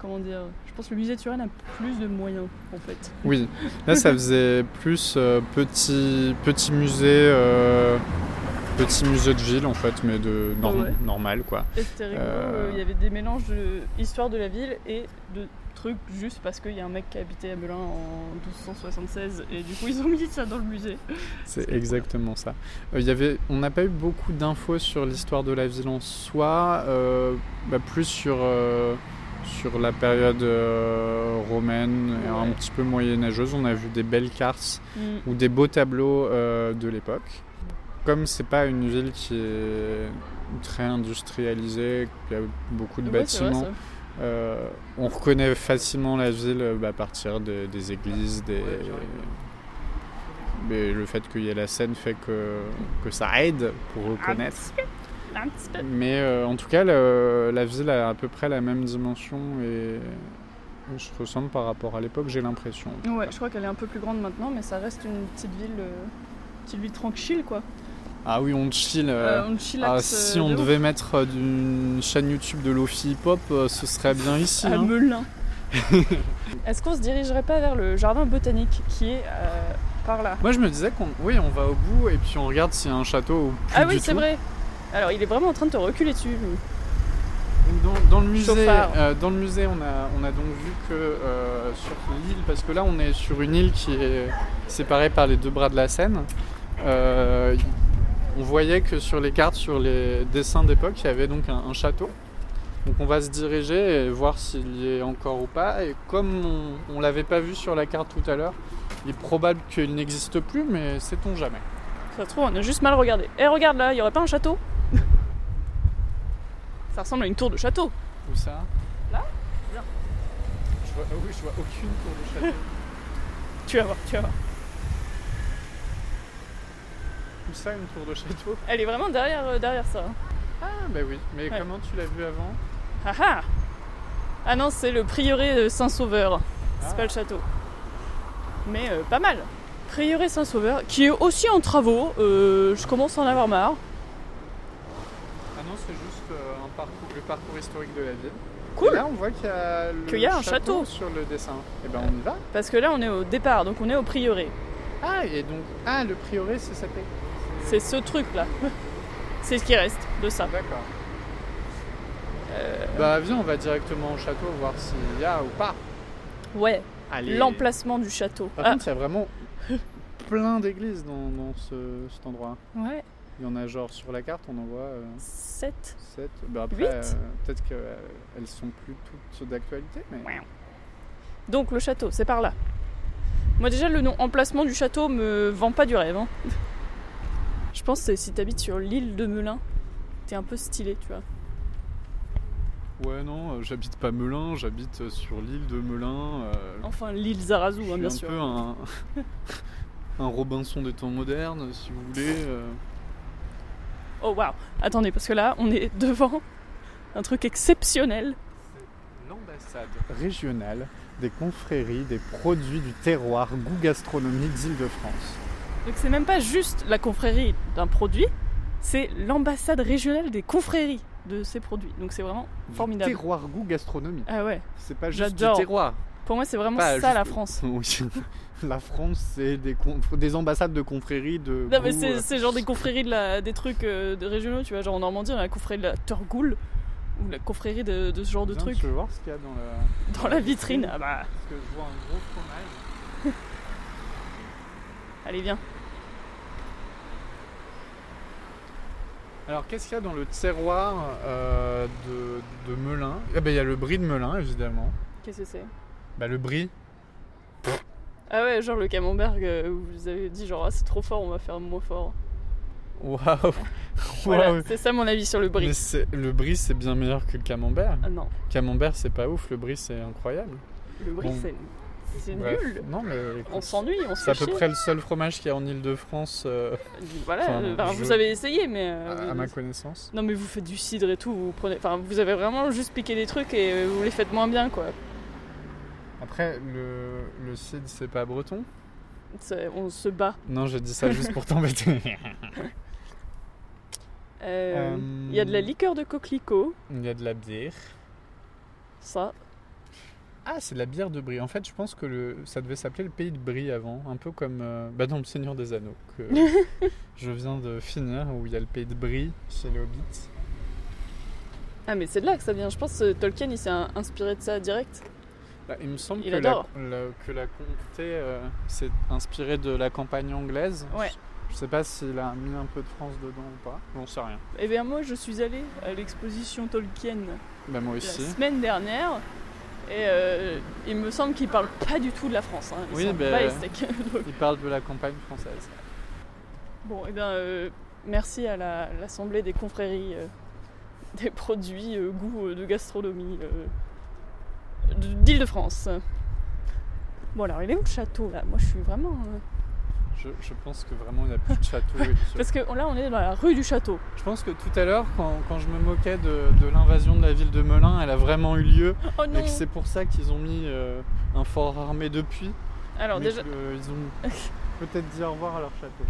Speaker 2: comment dire, je pense que le musée de Turin a plus de moyens en fait.
Speaker 1: Oui, là ça faisait plus euh, petit, petit musée, euh, petit musée de ville en fait, mais de norm-
Speaker 2: Ouais.
Speaker 1: normal quoi.
Speaker 2: Et c'était rigolo,
Speaker 1: Euh.
Speaker 2: euh, il y avait des mélanges de histoire de la ville et de trucs juste parce qu'il y a un mec qui habitait à Melun en 1276 et du coup ils ont mis ça dans le musée.
Speaker 1: C'est exactement ça. Euh, il y avait, on n'a pas eu beaucoup d'infos sur l'histoire de la ville en soi, euh, bah, plus sur, euh, sur la période euh, romaine et un
Speaker 2: Ouais.
Speaker 1: petit peu moyenâgeuse. On a vu des belles cartes
Speaker 2: Mm.
Speaker 1: ou des beaux tableaux euh, de l'époque. Comme c'est pas une ville qui est très industrialisée, qu'il y a beaucoup de
Speaker 2: Ouais, c'est vrai,
Speaker 1: bâtiments, euh, on reconnaît facilement la ville euh, bah, à partir des, des églises, des... Mais le fait qu'il y ait la scène fait que, que ça aide pour
Speaker 2: ça. Un
Speaker 1: reconnaître.
Speaker 2: petit peu, un petit peu.
Speaker 1: Mais euh, en tout cas, le- la ville a à peu près la même dimension et on se ressemble par rapport à l'époque, j'ai l'impression.
Speaker 2: Ouais, je crois qu'elle est un peu plus grande maintenant, mais ça reste une petite ville, euh, petite ville tranquille quoi.
Speaker 1: Ah oui, on chill. euh,
Speaker 2: Euh, on chillaxe.
Speaker 1: ah,
Speaker 2: euh,
Speaker 1: si
Speaker 2: de
Speaker 1: on
Speaker 2: ouf.
Speaker 1: devait mettre euh, une chaîne YouTube de Lofi Hip Hop, euh, ce serait bien ici.
Speaker 2: à
Speaker 1: hein.
Speaker 2: Ah, Melun. Est-ce qu'on se dirigerait pas vers le jardin botanique qui est euh, par là
Speaker 1: Moi je me disais qu'on oui, on va au bout et puis on regarde s'il y a un château ou plus
Speaker 2: Ah
Speaker 1: du
Speaker 2: oui, c'est
Speaker 1: tout.
Speaker 2: vrai. Alors, il est vraiment en train de te reculer dessus. lui.
Speaker 1: Donc, Dans, dans le musée,
Speaker 2: Chauffard.
Speaker 1: euh, dans le musée, on a, on a donc vu que euh, sur l'île, parce que là on est sur une île qui est séparée par les deux bras de la Seine, euh, on voyait que sur les cartes, sur les dessins d'époque, il y avait donc un, un château. Donc on va se diriger et voir s'il y est encore ou pas. Et comme on, on l'avait pas vu sur la carte tout à l'heure, il est probable qu'il n'existe plus, mais sait-on jamais.
Speaker 2: Ça se trouve, on a juste mal regardé. Eh, regarde là, il y aurait pas un château Ça ressemble à une tour de château.
Speaker 1: Où ça
Speaker 2: Là Là.
Speaker 1: Je vois, ah oui, je vois aucune tour de château.
Speaker 2: Tu vas voir, tu vas voir.
Speaker 1: Où ça une tour de château
Speaker 2: Elle est vraiment derrière, euh, derrière ça.
Speaker 1: Ah bah oui, mais
Speaker 2: Ouais.
Speaker 1: comment tu l'as vu avant
Speaker 2: Ah ah Ah non, c'est le prieuré de Saint-Sauveur. C'est
Speaker 1: Ah.
Speaker 2: pas le château. Mais euh, pas mal. Prieuré Saint-Sauveur, qui est aussi en travaux. euh, je commence à en avoir marre.
Speaker 1: Ah non, c'est juste euh, un parcours, le parcours historique de la ville.
Speaker 2: Cool.
Speaker 1: Et là, on voit qu'il y a, le
Speaker 2: Qu'il y a un château.
Speaker 1: sur le dessin. Et ben on y va.
Speaker 2: Parce que là, on est au départ, donc on est au prieuré.
Speaker 1: Ah, et donc, ah, le prieuré, c'est ça fait.
Speaker 2: C'est ce truc-là. C'est ce qui reste de ça.
Speaker 1: D'accord.
Speaker 2: Euh.
Speaker 1: Bah viens, on va directement au château voir s'il y a ou pas.
Speaker 2: Ouais,
Speaker 1: Allez.
Speaker 2: l'emplacement du château.
Speaker 1: Par
Speaker 2: Ah,
Speaker 1: contre, il y a vraiment plein d'églises dans, dans ce, cet endroit.
Speaker 2: Ah. ouais,
Speaker 1: Il y en a genre sur la carte, on en voit euh,
Speaker 2: 7.
Speaker 1: 7. Bah après,
Speaker 2: Huit
Speaker 1: euh, peut-être qu'elles sont plus toutes d'actualité, mais...
Speaker 2: Donc le château, c'est par là. Moi déjà, le nom emplacement du château me vend pas du rêve. hein. Je pense que si t'habites sur l'île de Melun, t'es un peu stylé, tu vois.
Speaker 1: Ouais, non, euh, j'habite pas Melun, j'habite euh, sur l'île de Melun. euh,
Speaker 2: Enfin, l'île
Speaker 1: je
Speaker 2: Zarazou,
Speaker 1: suis
Speaker 2: hein,
Speaker 1: un
Speaker 2: Oh, bien sûr.
Speaker 1: peu un, un Robinson des temps modernes, si vous voulez. euh.
Speaker 2: Oh waouh Attendez, parce que là, on est devant un truc exceptionnel.
Speaker 1: L'ambassade régionale des confréries des produits du terroir goût gastronomique d'Île-de-France.
Speaker 2: Donc c'est même pas juste la confrérie d'un produit, c'est l'ambassade régionale des confréries de ces produits. Donc c'est vraiment
Speaker 1: Du
Speaker 2: formidable.
Speaker 1: terroir goût gastronomique.
Speaker 2: Ah ouais.
Speaker 1: C'est pas juste du
Speaker 2: J'adore.
Speaker 1: terroir.
Speaker 2: Pour moi, c'est vraiment
Speaker 1: Pas juste-
Speaker 2: ça la France.
Speaker 1: Oui. La France, c'est des, conf- des ambassades de confréries de.
Speaker 2: Non mais
Speaker 1: goût,
Speaker 2: c'est
Speaker 1: euh,
Speaker 2: c'est genre des confréries de la, des trucs euh, de régionaux, tu vois, genre en Normandie, on a la confrérie de la Torgoule ou la confrérie de, de ce genre de
Speaker 1: Viens,
Speaker 2: trucs
Speaker 1: Je veux voir ce qu'il y a dans la.
Speaker 2: dans la vitrine. Ah bah,
Speaker 1: Parce que je vois un gros fromage.
Speaker 2: allez viens.
Speaker 1: Alors, qu'est-ce qu'il y a dans le terroir euh, de, de Melun Ah ben, Il y a le brie de Melun, évidemment.
Speaker 2: Qu'est-ce que c'est
Speaker 1: Bah, le brie.
Speaker 2: Ah ouais, genre le camembert euh, où vous avez dit genre ah, c'est trop fort, on va faire moins fort.
Speaker 1: Waouh
Speaker 2: Voilà,
Speaker 1: Waouh.
Speaker 2: c'est ça mon avis sur le
Speaker 1: Mais
Speaker 2: brie.
Speaker 1: c'est- le brie, c'est bien meilleur que le camembert.
Speaker 2: Ah non,
Speaker 1: Camembert, c'est pas ouf. Le brie, c'est incroyable.
Speaker 2: le brie
Speaker 1: Bon.
Speaker 2: c'est c'est
Speaker 1: Bref.
Speaker 2: nul.
Speaker 1: Non, mais. euh,
Speaker 2: On s'ennuie, on se
Speaker 1: C'est à
Speaker 2: fait
Speaker 1: peu
Speaker 2: chier.
Speaker 1: près le seul fromage qu'il y a en Ile-de-France, euh,
Speaker 2: Voilà,
Speaker 1: Enfin,
Speaker 2: euh, enfin,
Speaker 1: je- Ah,
Speaker 2: vous avez essayé mais euh,
Speaker 1: à à
Speaker 2: vous-
Speaker 1: ma connaissance.
Speaker 2: Non mais vous faites du cidre et tout, vous prenez enfin vous avez vraiment juste piqué des trucs et euh, vous les faites moins bien quoi.
Speaker 1: Après, le, le cidre, c'est pas breton
Speaker 2: C'est- On se bat.
Speaker 1: Non, j'ai dit ça juste pour t'embêter.
Speaker 2: Euh,
Speaker 1: Euh,
Speaker 2: Il y a de la liqueur de coquelicot,
Speaker 1: Il y a de la bière.
Speaker 2: ça.
Speaker 1: Ah, c'est de la bière de Brie. En fait, je pense que le, ça devait s'appeler le pays de Brie avant, un peu comme euh, bah, dans Le Seigneur des Anneaux, que je viens de finir, où il y a le pays de Brie chez les Hobbits.
Speaker 9: Ah, mais c'est de là que ça vient. Je pense que Tolkien, il s'est in- inspiré de ça direct.
Speaker 1: Bah, il me semble
Speaker 9: Il
Speaker 1: que la,
Speaker 9: adore.
Speaker 1: la- que la comté euh, s'est inspirée de la campagne anglaise.
Speaker 2: Ouais.
Speaker 1: Je sais pas s'il a mis un peu de France dedans ou pas. J'en sais rien.
Speaker 2: Eh bien, moi, je suis allée à l'exposition Tolkien
Speaker 1: Bah, moi
Speaker 2: la
Speaker 1: aussi.
Speaker 2: semaine dernière. Et euh, il me semble qu'il parle pas du tout de la France. Hein. Il
Speaker 1: Oui,
Speaker 2: s'en
Speaker 1: ben-
Speaker 2: bat les steaks. Donc,
Speaker 1: Il parle de la campagne française.
Speaker 2: bon, eh bien, euh, merci à la- l'Assemblée des confréries euh, des produits euh, goût euh, de gastronomie euh, de- d'Île-de-France. Bon, alors, il est où le château, là Moi, je suis vraiment... euh,
Speaker 1: Je, je pense que vraiment il n'y a plus de château. et de ce-
Speaker 2: Parce que là, on est dans la rue du château.
Speaker 1: Je pense que tout à l'heure, quand, quand je me moquais de, de l'invasion de la ville de Melun, elle a vraiment eu lieu.
Speaker 2: Oh non
Speaker 1: Et que c'est pour ça qu'ils ont mis euh, un fort armé depuis.
Speaker 2: Alors,
Speaker 1: mais
Speaker 2: déjà,
Speaker 1: que, euh, ils ont peut-être dit au revoir à leur château.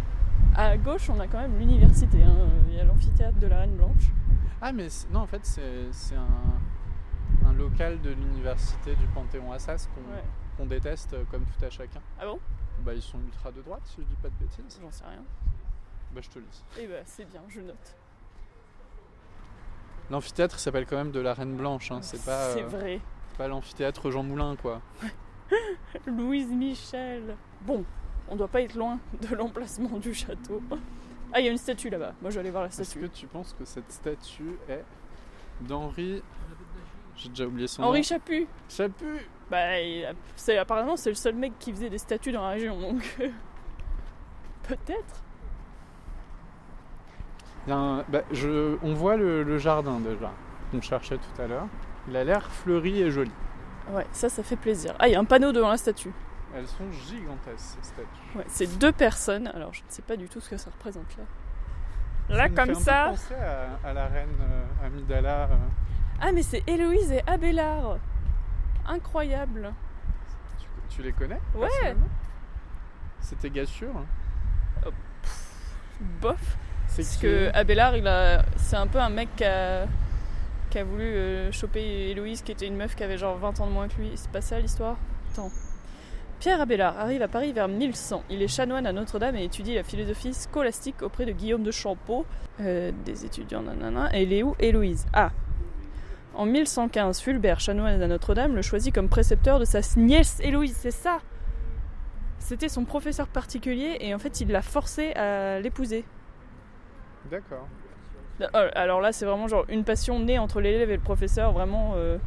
Speaker 2: à gauche, on a quand même l'université. hein. Il y a l'amphithéâtre de la Reine Blanche.
Speaker 1: Ah, mais c'est- non, en fait, c'est c'est un, un local de l'université du Panthéon Assas qu'on
Speaker 2: Ouais.
Speaker 1: qu'on déteste euh, comme tout à chacun.
Speaker 2: Ah bon
Speaker 1: Bah, ils sont ultra de droite, si je dis pas de bêtises.
Speaker 2: J'en sais rien.
Speaker 1: Bah, je te le dis.
Speaker 2: Eh ben, c'est bien, je note.
Speaker 1: L'amphithéâtre il s'appelle quand même de la Reine Blanche, hein, c'est pas, euh,
Speaker 2: vrai.
Speaker 1: pas l'amphithéâtre Jean Moulin, quoi.
Speaker 2: Louise Michel. Bon, on doit pas être loin de l'emplacement du château. Ah, il y a une statue là-bas. Moi, je vais aller voir la
Speaker 1: Est-ce que
Speaker 2: statue.
Speaker 1: tu penses que cette statue est d'Henri. J'ai déjà oublié son
Speaker 2: Henri
Speaker 1: nom.
Speaker 2: Chaput
Speaker 1: Chaput
Speaker 2: Bah, il a- c'est, apparemment, c'est le seul mec qui faisait des statues dans la région, donc... euh, Peut-être
Speaker 1: Il y a un- bah, je- On voit le, le jardin déjà, qu'on cherchait tout à l'heure. Il a l'air fleuri et joli.
Speaker 2: Ouais, ça, ça fait plaisir. Ah, il y a un panneau devant la statue.
Speaker 1: Elles sont gigantesques ces statues.
Speaker 2: Ouais, c'est deux personnes. Alors, je ne sais pas du tout ce que ça représente là.
Speaker 1: Ça
Speaker 2: Là,
Speaker 1: me fait
Speaker 2: comme
Speaker 1: un peu
Speaker 2: ça.
Speaker 1: penser à, à la reine euh, Amidala. euh,
Speaker 2: Ah, mais c'est Héloïse et Abélard. Incroyable.
Speaker 1: Ah, tu, tu les connais
Speaker 2: Ouais.
Speaker 1: personnellement C'était Gassure. hein.
Speaker 2: Bof.
Speaker 1: C'est
Speaker 2: Parce
Speaker 1: qui
Speaker 2: que Abélard, il a... c'est un peu un mec qui a, qui a voulu euh, choper Héloïse, qui était une meuf qui avait genre 20 ans de moins que lui. C'est pas ça l'histoire Attends. Pierre Abélard arrive à Paris vers 1100. Il est chanoine à Notre-Dame et étudie la philosophie scolastique auprès de Guillaume de Champeau, euh, des étudiants nanana, et Léo Héloïse. Ah En 1115, Fulbert, chanoine à Notre-Dame, le choisit comme précepteur de sa nièce Héloïse, c'est ça C'était son professeur particulier et en fait il l'a forcé à l'épouser.
Speaker 1: D'accord.
Speaker 2: Ah, Alors là, c'est vraiment genre une passion née entre l'élève et le professeur, vraiment. euh.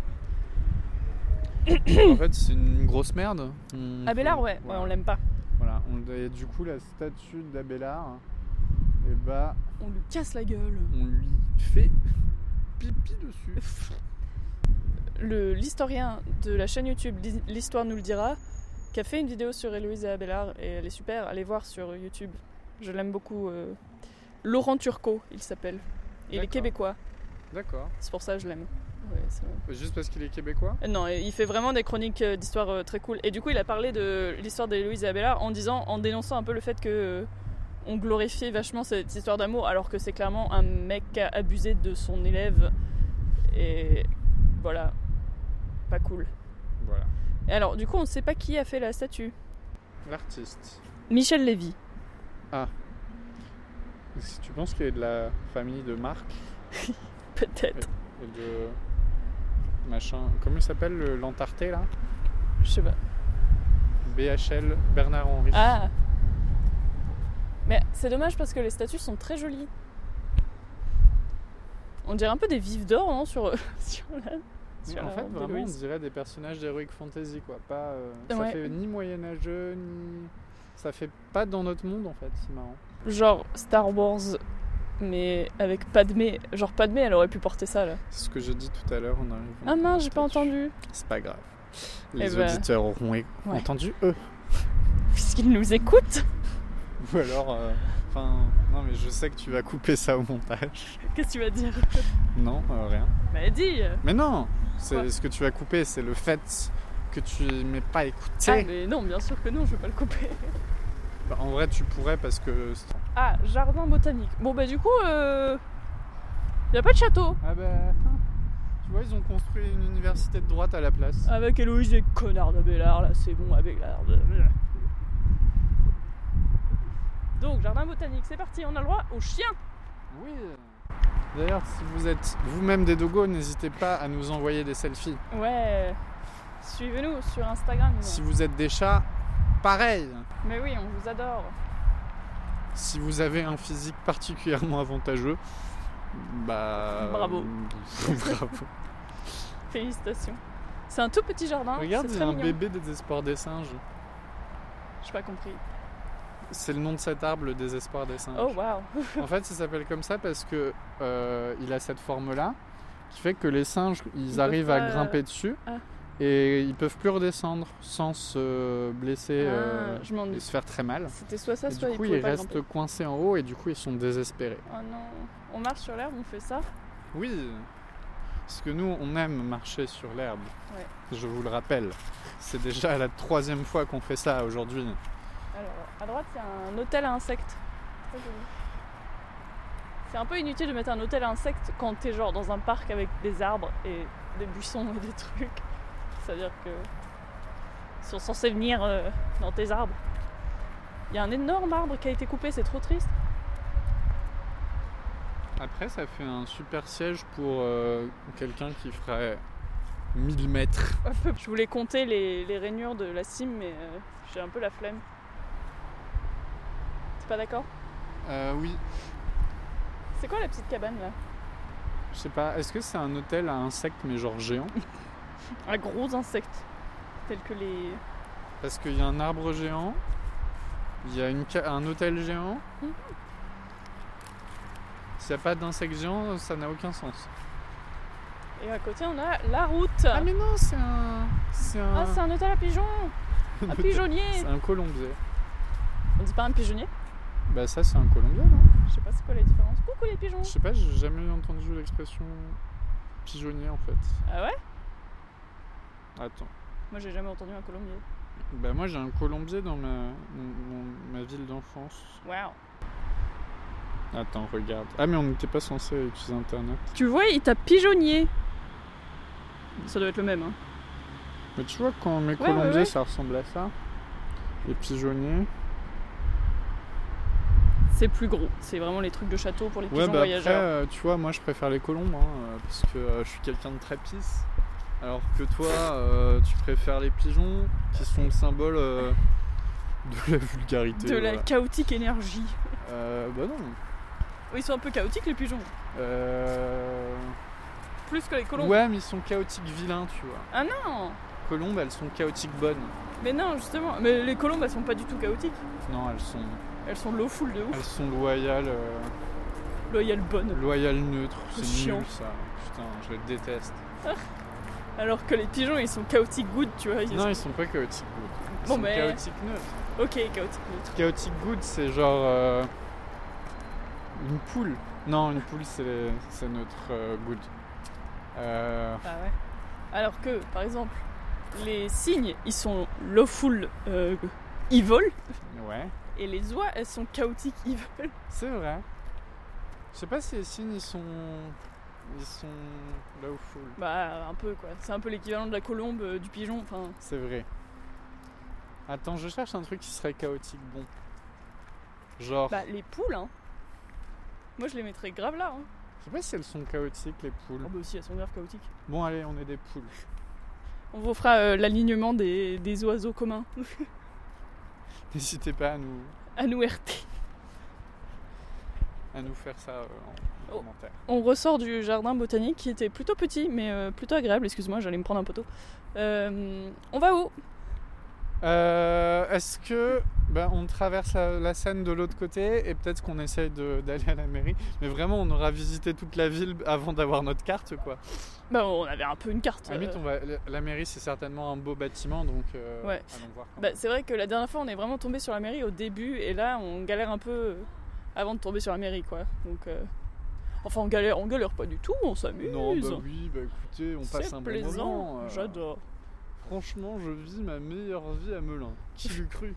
Speaker 1: en fait, c'est une grosse merde. On-
Speaker 2: Ah, Abélard, ouais, ouais,
Speaker 1: voilà.
Speaker 2: on l'aime pas.
Speaker 1: Voilà, on- et du coup, la statue d'Abélard, et bah,
Speaker 2: On lui casse la gueule.
Speaker 1: on lui fait pipi dessus.
Speaker 2: Le- L'historien de la chaîne YouTube L'Hi- L'Histoire nous le dira, qui a fait une vidéo sur Héloïse et Abélard, et elle est super, allez voir sur YouTube. Je l'aime beaucoup. euh. Laurent Turcot, il s'appelle. Il est
Speaker 1: D'accord.
Speaker 2: québécois,
Speaker 1: D'accord.
Speaker 2: c'est pour ça que je l'aime. Ouais, c'est-
Speaker 1: Juste parce qu'il est québécois
Speaker 2: Euh, Non, il fait vraiment des chroniques euh, d'histoire euh, très cool. Et du coup, il a parlé de l'histoire d'Héloïse et Abella en disant, en dénonçant un peu le fait que euh, on glorifiait vachement cette histoire d'amour, alors que c'est clairement un mec qui a abusé de son élève. Et voilà, pas cool.
Speaker 1: Voilà.
Speaker 2: Et alors, du coup, on ne sait pas qui a fait la statue.
Speaker 1: L'artiste.
Speaker 2: Michel Lévy.
Speaker 1: Si tu penses qu'il est de la famille de Marc
Speaker 2: Peut-être.
Speaker 1: et de. Machin. Comment il s'appelle le- l'Antarté là
Speaker 2: Je sais pas.
Speaker 1: BHL Bernard Henry.
Speaker 2: Ah Mais c'est dommage parce que les statues sont très jolies. On dirait un peu des vives d'or, non sur, sur la
Speaker 1: Mais
Speaker 2: sur
Speaker 1: en
Speaker 2: la
Speaker 1: fait,
Speaker 2: robe
Speaker 1: vraiment, on
Speaker 2: d'Héloïse.
Speaker 1: dirait des personnages d'Heroic Fantasy quoi. Pas, euh, ça
Speaker 2: Ouais.
Speaker 1: fait ni moyenâgeux, ni. Ça fait pas dans notre monde en fait, c'est marrant.
Speaker 2: genre Star Wars, mais avec Padmé. Genre Padmé, elle aurait pu porter ça là.
Speaker 1: C'est ce que j'ai dit tout à l'heure en arrivant.
Speaker 2: Ah mince, j'ai pas entendu.
Speaker 1: C'est pas grave.
Speaker 2: Les
Speaker 1: Les
Speaker 2: Eh ben.
Speaker 1: auditeurs auront entendu eux.
Speaker 2: Puisqu'ils nous écoutent,
Speaker 1: Ou alors, euh, enfin, non mais je sais que tu vas couper ça au montage.
Speaker 2: qu'est-ce que tu vas dire
Speaker 1: Non, euh, rien.
Speaker 2: Bah dis
Speaker 1: Mais non, c'est
Speaker 2: Quoi
Speaker 1: ce que tu vas couper, c'est le fait que tu m'aies pas écouté.
Speaker 2: Ah, mais non, bien sûr que non, je vais pas le couper.
Speaker 1: Bah, en vrai, tu pourrais parce que.
Speaker 2: Ah, jardin botanique. Bon bah du coup, euh... y a pas de château.
Speaker 1: Ah bah. Tu vois, ils ont construit une université de droite à la place.
Speaker 2: Avec Héloïse et connard d'Abélard, là, c'est bon, Abélard. euh, voilà. Donc, jardin botanique, c'est parti, on a le droit aux chiens
Speaker 1: Oui. D'ailleurs, si vous êtes vous-même des dogos, n'hésitez pas à nous envoyer des selfies.
Speaker 2: Ouais, suivez-nous sur Instagram.
Speaker 1: Si vous êtes des chats, pareil.
Speaker 2: Mais oui, on vous adore.
Speaker 1: Si vous avez un physique particulièrement avantageux, bah.
Speaker 2: Bravo.
Speaker 1: bravo.
Speaker 2: Félicitations. C'est un tout petit jardin.
Speaker 1: Regarde, il
Speaker 2: c'est
Speaker 1: y
Speaker 2: très
Speaker 1: a un
Speaker 2: mignon.
Speaker 1: bébé des espoirs des singes.
Speaker 2: J'ai pas compris.
Speaker 1: C'est le nom de cet arbre, le désespoir des singes.
Speaker 2: Oh waouh.
Speaker 1: En fait, ça s'appelle comme ça parce que euh, il a cette forme-là, qui fait que les singes, ils,
Speaker 2: peuvent
Speaker 1: arrivent
Speaker 2: pas,
Speaker 1: à
Speaker 2: euh,
Speaker 1: grimper dessus
Speaker 2: ah.
Speaker 1: et ils peuvent plus redescendre sans se blesser
Speaker 2: Ah,
Speaker 1: euh,
Speaker 2: je m'en
Speaker 1: et se faire très mal.
Speaker 2: C'était soit ça,
Speaker 1: Et
Speaker 2: soit
Speaker 1: du coup,
Speaker 2: il pouvait
Speaker 1: ils
Speaker 2: pas
Speaker 1: restent
Speaker 2: grimper.
Speaker 1: coincés en haut et du coup, ils sont désespérés.
Speaker 2: Oh non, on marche sur l'herbe, on fait ça.
Speaker 1: Oui, parce que nous, on aime marcher sur l'herbe.
Speaker 2: Ouais.
Speaker 1: Je vous le rappelle, c'est déjà la troisième fois qu'on fait ça aujourd'hui.
Speaker 2: Alors, à droite, il y a un hôtel à insectes. Très joli. C'est un peu inutile de mettre un hôtel à insectes quand t'es genre dans un parc avec des arbres et des buissons et des trucs. C'est-à-dire que ils sont censés venir euh, dans tes arbres. Il y a un énorme arbre qui a été coupé, c'est trop triste.
Speaker 1: Après, ça fait un super siège pour euh, quelqu'un qui ferait 1000 mètres.
Speaker 2: Je voulais compter les, les rainures de la cime, mais euh, j'ai un peu la flemme. T'es pas d'accord
Speaker 1: Euh, oui,
Speaker 2: C'est quoi la petite cabane là
Speaker 1: je sais pas. Est-ce que c'est un hôtel à insectes mais genre géant
Speaker 2: Un gros insecte, tel que les.
Speaker 1: Parce qu'il y a un arbre géant, il y a une ca- un hôtel géant.
Speaker 2: Mhm.
Speaker 1: S'il n'y a pas d'insectes géants, ça n'a aucun sens.
Speaker 2: Ah. Et à côté, on a la route.
Speaker 1: Ah mais non, c'est un, c'est un,
Speaker 2: Ah, c'est un hôtel à pigeons Un pigeonnier
Speaker 1: c'est un colombier.
Speaker 2: On dit pas un pigeonnier
Speaker 1: Bah ça, c'est un colombien, non
Speaker 2: Je sais pas c'est quoi la différence. Coucou les pigeons
Speaker 1: Je sais pas, j'ai jamais entendu l'expression pigeonnier en fait.
Speaker 2: Ah ouais
Speaker 1: Attends.
Speaker 2: Moi j'ai jamais entendu un colombier.
Speaker 1: Bah moi, j'ai un colombier dans ma, mon- mon- ma ville d'enfance.
Speaker 2: Waouh
Speaker 1: Attends, regarde. Ah mais on n'était pas censé utiliser Internet.
Speaker 2: Tu vois, il t'a pigeonnier Ça doit être le même, hein.
Speaker 1: Mais tu vois, quand mes
Speaker 2: Ouais,
Speaker 1: colombiers,
Speaker 2: ouais, ouais.
Speaker 1: ça ressemble à ça. Les pigeonniers.
Speaker 2: C'est plus gros. C'est vraiment les trucs de château pour les pigeons
Speaker 1: Ouais, bah après,
Speaker 2: voyageurs.
Speaker 1: euh, tu vois, moi je préfère les colombes, hein, euh, parce que euh, je suis quelqu'un de très pisse. Alors que toi, euh, tu préfères les pigeons, qui sont le symbole euh, de la vulgarité.
Speaker 2: de la
Speaker 1: euh, voilà.
Speaker 2: chaotique énergie.
Speaker 1: Euh, bah non.
Speaker 2: Ils sont un peu chaotiques les pigeons.
Speaker 1: Euh,
Speaker 2: Plus que les colombes.
Speaker 1: Ouais, mais ils sont chaotiques vilains, tu vois.
Speaker 2: Ah non
Speaker 1: Colombes, elles sont chaotiques bonnes.
Speaker 2: Mais non, justement. Mais les colombes, elles sont pas du tout chaotiques.
Speaker 1: Non, elles sont,
Speaker 2: Elles sont low full de ouf.
Speaker 1: elles sont loyales, euh,
Speaker 2: Loyal bonne.
Speaker 1: loyales neutres.
Speaker 2: C'est
Speaker 1: C'est
Speaker 2: chiant.
Speaker 1: nul ça. Putain, je les déteste.
Speaker 2: Alors que les pigeons, ils sont chaotiques good, tu vois. ils
Speaker 1: Non, ils sont pas chaotiques good. Ils
Speaker 2: Bon,
Speaker 1: sont
Speaker 2: mais-
Speaker 1: chaotiques neutres.
Speaker 2: Ok, chaotique neutre.
Speaker 1: Chaotic good, c'est genre. euh, une poule. Non, une poule, c'est c'est neutre euh, good. Euh,
Speaker 2: Ah ouais. Alors que, par exemple, les cygnes, ils sont lawful euh, evil,
Speaker 1: ouais,
Speaker 2: et les oies, elles sont chaotiques evil.
Speaker 1: c'est vrai. Je sais pas si les signes, ils sont. Ils sont. là où foule.
Speaker 2: Bah, un peu quoi. C'est un peu l'équivalent de la colombe, euh, du pigeon, enfin.
Speaker 1: C'est vrai. Attends, je cherche un truc qui serait chaotique bon. Genre.
Speaker 2: Bah, les poules, hein. Moi, je les mettrais grave là, hein.
Speaker 1: Je sais pas si elles sont chaotiques, les poules.
Speaker 2: Ah bah, si, elles sont grave chaotiques.
Speaker 1: Bon, allez, on est des poules.
Speaker 2: On vous fera euh, l'alignement des, des oiseaux communs
Speaker 1: N'hésitez pas à nous,
Speaker 2: à nous heurter.
Speaker 1: à nous faire ça euh, en
Speaker 2: Oh.
Speaker 1: commentaire.
Speaker 2: On ressort du jardin botanique qui était plutôt petit, mais euh, plutôt agréable. Excuse-moi, j'allais me prendre un poteau. Euh, on va où
Speaker 1: Euh, Est-ce que ben, on traverse la, la Seine de l'autre côté et peut-être qu'on essaye de- d'aller à la mairie Mais vraiment, on aura visité toute la ville avant d'avoir notre carte, quoi.
Speaker 2: Bah, on avait un peu une carte.
Speaker 1: À la
Speaker 2: euh,
Speaker 1: limite, on va- la, la mairie, c'est certainement un beau bâtiment, donc euh,
Speaker 2: Ouais.
Speaker 1: allons voir. quand
Speaker 2: Bah,
Speaker 1: même.
Speaker 2: c'est vrai que la dernière fois, on est vraiment tombé sur la mairie au début, et là, on galère un peu euh, avant de tomber sur la mairie, quoi. Donc, euh, enfin, on galère, on galère pas du tout, on s'amuse.
Speaker 1: non, bah oui, bah écoutez, on passe
Speaker 2: c'est
Speaker 1: un bon
Speaker 2: plaisant,
Speaker 1: moment. euh,
Speaker 2: j'adore.
Speaker 1: Franchement, je vis ma meilleure vie à Melun. Qui l'eût cru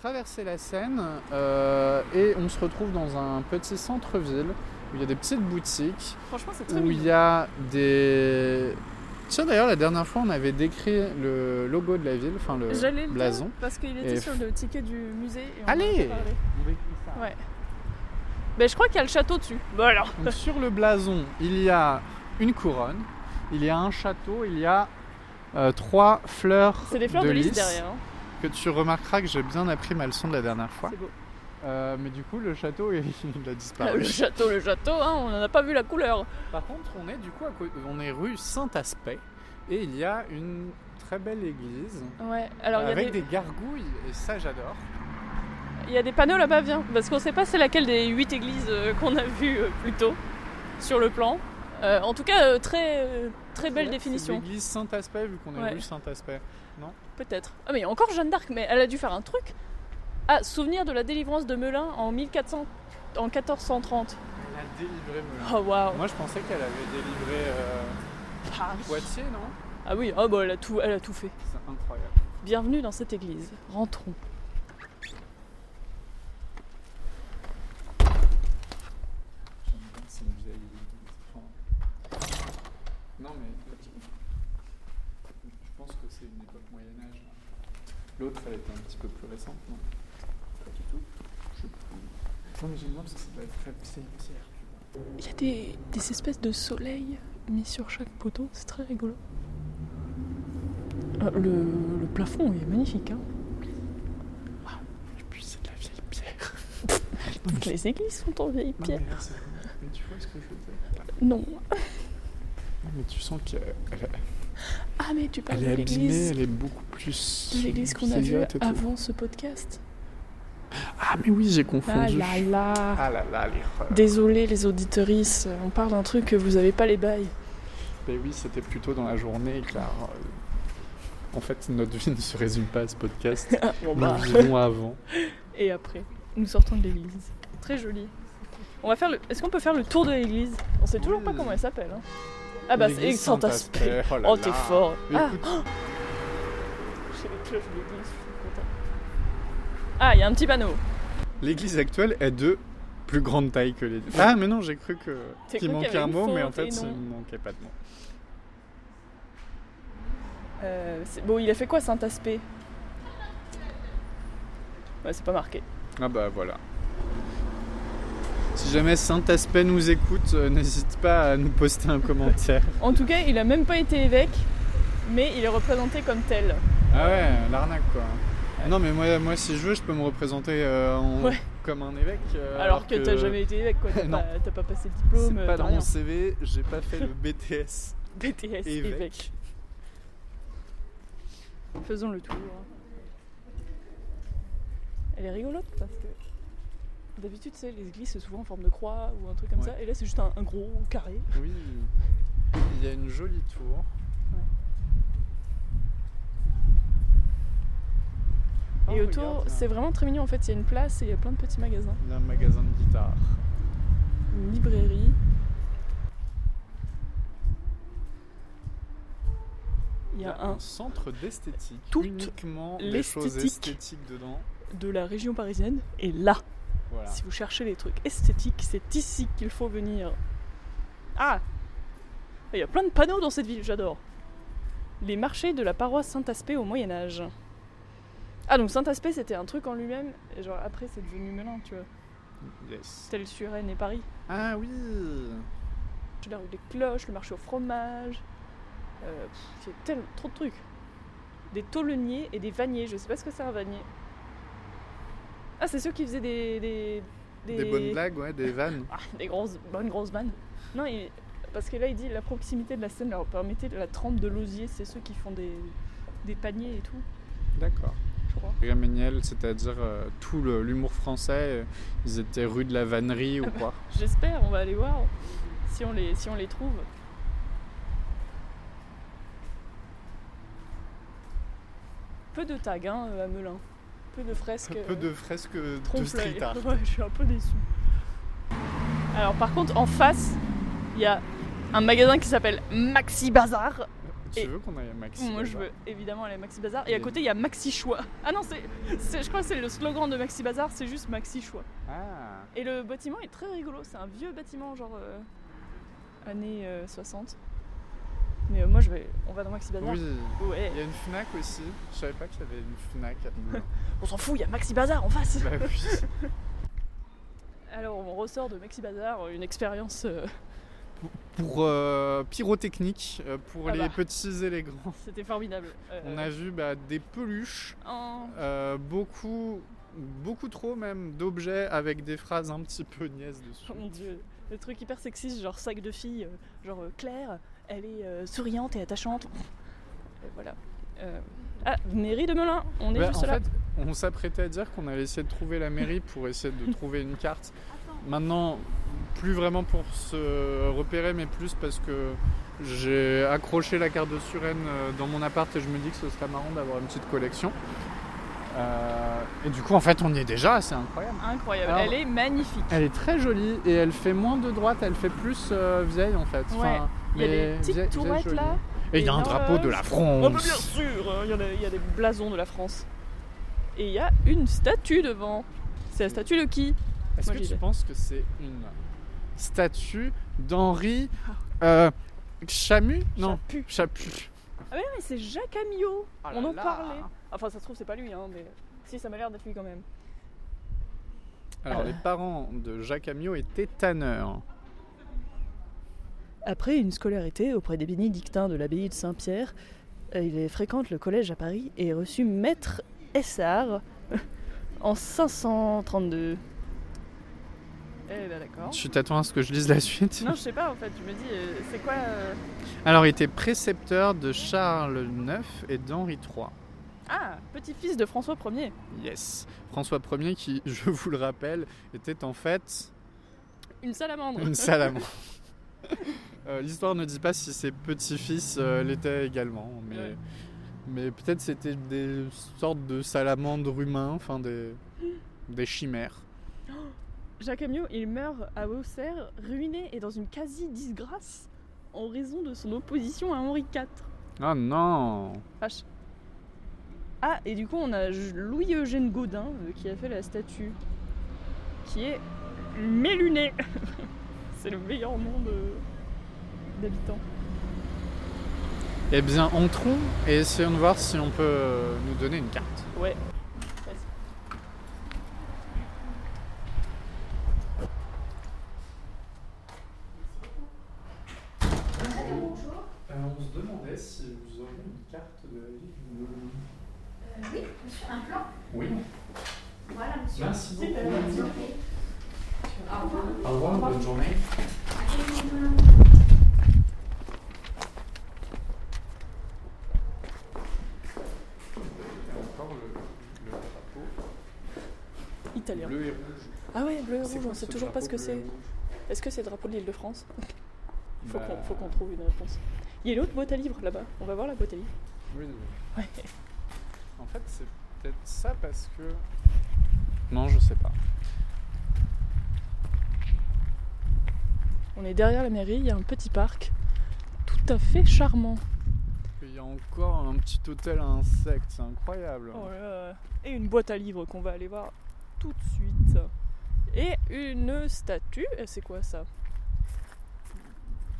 Speaker 1: Traverser la Seine euh, et on se retrouve dans un petit centre-ville où il y a des petites boutiques,
Speaker 2: Franchement, c'est très
Speaker 1: où il
Speaker 2: mignon.
Speaker 1: y a des... Tiens, d'ailleurs, la dernière fois, on avait décrit le logo de la ville, enfin le
Speaker 2: J'allais le
Speaker 1: blason.
Speaker 2: dire, parce qu'il
Speaker 1: euh, Et
Speaker 2: était
Speaker 1: f-
Speaker 2: sur le ticket du musée. Et on en
Speaker 1: Allez
Speaker 2: a pas parlé. Ouais. Mais je crois qu'il y a le château dessus. Bon alors.
Speaker 1: Donc, sur le blason, il y a une couronne, il y a un château, il y a euh, trois fleurs,
Speaker 2: C'est des fleurs de,
Speaker 1: de
Speaker 2: lys,
Speaker 1: lys
Speaker 2: derrière. hein.
Speaker 1: que tu remarqueras que j'ai bien appris ma leçon de la dernière fois.
Speaker 2: C'est beau.
Speaker 1: Euh, mais du coup, le château, il a
Speaker 2: Ah, le
Speaker 1: disparu.
Speaker 2: château, le château, hein, on n'en a pas vu la couleur.
Speaker 1: Par contre, on est du coup, à cô- on est rue Saint-Aspect et il y a une très belle église
Speaker 2: Ouais, alors il y, a
Speaker 1: avec
Speaker 2: des-
Speaker 1: des... gargouilles et ça j'adore.
Speaker 2: il y a des panneaux là-bas, viens. Parce qu'on sait pas c'est laquelle des huit églises euh, qu'on a vues euh, plus tôt sur le plan. Euh, en tout cas, euh, très, euh, très belle
Speaker 1: C'est
Speaker 2: définition.
Speaker 1: L'église Saint-Aspect vu qu'on est
Speaker 2: Ouais.
Speaker 1: rue Saint-Aspect.
Speaker 2: Peut-être. Ah, mais il y a encore Jeanne d'Arc, mais elle a dû faire un truc. Ah, souvenir de la délivrance de Melun en 1400 en 1430.
Speaker 1: Elle a délivré Melun.
Speaker 2: Oh waouh.
Speaker 1: Moi je pensais qu'elle avait délivré euh,
Speaker 2: Paris.
Speaker 1: Poitiers, non
Speaker 2: Ah oui, ah bah, elle, a tout, elle a tout fait.
Speaker 1: C'est incroyable.
Speaker 2: Bienvenue dans cette église. Rentrons.
Speaker 1: C'est une vieille église. Enfin, Non mais je pense que c'est une époque Moyen Âge. L'autre elle était un petit peu plus récente, non Pas du tout. Je sais pas. Non mais j'ai une parce que ça doit être très c'est une pierre.
Speaker 10: Il y a des, des espèces de soleils mis sur chaque poteau, c'est très rigolo. Ah, le, le plafond est magnifique. Hein.
Speaker 1: Ah, Et puis c'est de la vieille pierre.
Speaker 10: Toutes les églises sont en vieille pierre.
Speaker 1: mais, là, c'est- mais tu vois ce que je veux dire
Speaker 10: Non.
Speaker 1: Non, Mais tu sens qu'elle
Speaker 10: Ah mais tu parles
Speaker 1: elle est
Speaker 10: de
Speaker 1: abîmée,
Speaker 10: l'église
Speaker 1: elle est beaucoup plus.
Speaker 10: de l'église qu'on a vue
Speaker 1: vieillotte et tout.
Speaker 10: avant ce podcast.
Speaker 1: Ah mais oui, j'ai
Speaker 10: Ah
Speaker 1: confondu.
Speaker 10: là là.
Speaker 1: Ah là là, l'erreur.
Speaker 10: Désolé les auditorices, on parle d'un truc que vous avez pas les bails.
Speaker 1: Mais oui, c'était plutôt dans la journée, car euh, en fait, notre vie ne se résume pas à ce podcast.
Speaker 2: Ah,
Speaker 10: Bon
Speaker 1: Nous
Speaker 10: bah.
Speaker 1: vivons avant.
Speaker 2: Et après, nous sortons de l'église. Très joli. On va faire le... Est-ce qu'on peut faire le tour de l'église On sait toujours pas comment elle s'appelle. hein. Ah bah c'est
Speaker 1: L'église
Speaker 2: Saint-Aspect.
Speaker 1: Saint-Aspect, là
Speaker 2: Oh
Speaker 1: là.
Speaker 2: t'es fort.
Speaker 1: Mais
Speaker 2: Ah,
Speaker 1: écoute,
Speaker 2: j'ai les cloches de l'église, je suis contente. Ah, il y a un petit panneau.
Speaker 1: L'église actuelle est de plus grande taille que les deux. Ah mais non, j'ai cru que
Speaker 2: T'as cru
Speaker 1: qu'il
Speaker 2: qu'il y
Speaker 1: manquait
Speaker 2: avait
Speaker 1: un
Speaker 2: une
Speaker 1: mot, mais en
Speaker 2: faute, et
Speaker 1: fait, il
Speaker 2: non.
Speaker 1: manquait pas de mot.
Speaker 2: Euh, c'est- bon, il a fait quoi Saint-Aspect Ouais, c'est pas marqué.
Speaker 1: Ah bah voilà. Si jamais Saint-Aspect nous écoute, euh, n'hésite pas à nous poster un commentaire.
Speaker 2: En tout cas, il a même pas été évêque, mais il est représenté comme tel.
Speaker 1: Ah ouais, l'arnaque quoi. Non mais moi, moi si je veux, je peux me représenter euh, en-
Speaker 2: Ouais.
Speaker 1: comme un évêque. euh,
Speaker 2: Alors, que, t'as jamais été évêque, quoi. T'as
Speaker 1: Non.
Speaker 2: pas, t'as pas passé le
Speaker 1: C'est
Speaker 2: diplôme,
Speaker 1: pas
Speaker 2: t'as
Speaker 1: dans mon
Speaker 2: rien.
Speaker 1: CV, j'ai pas fait le BTS
Speaker 2: BTS, évêque.
Speaker 1: évêque.
Speaker 2: Faisons le tour. Elle est rigolote parce que d'habitude, tu sais, les églises c'est souvent en forme de croix ou un truc comme
Speaker 1: Ouais.
Speaker 2: ça, et là c'est juste un, un gros carré.
Speaker 1: Oui. Il y a une jolie tour. Oh,
Speaker 2: et autour,
Speaker 1: regarde, il y a
Speaker 2: c'est vraiment très mignon en fait. Il y a une place et il y a plein de petits magasins,
Speaker 1: un- Il y a un magasin de guitare.
Speaker 2: une librairie. Il y a un
Speaker 1: centre d'esthétique.
Speaker 2: Toute
Speaker 1: uniquement les choses
Speaker 2: l'esthétique.
Speaker 1: esthétiques dedans.
Speaker 2: de la région parisienne et là,
Speaker 1: Voilà.
Speaker 2: si vous cherchez les trucs esthétiques, c'est ici qu'il faut venir. Ah Il y a plein de panneaux dans cette ville, j'adore. Les marchés de la paroisse Saint-Aspect au Moyen Âge. Ah donc Saint-Aspect c'était un truc en lui-même, et genre après c'est devenu Melun, tu vois.
Speaker 1: Yes.
Speaker 2: C'était le Suresnes et Paris.
Speaker 1: Ah oui.
Speaker 2: J'ai la rue des cloches, le marché au fromage. Euh, pff, Il y a tellement trop de trucs. Des tôleniers et des vanniers. Je sais pas ce que c'est un vannier. Ah, c'est ceux qui faisaient des. Des,
Speaker 1: Des... bonnes blagues, ouais, des vannes.
Speaker 2: Ah, des grosses, bonnes grosses vannes. Non, il- parce que là, il dit la proximité de la Seine leur permettait de la trempe de l'osier. C'est ceux qui font des, des paniers et tout,
Speaker 1: D'accord.
Speaker 2: je crois.
Speaker 1: Gréméniel, c'est-à-dire euh, tout le- l'humour français, euh, ils étaient rue de la vannerie ou quoi.
Speaker 2: J'espère, on va aller voir si on les, si on les trouve. Peu de tags hein, à Melun. Peu de fresques.
Speaker 1: Peu
Speaker 2: euh,
Speaker 1: de fresques de
Speaker 2: trompe-l'œil.
Speaker 1: street art.
Speaker 2: Ouais, je suis un peu déçue. Alors par contre, en face, il y a un magasin qui s'appelle Maxi Bazar.
Speaker 1: Tu
Speaker 2: Et-
Speaker 1: veux qu'on aille à Maxi
Speaker 2: Moi, je
Speaker 1: Bazar
Speaker 2: veux évidemment aller à Maxi Bazar. Et à
Speaker 1: Et-
Speaker 2: côté, il y a Maxi Choix. Ah non, c'est, c'est- je crois que c'est le slogan de Maxi Bazar, c'est juste Maxi Choix.
Speaker 1: Ah,
Speaker 2: Et le bâtiment est très rigolo. C'est un vieux bâtiment, genre euh, années euh, 60. Mais euh, moi, je vais, on va dans Maxi Bazar.
Speaker 1: oui.
Speaker 2: Ouais.
Speaker 1: Il y a une Fnac aussi. Je savais pas qu'il y avait une Fnac à Moulins.
Speaker 2: On s'en fout, il y a Maxi Bazar en face.
Speaker 1: bah oui.
Speaker 2: Alors, on ressort de Maxi Bazar, une expérience. euh,
Speaker 1: Pour euh, pyrotechnique, euh, pour
Speaker 2: Ah
Speaker 1: les
Speaker 2: bah.
Speaker 1: petits et les grands.
Speaker 2: C'était formidable. Euh,
Speaker 1: On a vu bah, des peluches,
Speaker 2: un-
Speaker 1: euh, beaucoup, beaucoup trop même d'objets avec des phrases un petit peu niaises dessus.
Speaker 2: Oh mon dieu, le truc hyper sexiste, genre sac de filles, euh, genre euh, Claire, elle est euh, souriante et attachante. Et voilà. Euh, Ah, mairie de Melun, on est
Speaker 1: Bah,
Speaker 2: juste
Speaker 1: en
Speaker 2: là.
Speaker 1: fait, on s'apprêtait à dire qu'on allait essayer de trouver la mairie pour essayer de trouver une carte. Maintenant, plus vraiment pour se repérer, mais plus parce que j'ai accroché la carte de Suresnes euh, dans mon appart et je me dis que ce serait marrant d'avoir une petite collection. Euh, et du coup, en fait, on y est déjà, c'est incroyable.
Speaker 2: Incroyable,
Speaker 1: Alors-
Speaker 2: elle est magnifique.
Speaker 1: Elle est très jolie et elle fait moins de droite, elle fait plus euh, vieille en fait. Enfin,
Speaker 2: Il y a des
Speaker 1: mais
Speaker 2: petites
Speaker 1: vieille- vieille
Speaker 2: tourettes
Speaker 1: jolie.
Speaker 2: là.
Speaker 1: Et il y a un
Speaker 2: énormes.
Speaker 1: drapeau de la France.
Speaker 2: Oh, bah, bien sûr, hein, il y, en a- il y a des blasons de la France. Et il y a une statue devant. C'est la statue de qui
Speaker 1: Est-ce
Speaker 2: Moi,
Speaker 1: que
Speaker 2: j'y
Speaker 1: tu
Speaker 2: vais.
Speaker 1: penses que c'est une statue d'Henri euh, Chamu Non,
Speaker 2: Chapu.
Speaker 1: Chapu.
Speaker 2: Ah mais non, mais c'est Jacques Amiot.
Speaker 1: Ah
Speaker 2: On
Speaker 1: là
Speaker 2: en
Speaker 1: là.
Speaker 2: parlait. Enfin, ça se trouve, c'est pas lui, hein, mais si, ça m'a l'air d'être lui quand même.
Speaker 1: Alors, les parents de Jacques Amiot étaient tanneurs.
Speaker 11: Après une scolarité auprès des bénédictins de l'abbaye de Saint-Pierre, euh, il fréquente le collège à Paris et est reçu maître Essard en 532.
Speaker 2: Eh ben d'accord.
Speaker 1: Tu t'attends à ce que je lise la suite
Speaker 2: Non, je sais pas en fait, je me dis, euh, c'est quoi euh,
Speaker 1: Alors, il était précepteur de Charles IX et d'Henri III.
Speaker 2: Ah, petit-fils de François Ier.
Speaker 1: Yes. François Ier, qui, je vous le rappelle, était en fait
Speaker 2: Une salamandre.
Speaker 1: une salamandre. Euh, L'histoire ne dit pas si ses petits-fils euh, l'étaient également, mais,
Speaker 2: Ouais.
Speaker 1: mais peut-être c'était des sortes de salamandres humains, enfin des, des chimères.
Speaker 2: Jacques Amiot, il meurt à Auxerre, ruiné et dans une quasi-disgrâce en raison de son opposition à Henri IV.
Speaker 1: Ah non
Speaker 2: Vache. Ah, et du coup, on a J- Louis-Eugène Gaudin euh, qui a fait la statue, qui est Méluné. c'est le meilleur nom de... d'habitant.
Speaker 1: Eh bien, entrons et essayons de voir si on peut euh, nous donner une carte.
Speaker 2: Ouais.
Speaker 1: on se demandait si vous auriez une carte de la ville Euh, Oui, un plan Oui. Voilà, monsieur. Merci beaucoup. Au revoir. Au revoir, bonne journée. Encore le, le drapeau
Speaker 2: Italien.
Speaker 1: bleu et rouge.
Speaker 2: Ah ouais, bleu et
Speaker 1: C'est
Speaker 2: rouge,
Speaker 1: quoi
Speaker 2: on sait
Speaker 1: ce
Speaker 2: toujours pas ce que
Speaker 1: drapeau bleu
Speaker 2: c'est.
Speaker 1: et rouge
Speaker 2: Est-ce que c'est le drapeau de l'île de France Faut
Speaker 1: Bah,
Speaker 2: qu'on- faut qu'on trouve une réponse. Il y a une autre boîte à livres là-bas. On va voir la boîte à livres.
Speaker 1: oui, oui.
Speaker 2: Ouais.
Speaker 1: En fait, c'est peut-être ça parce que. Non, je sais pas.
Speaker 2: On est derrière la mairie, il y a un petit parc. Tout à fait charmant.
Speaker 1: Il y a encore un petit hôtel à insectes, c'est incroyable.
Speaker 2: Oh là là. Et une boîte à livres qu'on va aller voir tout de suite. Et une statue. Et C'est quoi ça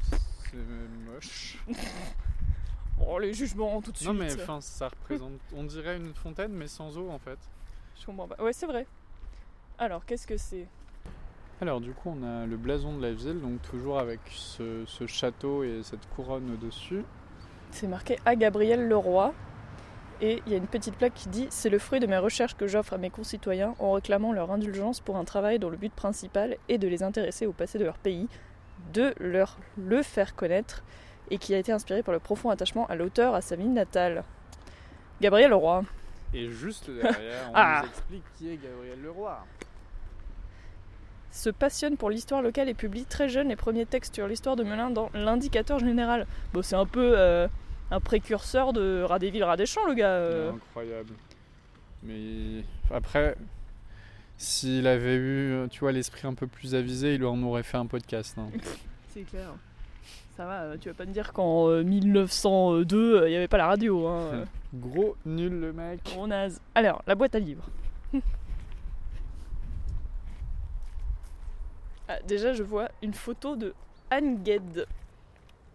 Speaker 1: C'est moche.
Speaker 2: Oh, les jugements tout de suite.
Speaker 1: Non mais enfin ça représente, on dirait une fontaine mais sans eau en fait.
Speaker 2: Je comprends pas. Ouais, c'est vrai. Alors, qu'est-ce que c'est
Speaker 1: Alors du coup on a le blason de la ville donc toujours avec ce, ce château et cette couronne au dessus.
Speaker 2: C'est marqué à Gabriel Leroy. Et il y a une petite plaque qui dit C'est le fruit de mes recherches que j'offre à mes concitoyens en réclamant leur indulgence pour un travail dont le but principal est de les intéresser au passé de leur pays, de leur le faire connaître, et qui a été inspiré par le profond attachement à l'auteur à sa ville natale. Gabriel Leroy.
Speaker 1: Et juste derrière on
Speaker 2: Ah.
Speaker 1: nous explique qui est Gabriel Leroy.
Speaker 2: se passionne pour l'histoire locale et publie très jeune les premiers textes sur l'histoire de Melun dans l'Indicateur Général. Bon, c'est un peu euh, un précurseur de Radéville, Radéchamps, le gars. euh.
Speaker 1: Incroyable. Mais après s'il avait eu tu vois l'esprit un peu plus avisé il en aurait fait un podcast. hein.
Speaker 2: C'est clair. Ça va, euh, tu vas pas me dire qu'en euh, 1902, euh, il n'y avait pas la radio. Hein, euh,
Speaker 1: Gros nul le mec.
Speaker 2: on naze. Alors, la boîte à livres. Ah, déjà, je vois une photo de Anne Gued.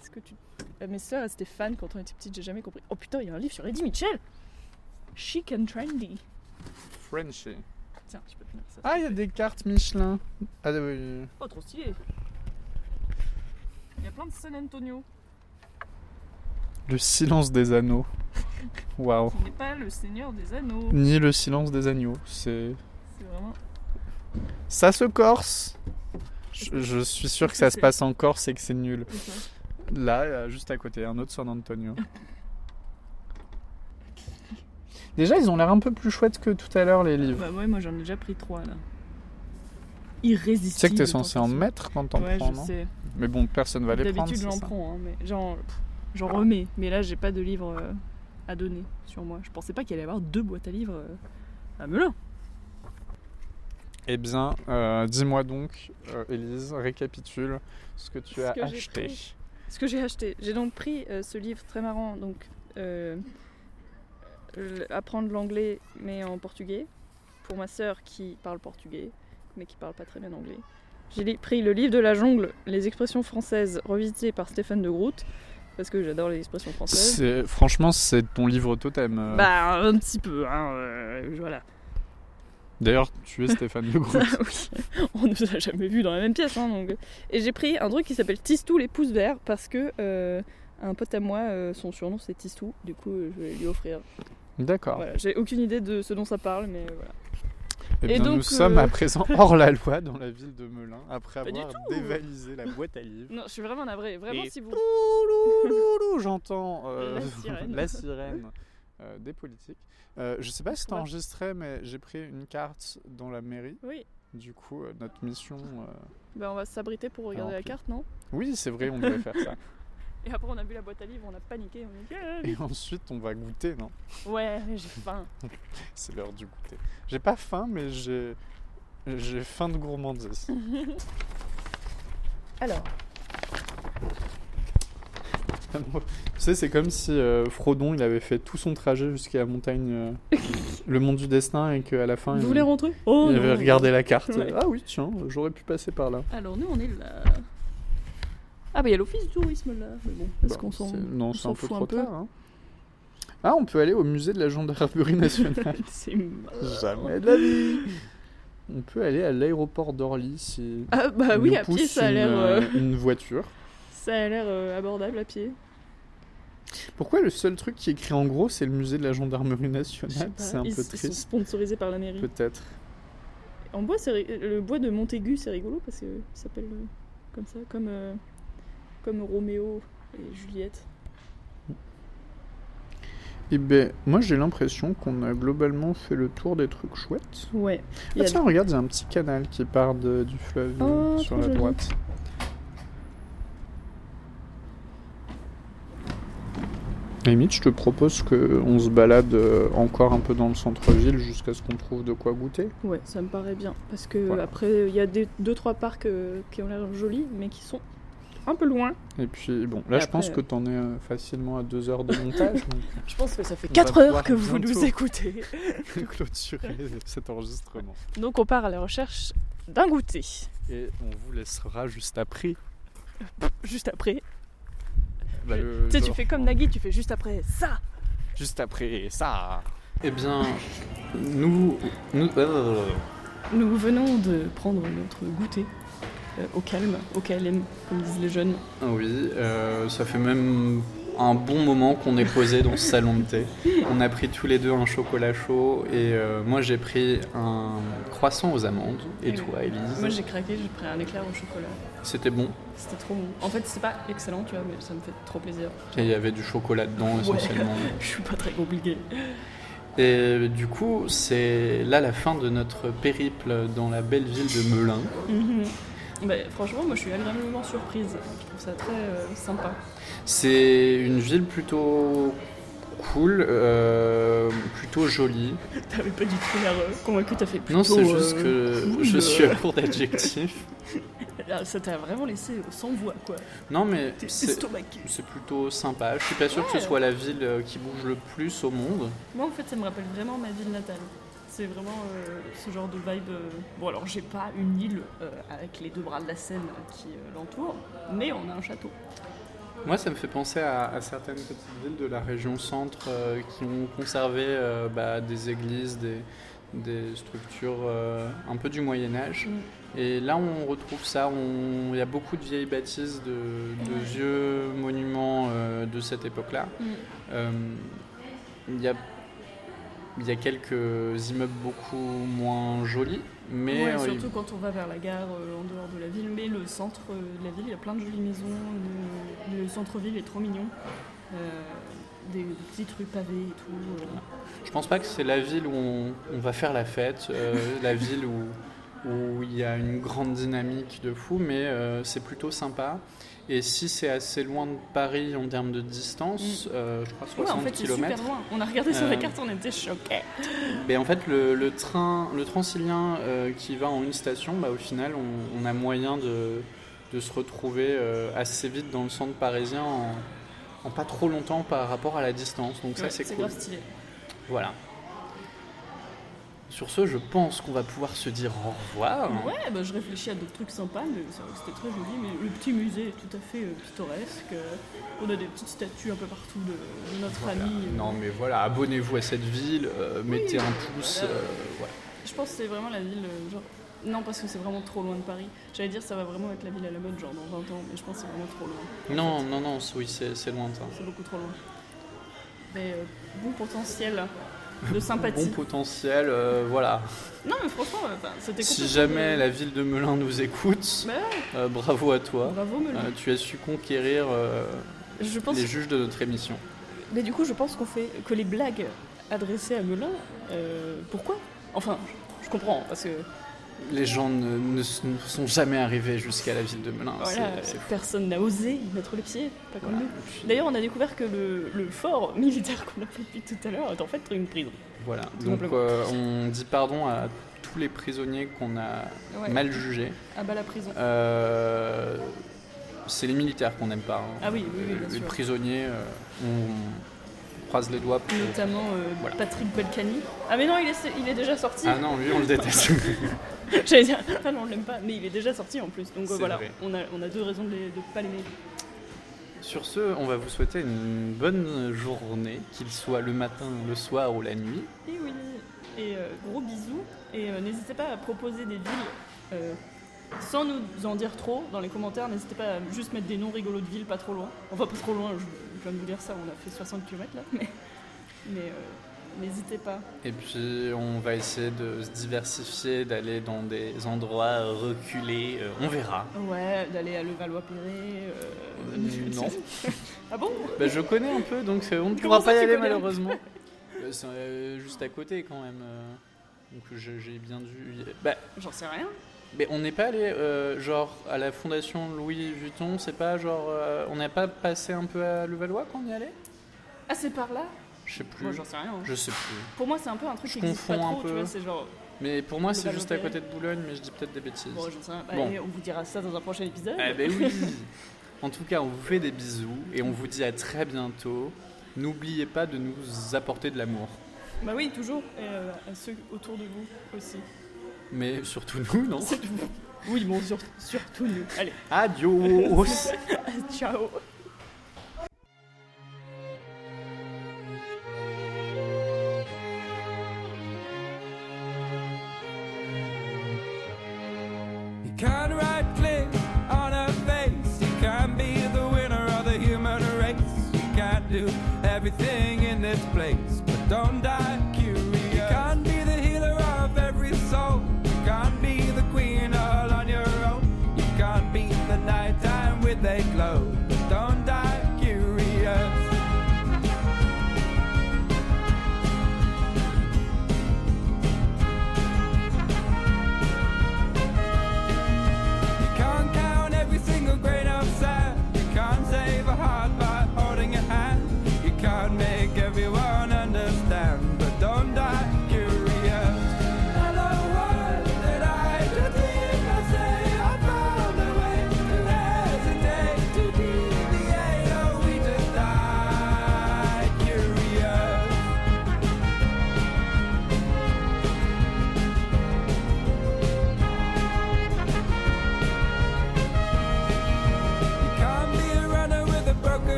Speaker 2: Est-ce que tu. Ah, mes sœurs, elles étaient fans quand on était petites, j'ai jamais compris. Oh putain, il y a un livre sur Eddie Mitchell Chic and trendy.
Speaker 1: Frenchy.
Speaker 2: Tiens, je peux te mettre ça.
Speaker 1: Ah, il y a des cartes Michelin. Ah oui, oui.
Speaker 2: Oh, trop stylé Il y a plein de San Antonio,
Speaker 1: Le silence des anneaux. Waouh.
Speaker 2: qui n'est pas le Seigneur des Anneaux.
Speaker 1: Ni le silence des agneaux. C'est.
Speaker 2: C'est vraiment.
Speaker 1: Ça se corse. Je, je suis sûr que ça se passe en Corse et que c'est nul. Là, euh, juste à côté, un autre San Antonio. Déjà, ils ont l'air un peu plus chouettes que tout à l'heure les livres.
Speaker 2: Bah ouais, moi j'en ai déjà pris trois là.
Speaker 1: Tu
Speaker 2: Irrésistible.
Speaker 1: sais que t'es censé en mettre quand t'en
Speaker 2: Ouais,
Speaker 1: prends,
Speaker 2: je
Speaker 1: non
Speaker 2: sais.
Speaker 1: Mais bon, personne va les prendre.
Speaker 2: D'habitude,
Speaker 1: c'est
Speaker 2: j'en
Speaker 1: ça.
Speaker 2: prends, hein, mais j'en pff, j'en remets. Mais là, j'ai pas de livre euh, à donner sur moi. Je pensais pas qu'il allait y avoir deux boîtes à livres euh, à Melun.
Speaker 1: Eh bien, euh, dis-moi donc, euh, Élise, récapitule ce que tu
Speaker 2: Ce
Speaker 1: as
Speaker 2: que j'ai
Speaker 1: acheté.
Speaker 2: pris. Ce que j'ai acheté, j'ai donc pris euh, ce livre très marrant, donc euh, euh, apprendre l'anglais mais en portugais pour ma sœur qui parle portugais mais qui parle pas très bien anglais. J'ai li- pris le livre de la jungle, les expressions françaises revisitées par Stéphane de Groot parce que j'adore les expressions françaises.
Speaker 1: C'est- Franchement, c'est ton livre totem. euh.
Speaker 2: Bah un petit peu, hein, euh, voilà.
Speaker 1: D'ailleurs, tu es Stéphane Le Gros.
Speaker 2: Ça, oui. On ne nous a jamais vus dans la même pièce. hein, donc. Et j'ai pris un truc qui s'appelle Tistou les pouces verts parce que euh, un pote à moi, euh, son surnom c'est Tistou. Du coup, euh, je vais lui offrir.
Speaker 1: D'accord.
Speaker 2: Voilà, j'ai aucune idée de ce dont ça parle, mais euh, voilà.
Speaker 1: Eh
Speaker 2: Et
Speaker 1: bien,
Speaker 2: donc,
Speaker 1: nous sommes
Speaker 2: euh,
Speaker 1: à présent hors la loi dans la ville de Melun, après
Speaker 2: Pas du
Speaker 1: avoir dévalisé la boîte à livres.
Speaker 2: Non, je suis vraiment navrée. Vraiment,
Speaker 1: Et
Speaker 2: si vous.
Speaker 1: Toulouloulou, J'entends euh,
Speaker 2: La sirène.
Speaker 1: la sirène, euh, des politiques. Euh, je sais pas si t'as
Speaker 2: Ouais.
Speaker 1: enregistré, mais j'ai pris une carte dans la mairie.
Speaker 2: Oui,
Speaker 1: Du coup, euh, notre mission. euh,
Speaker 2: bah, on va s'abriter pour
Speaker 1: Alors,
Speaker 2: regarder la
Speaker 1: puis-
Speaker 2: carte, non
Speaker 1: Oui, c'est vrai, on devait faire ça.
Speaker 2: Et après, on a vu la boîte à livres, on a paniqué. On a dit, Ah,
Speaker 1: Et ensuite, on va goûter, non
Speaker 2: Ouais, j'ai faim.
Speaker 1: C'est l'heure du goûter. J'ai pas faim, mais j'ai j'ai faim de gourmandise.
Speaker 2: Alors,
Speaker 1: tu sais, c'est comme si euh, Frodon, il avait fait tout son trajet jusqu'à la montagne, euh, le mont du destin, et qu'à la fin,
Speaker 2: vous
Speaker 1: il,
Speaker 2: voulez rentrer Oh
Speaker 1: il
Speaker 2: non.
Speaker 1: avait regardé la carte.
Speaker 2: Ouais.
Speaker 1: Ah oui, tiens, j'aurais pu passer par là.
Speaker 2: Alors, nous, on est là. Ah, bah, il y a l'office du tourisme là. Mais bon, parce
Speaker 1: Bah,
Speaker 2: qu'on s'en.
Speaker 1: c'est- Non,
Speaker 2: on
Speaker 1: c'est
Speaker 2: s'en
Speaker 1: un peu
Speaker 2: fout un
Speaker 1: trop
Speaker 2: peu.
Speaker 1: tard. hein. Ah, on peut aller au musée de la gendarmerie nationale.
Speaker 2: C'est mal.
Speaker 1: Jamais de la vie On peut aller à l'aéroport d'Orly si...
Speaker 2: Ah bah oui,
Speaker 1: nous
Speaker 2: à pied
Speaker 1: pousse
Speaker 2: ça a l'air
Speaker 1: une,
Speaker 2: euh,
Speaker 1: euh, une voiture.
Speaker 2: ça a l'air euh, abordable à pied.
Speaker 1: Pourquoi le seul truc qui est écrit en gros, c'est le musée de la gendarmerie
Speaker 2: Je sais
Speaker 1: nationale
Speaker 2: pas,
Speaker 1: C'est un
Speaker 2: ils,
Speaker 1: peu
Speaker 2: ils sont
Speaker 1: triste,
Speaker 2: sponsorisés par la mairie.
Speaker 1: peut-être.
Speaker 2: En bois, c'est ri- le bois de Montaigu, c'est rigolo parce que ça s'appelle euh, comme ça, comme euh, comme Roméo et Juliette.
Speaker 1: Eh ben, moi j'ai l'impression qu'on a globalement fait le tour des trucs chouettes.
Speaker 2: Ouais. Il y
Speaker 1: Ah
Speaker 2: a-
Speaker 1: tiens, regarde, il y a un petit canal qui part de- du fleuve euh,
Speaker 2: Oh,
Speaker 1: sur
Speaker 2: trop
Speaker 1: la
Speaker 2: joli.
Speaker 1: droite. Limite, je te propose qu'on se balade euh, encore un peu dans le centre-ville jusqu'à ce qu'on trouve de quoi goûter.
Speaker 2: Ouais, ça me paraît bien parce que
Speaker 1: Voilà.
Speaker 2: après il y a des, deux trois parcs euh, qui ont l'air jolis mais qui sont un peu loin.
Speaker 1: Et puis bon, là
Speaker 2: Et
Speaker 1: je pense
Speaker 2: après,
Speaker 1: que t'en es euh, facilement à deux heures de montage. donc
Speaker 2: Je pense que ça fait
Speaker 1: On va
Speaker 2: 4 heures
Speaker 1: pouvoir
Speaker 2: que vous nous
Speaker 1: bientôt.
Speaker 2: écoutez.
Speaker 1: je vais clôturer cet enregistrement.
Speaker 2: Donc on part à la recherche d'un goûter.
Speaker 1: Et on vous laissera juste après.
Speaker 2: Juste après.
Speaker 1: Bah,
Speaker 2: Je-
Speaker 1: le-
Speaker 2: Tu sais, tu
Speaker 1: genre,
Speaker 2: fais comme
Speaker 1: on-
Speaker 2: Nagui, tu fais juste après ça.
Speaker 1: Juste après ça. Eh bien, nous. nous... euh,
Speaker 12: Nous venons de prendre notre goûter euh, au calme, au KLM, comme disent les jeunes.
Speaker 1: Oui, euh, ça fait même un bon moment qu'on est posé dans ce salon de thé. On a pris tous les deux un chocolat chaud et euh, moi j'ai pris un croissant aux amandes. Et
Speaker 12: Et
Speaker 1: toi,
Speaker 12: Moi
Speaker 1: Elise
Speaker 12: j'ai craqué, j'ai pris un éclair au chocolat.
Speaker 1: C'était bon.
Speaker 12: C'était trop bon. En fait, c'est pas excellent, tu vois, mais ça me fait trop plaisir.
Speaker 1: Et il y avait du chocolat dedans essentiellement.
Speaker 12: Je suis pas très compliqué.
Speaker 1: Et du coup, c'est là la fin de notre périple dans la belle ville de Melun.
Speaker 12: Bah, franchement, moi je suis agréablement surprise. Je trouve ça très euh, sympa.
Speaker 1: C'est une ville plutôt cool, euh, plutôt jolie.
Speaker 12: T'avais pas du tout l'air euh, convaincu, t'as fait plutôt.
Speaker 1: Non, c'est juste que
Speaker 12: cool.
Speaker 1: je suis à court d'adjectifs.
Speaker 2: Ah, Ça t'a vraiment laissé sans voix, quoi.
Speaker 12: Non, mais
Speaker 2: T'es
Speaker 12: c'est
Speaker 2: estomaqué.
Speaker 12: c'est plutôt sympa. Je suis pas sûr que ce
Speaker 2: Ouais.
Speaker 12: soit la ville euh, qui bouge le plus au monde.
Speaker 2: Moi, en fait, ça me rappelle vraiment ma ville natale. C'est vraiment euh, ce genre de vibe. euh, Bon, alors, j'ai pas une île euh, avec les deux bras de la Seine qui euh, l'entoure, mais on a un château.
Speaker 12: Moi, ça me fait penser à, à certaines petites villes de la région centre euh, qui ont conservé euh, bah, des églises, des, des structures euh, un peu du Moyen Âge. Et là, on retrouve ça. on- Il y a beaucoup de vieilles bâtisses, de, de vieux monuments euh, de cette époque-là.
Speaker 2: Mm.
Speaker 12: Euh, Il y a il y a quelques immeubles beaucoup moins jolis, mais
Speaker 2: Ouais,
Speaker 12: euh,
Speaker 2: surtout quand on va vers la gare euh, en dehors de la ville, mais le centre euh, de la ville, il y a plein de jolies maisons. Le, le centre-ville est trop mignon. Euh, des, des petites rues pavées et tout. euh.
Speaker 12: Je pense pas que c'est la ville où on, on va faire la fête, euh, la ville où où il y a une grande dynamique de fou, mais euh, c'est plutôt sympa. Et si c'est assez loin de Paris en termes de distance, euh, je crois 60
Speaker 2: Mm. Ouais, en fait, c'est
Speaker 12: km.
Speaker 2: super loin. On a regardé sur la
Speaker 12: Euh,
Speaker 2: carte, on était choqués.
Speaker 12: Mais en fait, le, le train, le Transilien euh, qui va en une station, bah, au final, on, on a moyen de, de se retrouver euh, assez vite dans le centre parisien en, en pas trop longtemps par rapport à la distance. Donc ça,
Speaker 2: Ouais,
Speaker 12: c'est
Speaker 2: c'est
Speaker 12: cool.
Speaker 2: grave stylé.
Speaker 12: Voilà. Sur ce, je pense qu'on va pouvoir se dire au revoir.
Speaker 2: Ouais, bah, je réfléchis à d'autres trucs sympas, mais c'est vrai que c'était très joli. Mais le petit musée est tout à fait euh, pittoresque. Euh, On a des petites statues un peu partout de, de notre
Speaker 12: Voilà.
Speaker 2: ami. euh.
Speaker 12: Non mais voilà, abonnez-vous à cette ville, euh, mettez un pouce.
Speaker 2: Voilà.
Speaker 12: euh, voilà.
Speaker 2: Je pense que c'est vraiment la ville. euh, genre... Non, parce que c'est vraiment trop loin de Paris. J'allais dire, ça va vraiment être la ville à la mode, genre dans 20 ans, mais je pense que c'est vraiment trop loin.
Speaker 12: Non, non, non, c'est- oui, c'est c'est lointain.
Speaker 2: C'est beaucoup trop loin. Mais euh, bon potentiel de sympathie.
Speaker 12: Bon potentiel, euh, voilà.
Speaker 2: non, mais franchement, euh, enfin, c'était
Speaker 12: Si
Speaker 2: complètement-
Speaker 12: jamais la ville de Melun nous écoute,
Speaker 2: Bah ouais,
Speaker 12: euh, bravo à toi.
Speaker 2: bravo, Melun.
Speaker 12: Euh, tu as su conquérir euh,
Speaker 2: Je pense
Speaker 12: les juges de notre émission.
Speaker 2: Mais du coup, je pense qu'on fait que les blagues adressées à Melun, euh, pourquoi Enfin, je comprends, parce que
Speaker 12: Les gens ne, ne s- ne sont jamais arrivés jusqu'à la ville de Melun.
Speaker 2: voilà,
Speaker 12: Ah, c'est- c'est fou.
Speaker 2: personne n'a osé y mettre les pieds, pas comme
Speaker 12: Voilà.
Speaker 2: nous. D'ailleurs, on a découvert que le, le fort militaire qu'on a fait depuis tout à l'heure est en fait une prison.
Speaker 12: Voilà,
Speaker 2: Tout
Speaker 12: donc
Speaker 2: simplement.
Speaker 12: euh, on dit pardon à tous les prisonniers qu'on a mal jugés.
Speaker 2: Ah bah la prison.
Speaker 12: Euh, c'est les militaires qu'on n'aime pas. hein.
Speaker 2: Ah oui, oui, oui, bien
Speaker 12: les
Speaker 2: sûr.
Speaker 12: prisonniers, euh, on croise les doigts pour.
Speaker 2: Notamment euh,
Speaker 12: Voilà.
Speaker 2: Patrick Balkany. Ah mais non, il est, il est déjà sorti.
Speaker 12: Ah non, lui, on le déteste.
Speaker 2: J'allais dire, ah non, on l'aime pas, mais il est déjà sorti en plus. Donc euh,
Speaker 12: C'est
Speaker 2: voilà,
Speaker 12: vrai.
Speaker 2: on a, on a deux raisons de ne pas l'aimer.
Speaker 12: Sur ce, on va vous souhaiter une bonne journée, qu'il soit le matin, le soir ou la nuit.
Speaker 2: Et oui, et euh, gros bisous. Et euh, n'hésitez pas à proposer des villes euh, sans nous en dire trop dans les commentaires. N'hésitez pas à juste mettre des noms rigolos de villes pas trop loin. Enfin, pas trop loin, je, je viens de vous dire ça, on a fait 60 km là, mais, mais euh, n'hésitez pas.
Speaker 12: Et puis, on va essayer de se diversifier, d'aller dans des endroits reculés. euh, on verra.
Speaker 2: Ouais, d'aller à Levallois-Perret.
Speaker 12: Euh, non.
Speaker 2: ah bon
Speaker 12: Bah, je connais un peu, donc euh, on ne
Speaker 2: Comment
Speaker 12: pourra
Speaker 2: ça,
Speaker 12: pas y
Speaker 2: tu
Speaker 12: aller
Speaker 2: connais
Speaker 12: malheureusement. Euh, C'est euh, juste à côté quand même. euh. Donc je- j'ai bien dû. y- Bah,
Speaker 2: J'en sais rien.
Speaker 12: mais on n'est pas allé euh, genre à la fondation Louis Vuitton. C'est pas genre euh, on n'a pas passé un peu à Levallois quand on y allait
Speaker 2: Ah, c'est par là
Speaker 12: Je sais plus.
Speaker 2: Moi, j'en sais rien. hein.
Speaker 12: je sais plus.
Speaker 2: Pour moi, c'est un peu un truc qui
Speaker 12: Je
Speaker 2: existe pas
Speaker 12: confonds un
Speaker 2: trop, tu
Speaker 12: peu.
Speaker 2: vois, c'est genre.
Speaker 12: Mais pour moi c'est
Speaker 2: Levallois
Speaker 12: juste à
Speaker 2: Perret.
Speaker 12: côté de Boulogne, mais je dis peut-être des bêtises.
Speaker 2: Bon, j'en sais rien. Bah,
Speaker 12: Bon.
Speaker 2: allez, on vous dira ça dans un prochain épisode.
Speaker 12: Eh ben oui En tout cas, on vous fait des bisous et on vous dit à très bientôt. N'oubliez pas de nous apporter de l'amour.
Speaker 2: Bah oui, toujours. Et euh, à ceux autour de vous aussi.
Speaker 12: Mais surtout nous, non
Speaker 2: C'est tout. Oui, bon, sur- surtout nous. Allez,
Speaker 12: Adios
Speaker 2: ciao
Speaker 3: You can't right click on a face. You can't be the winner of the human race. You can't do everything in this place, but don't die curious. You can't be the healer of every soul. You can't be the queen all on your own. You can't beat the nighttime with a glow, but don't die curious. You can't count every single grain of sand. You can't save a heart by holding a hand. You can't make everyone understand, but don't die curious. E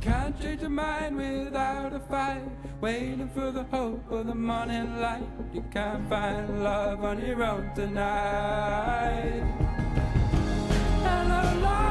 Speaker 3: Can't change your mind without a fight. Waiting for the hope of the morning light. You can't find love on your own tonight. Hello, love.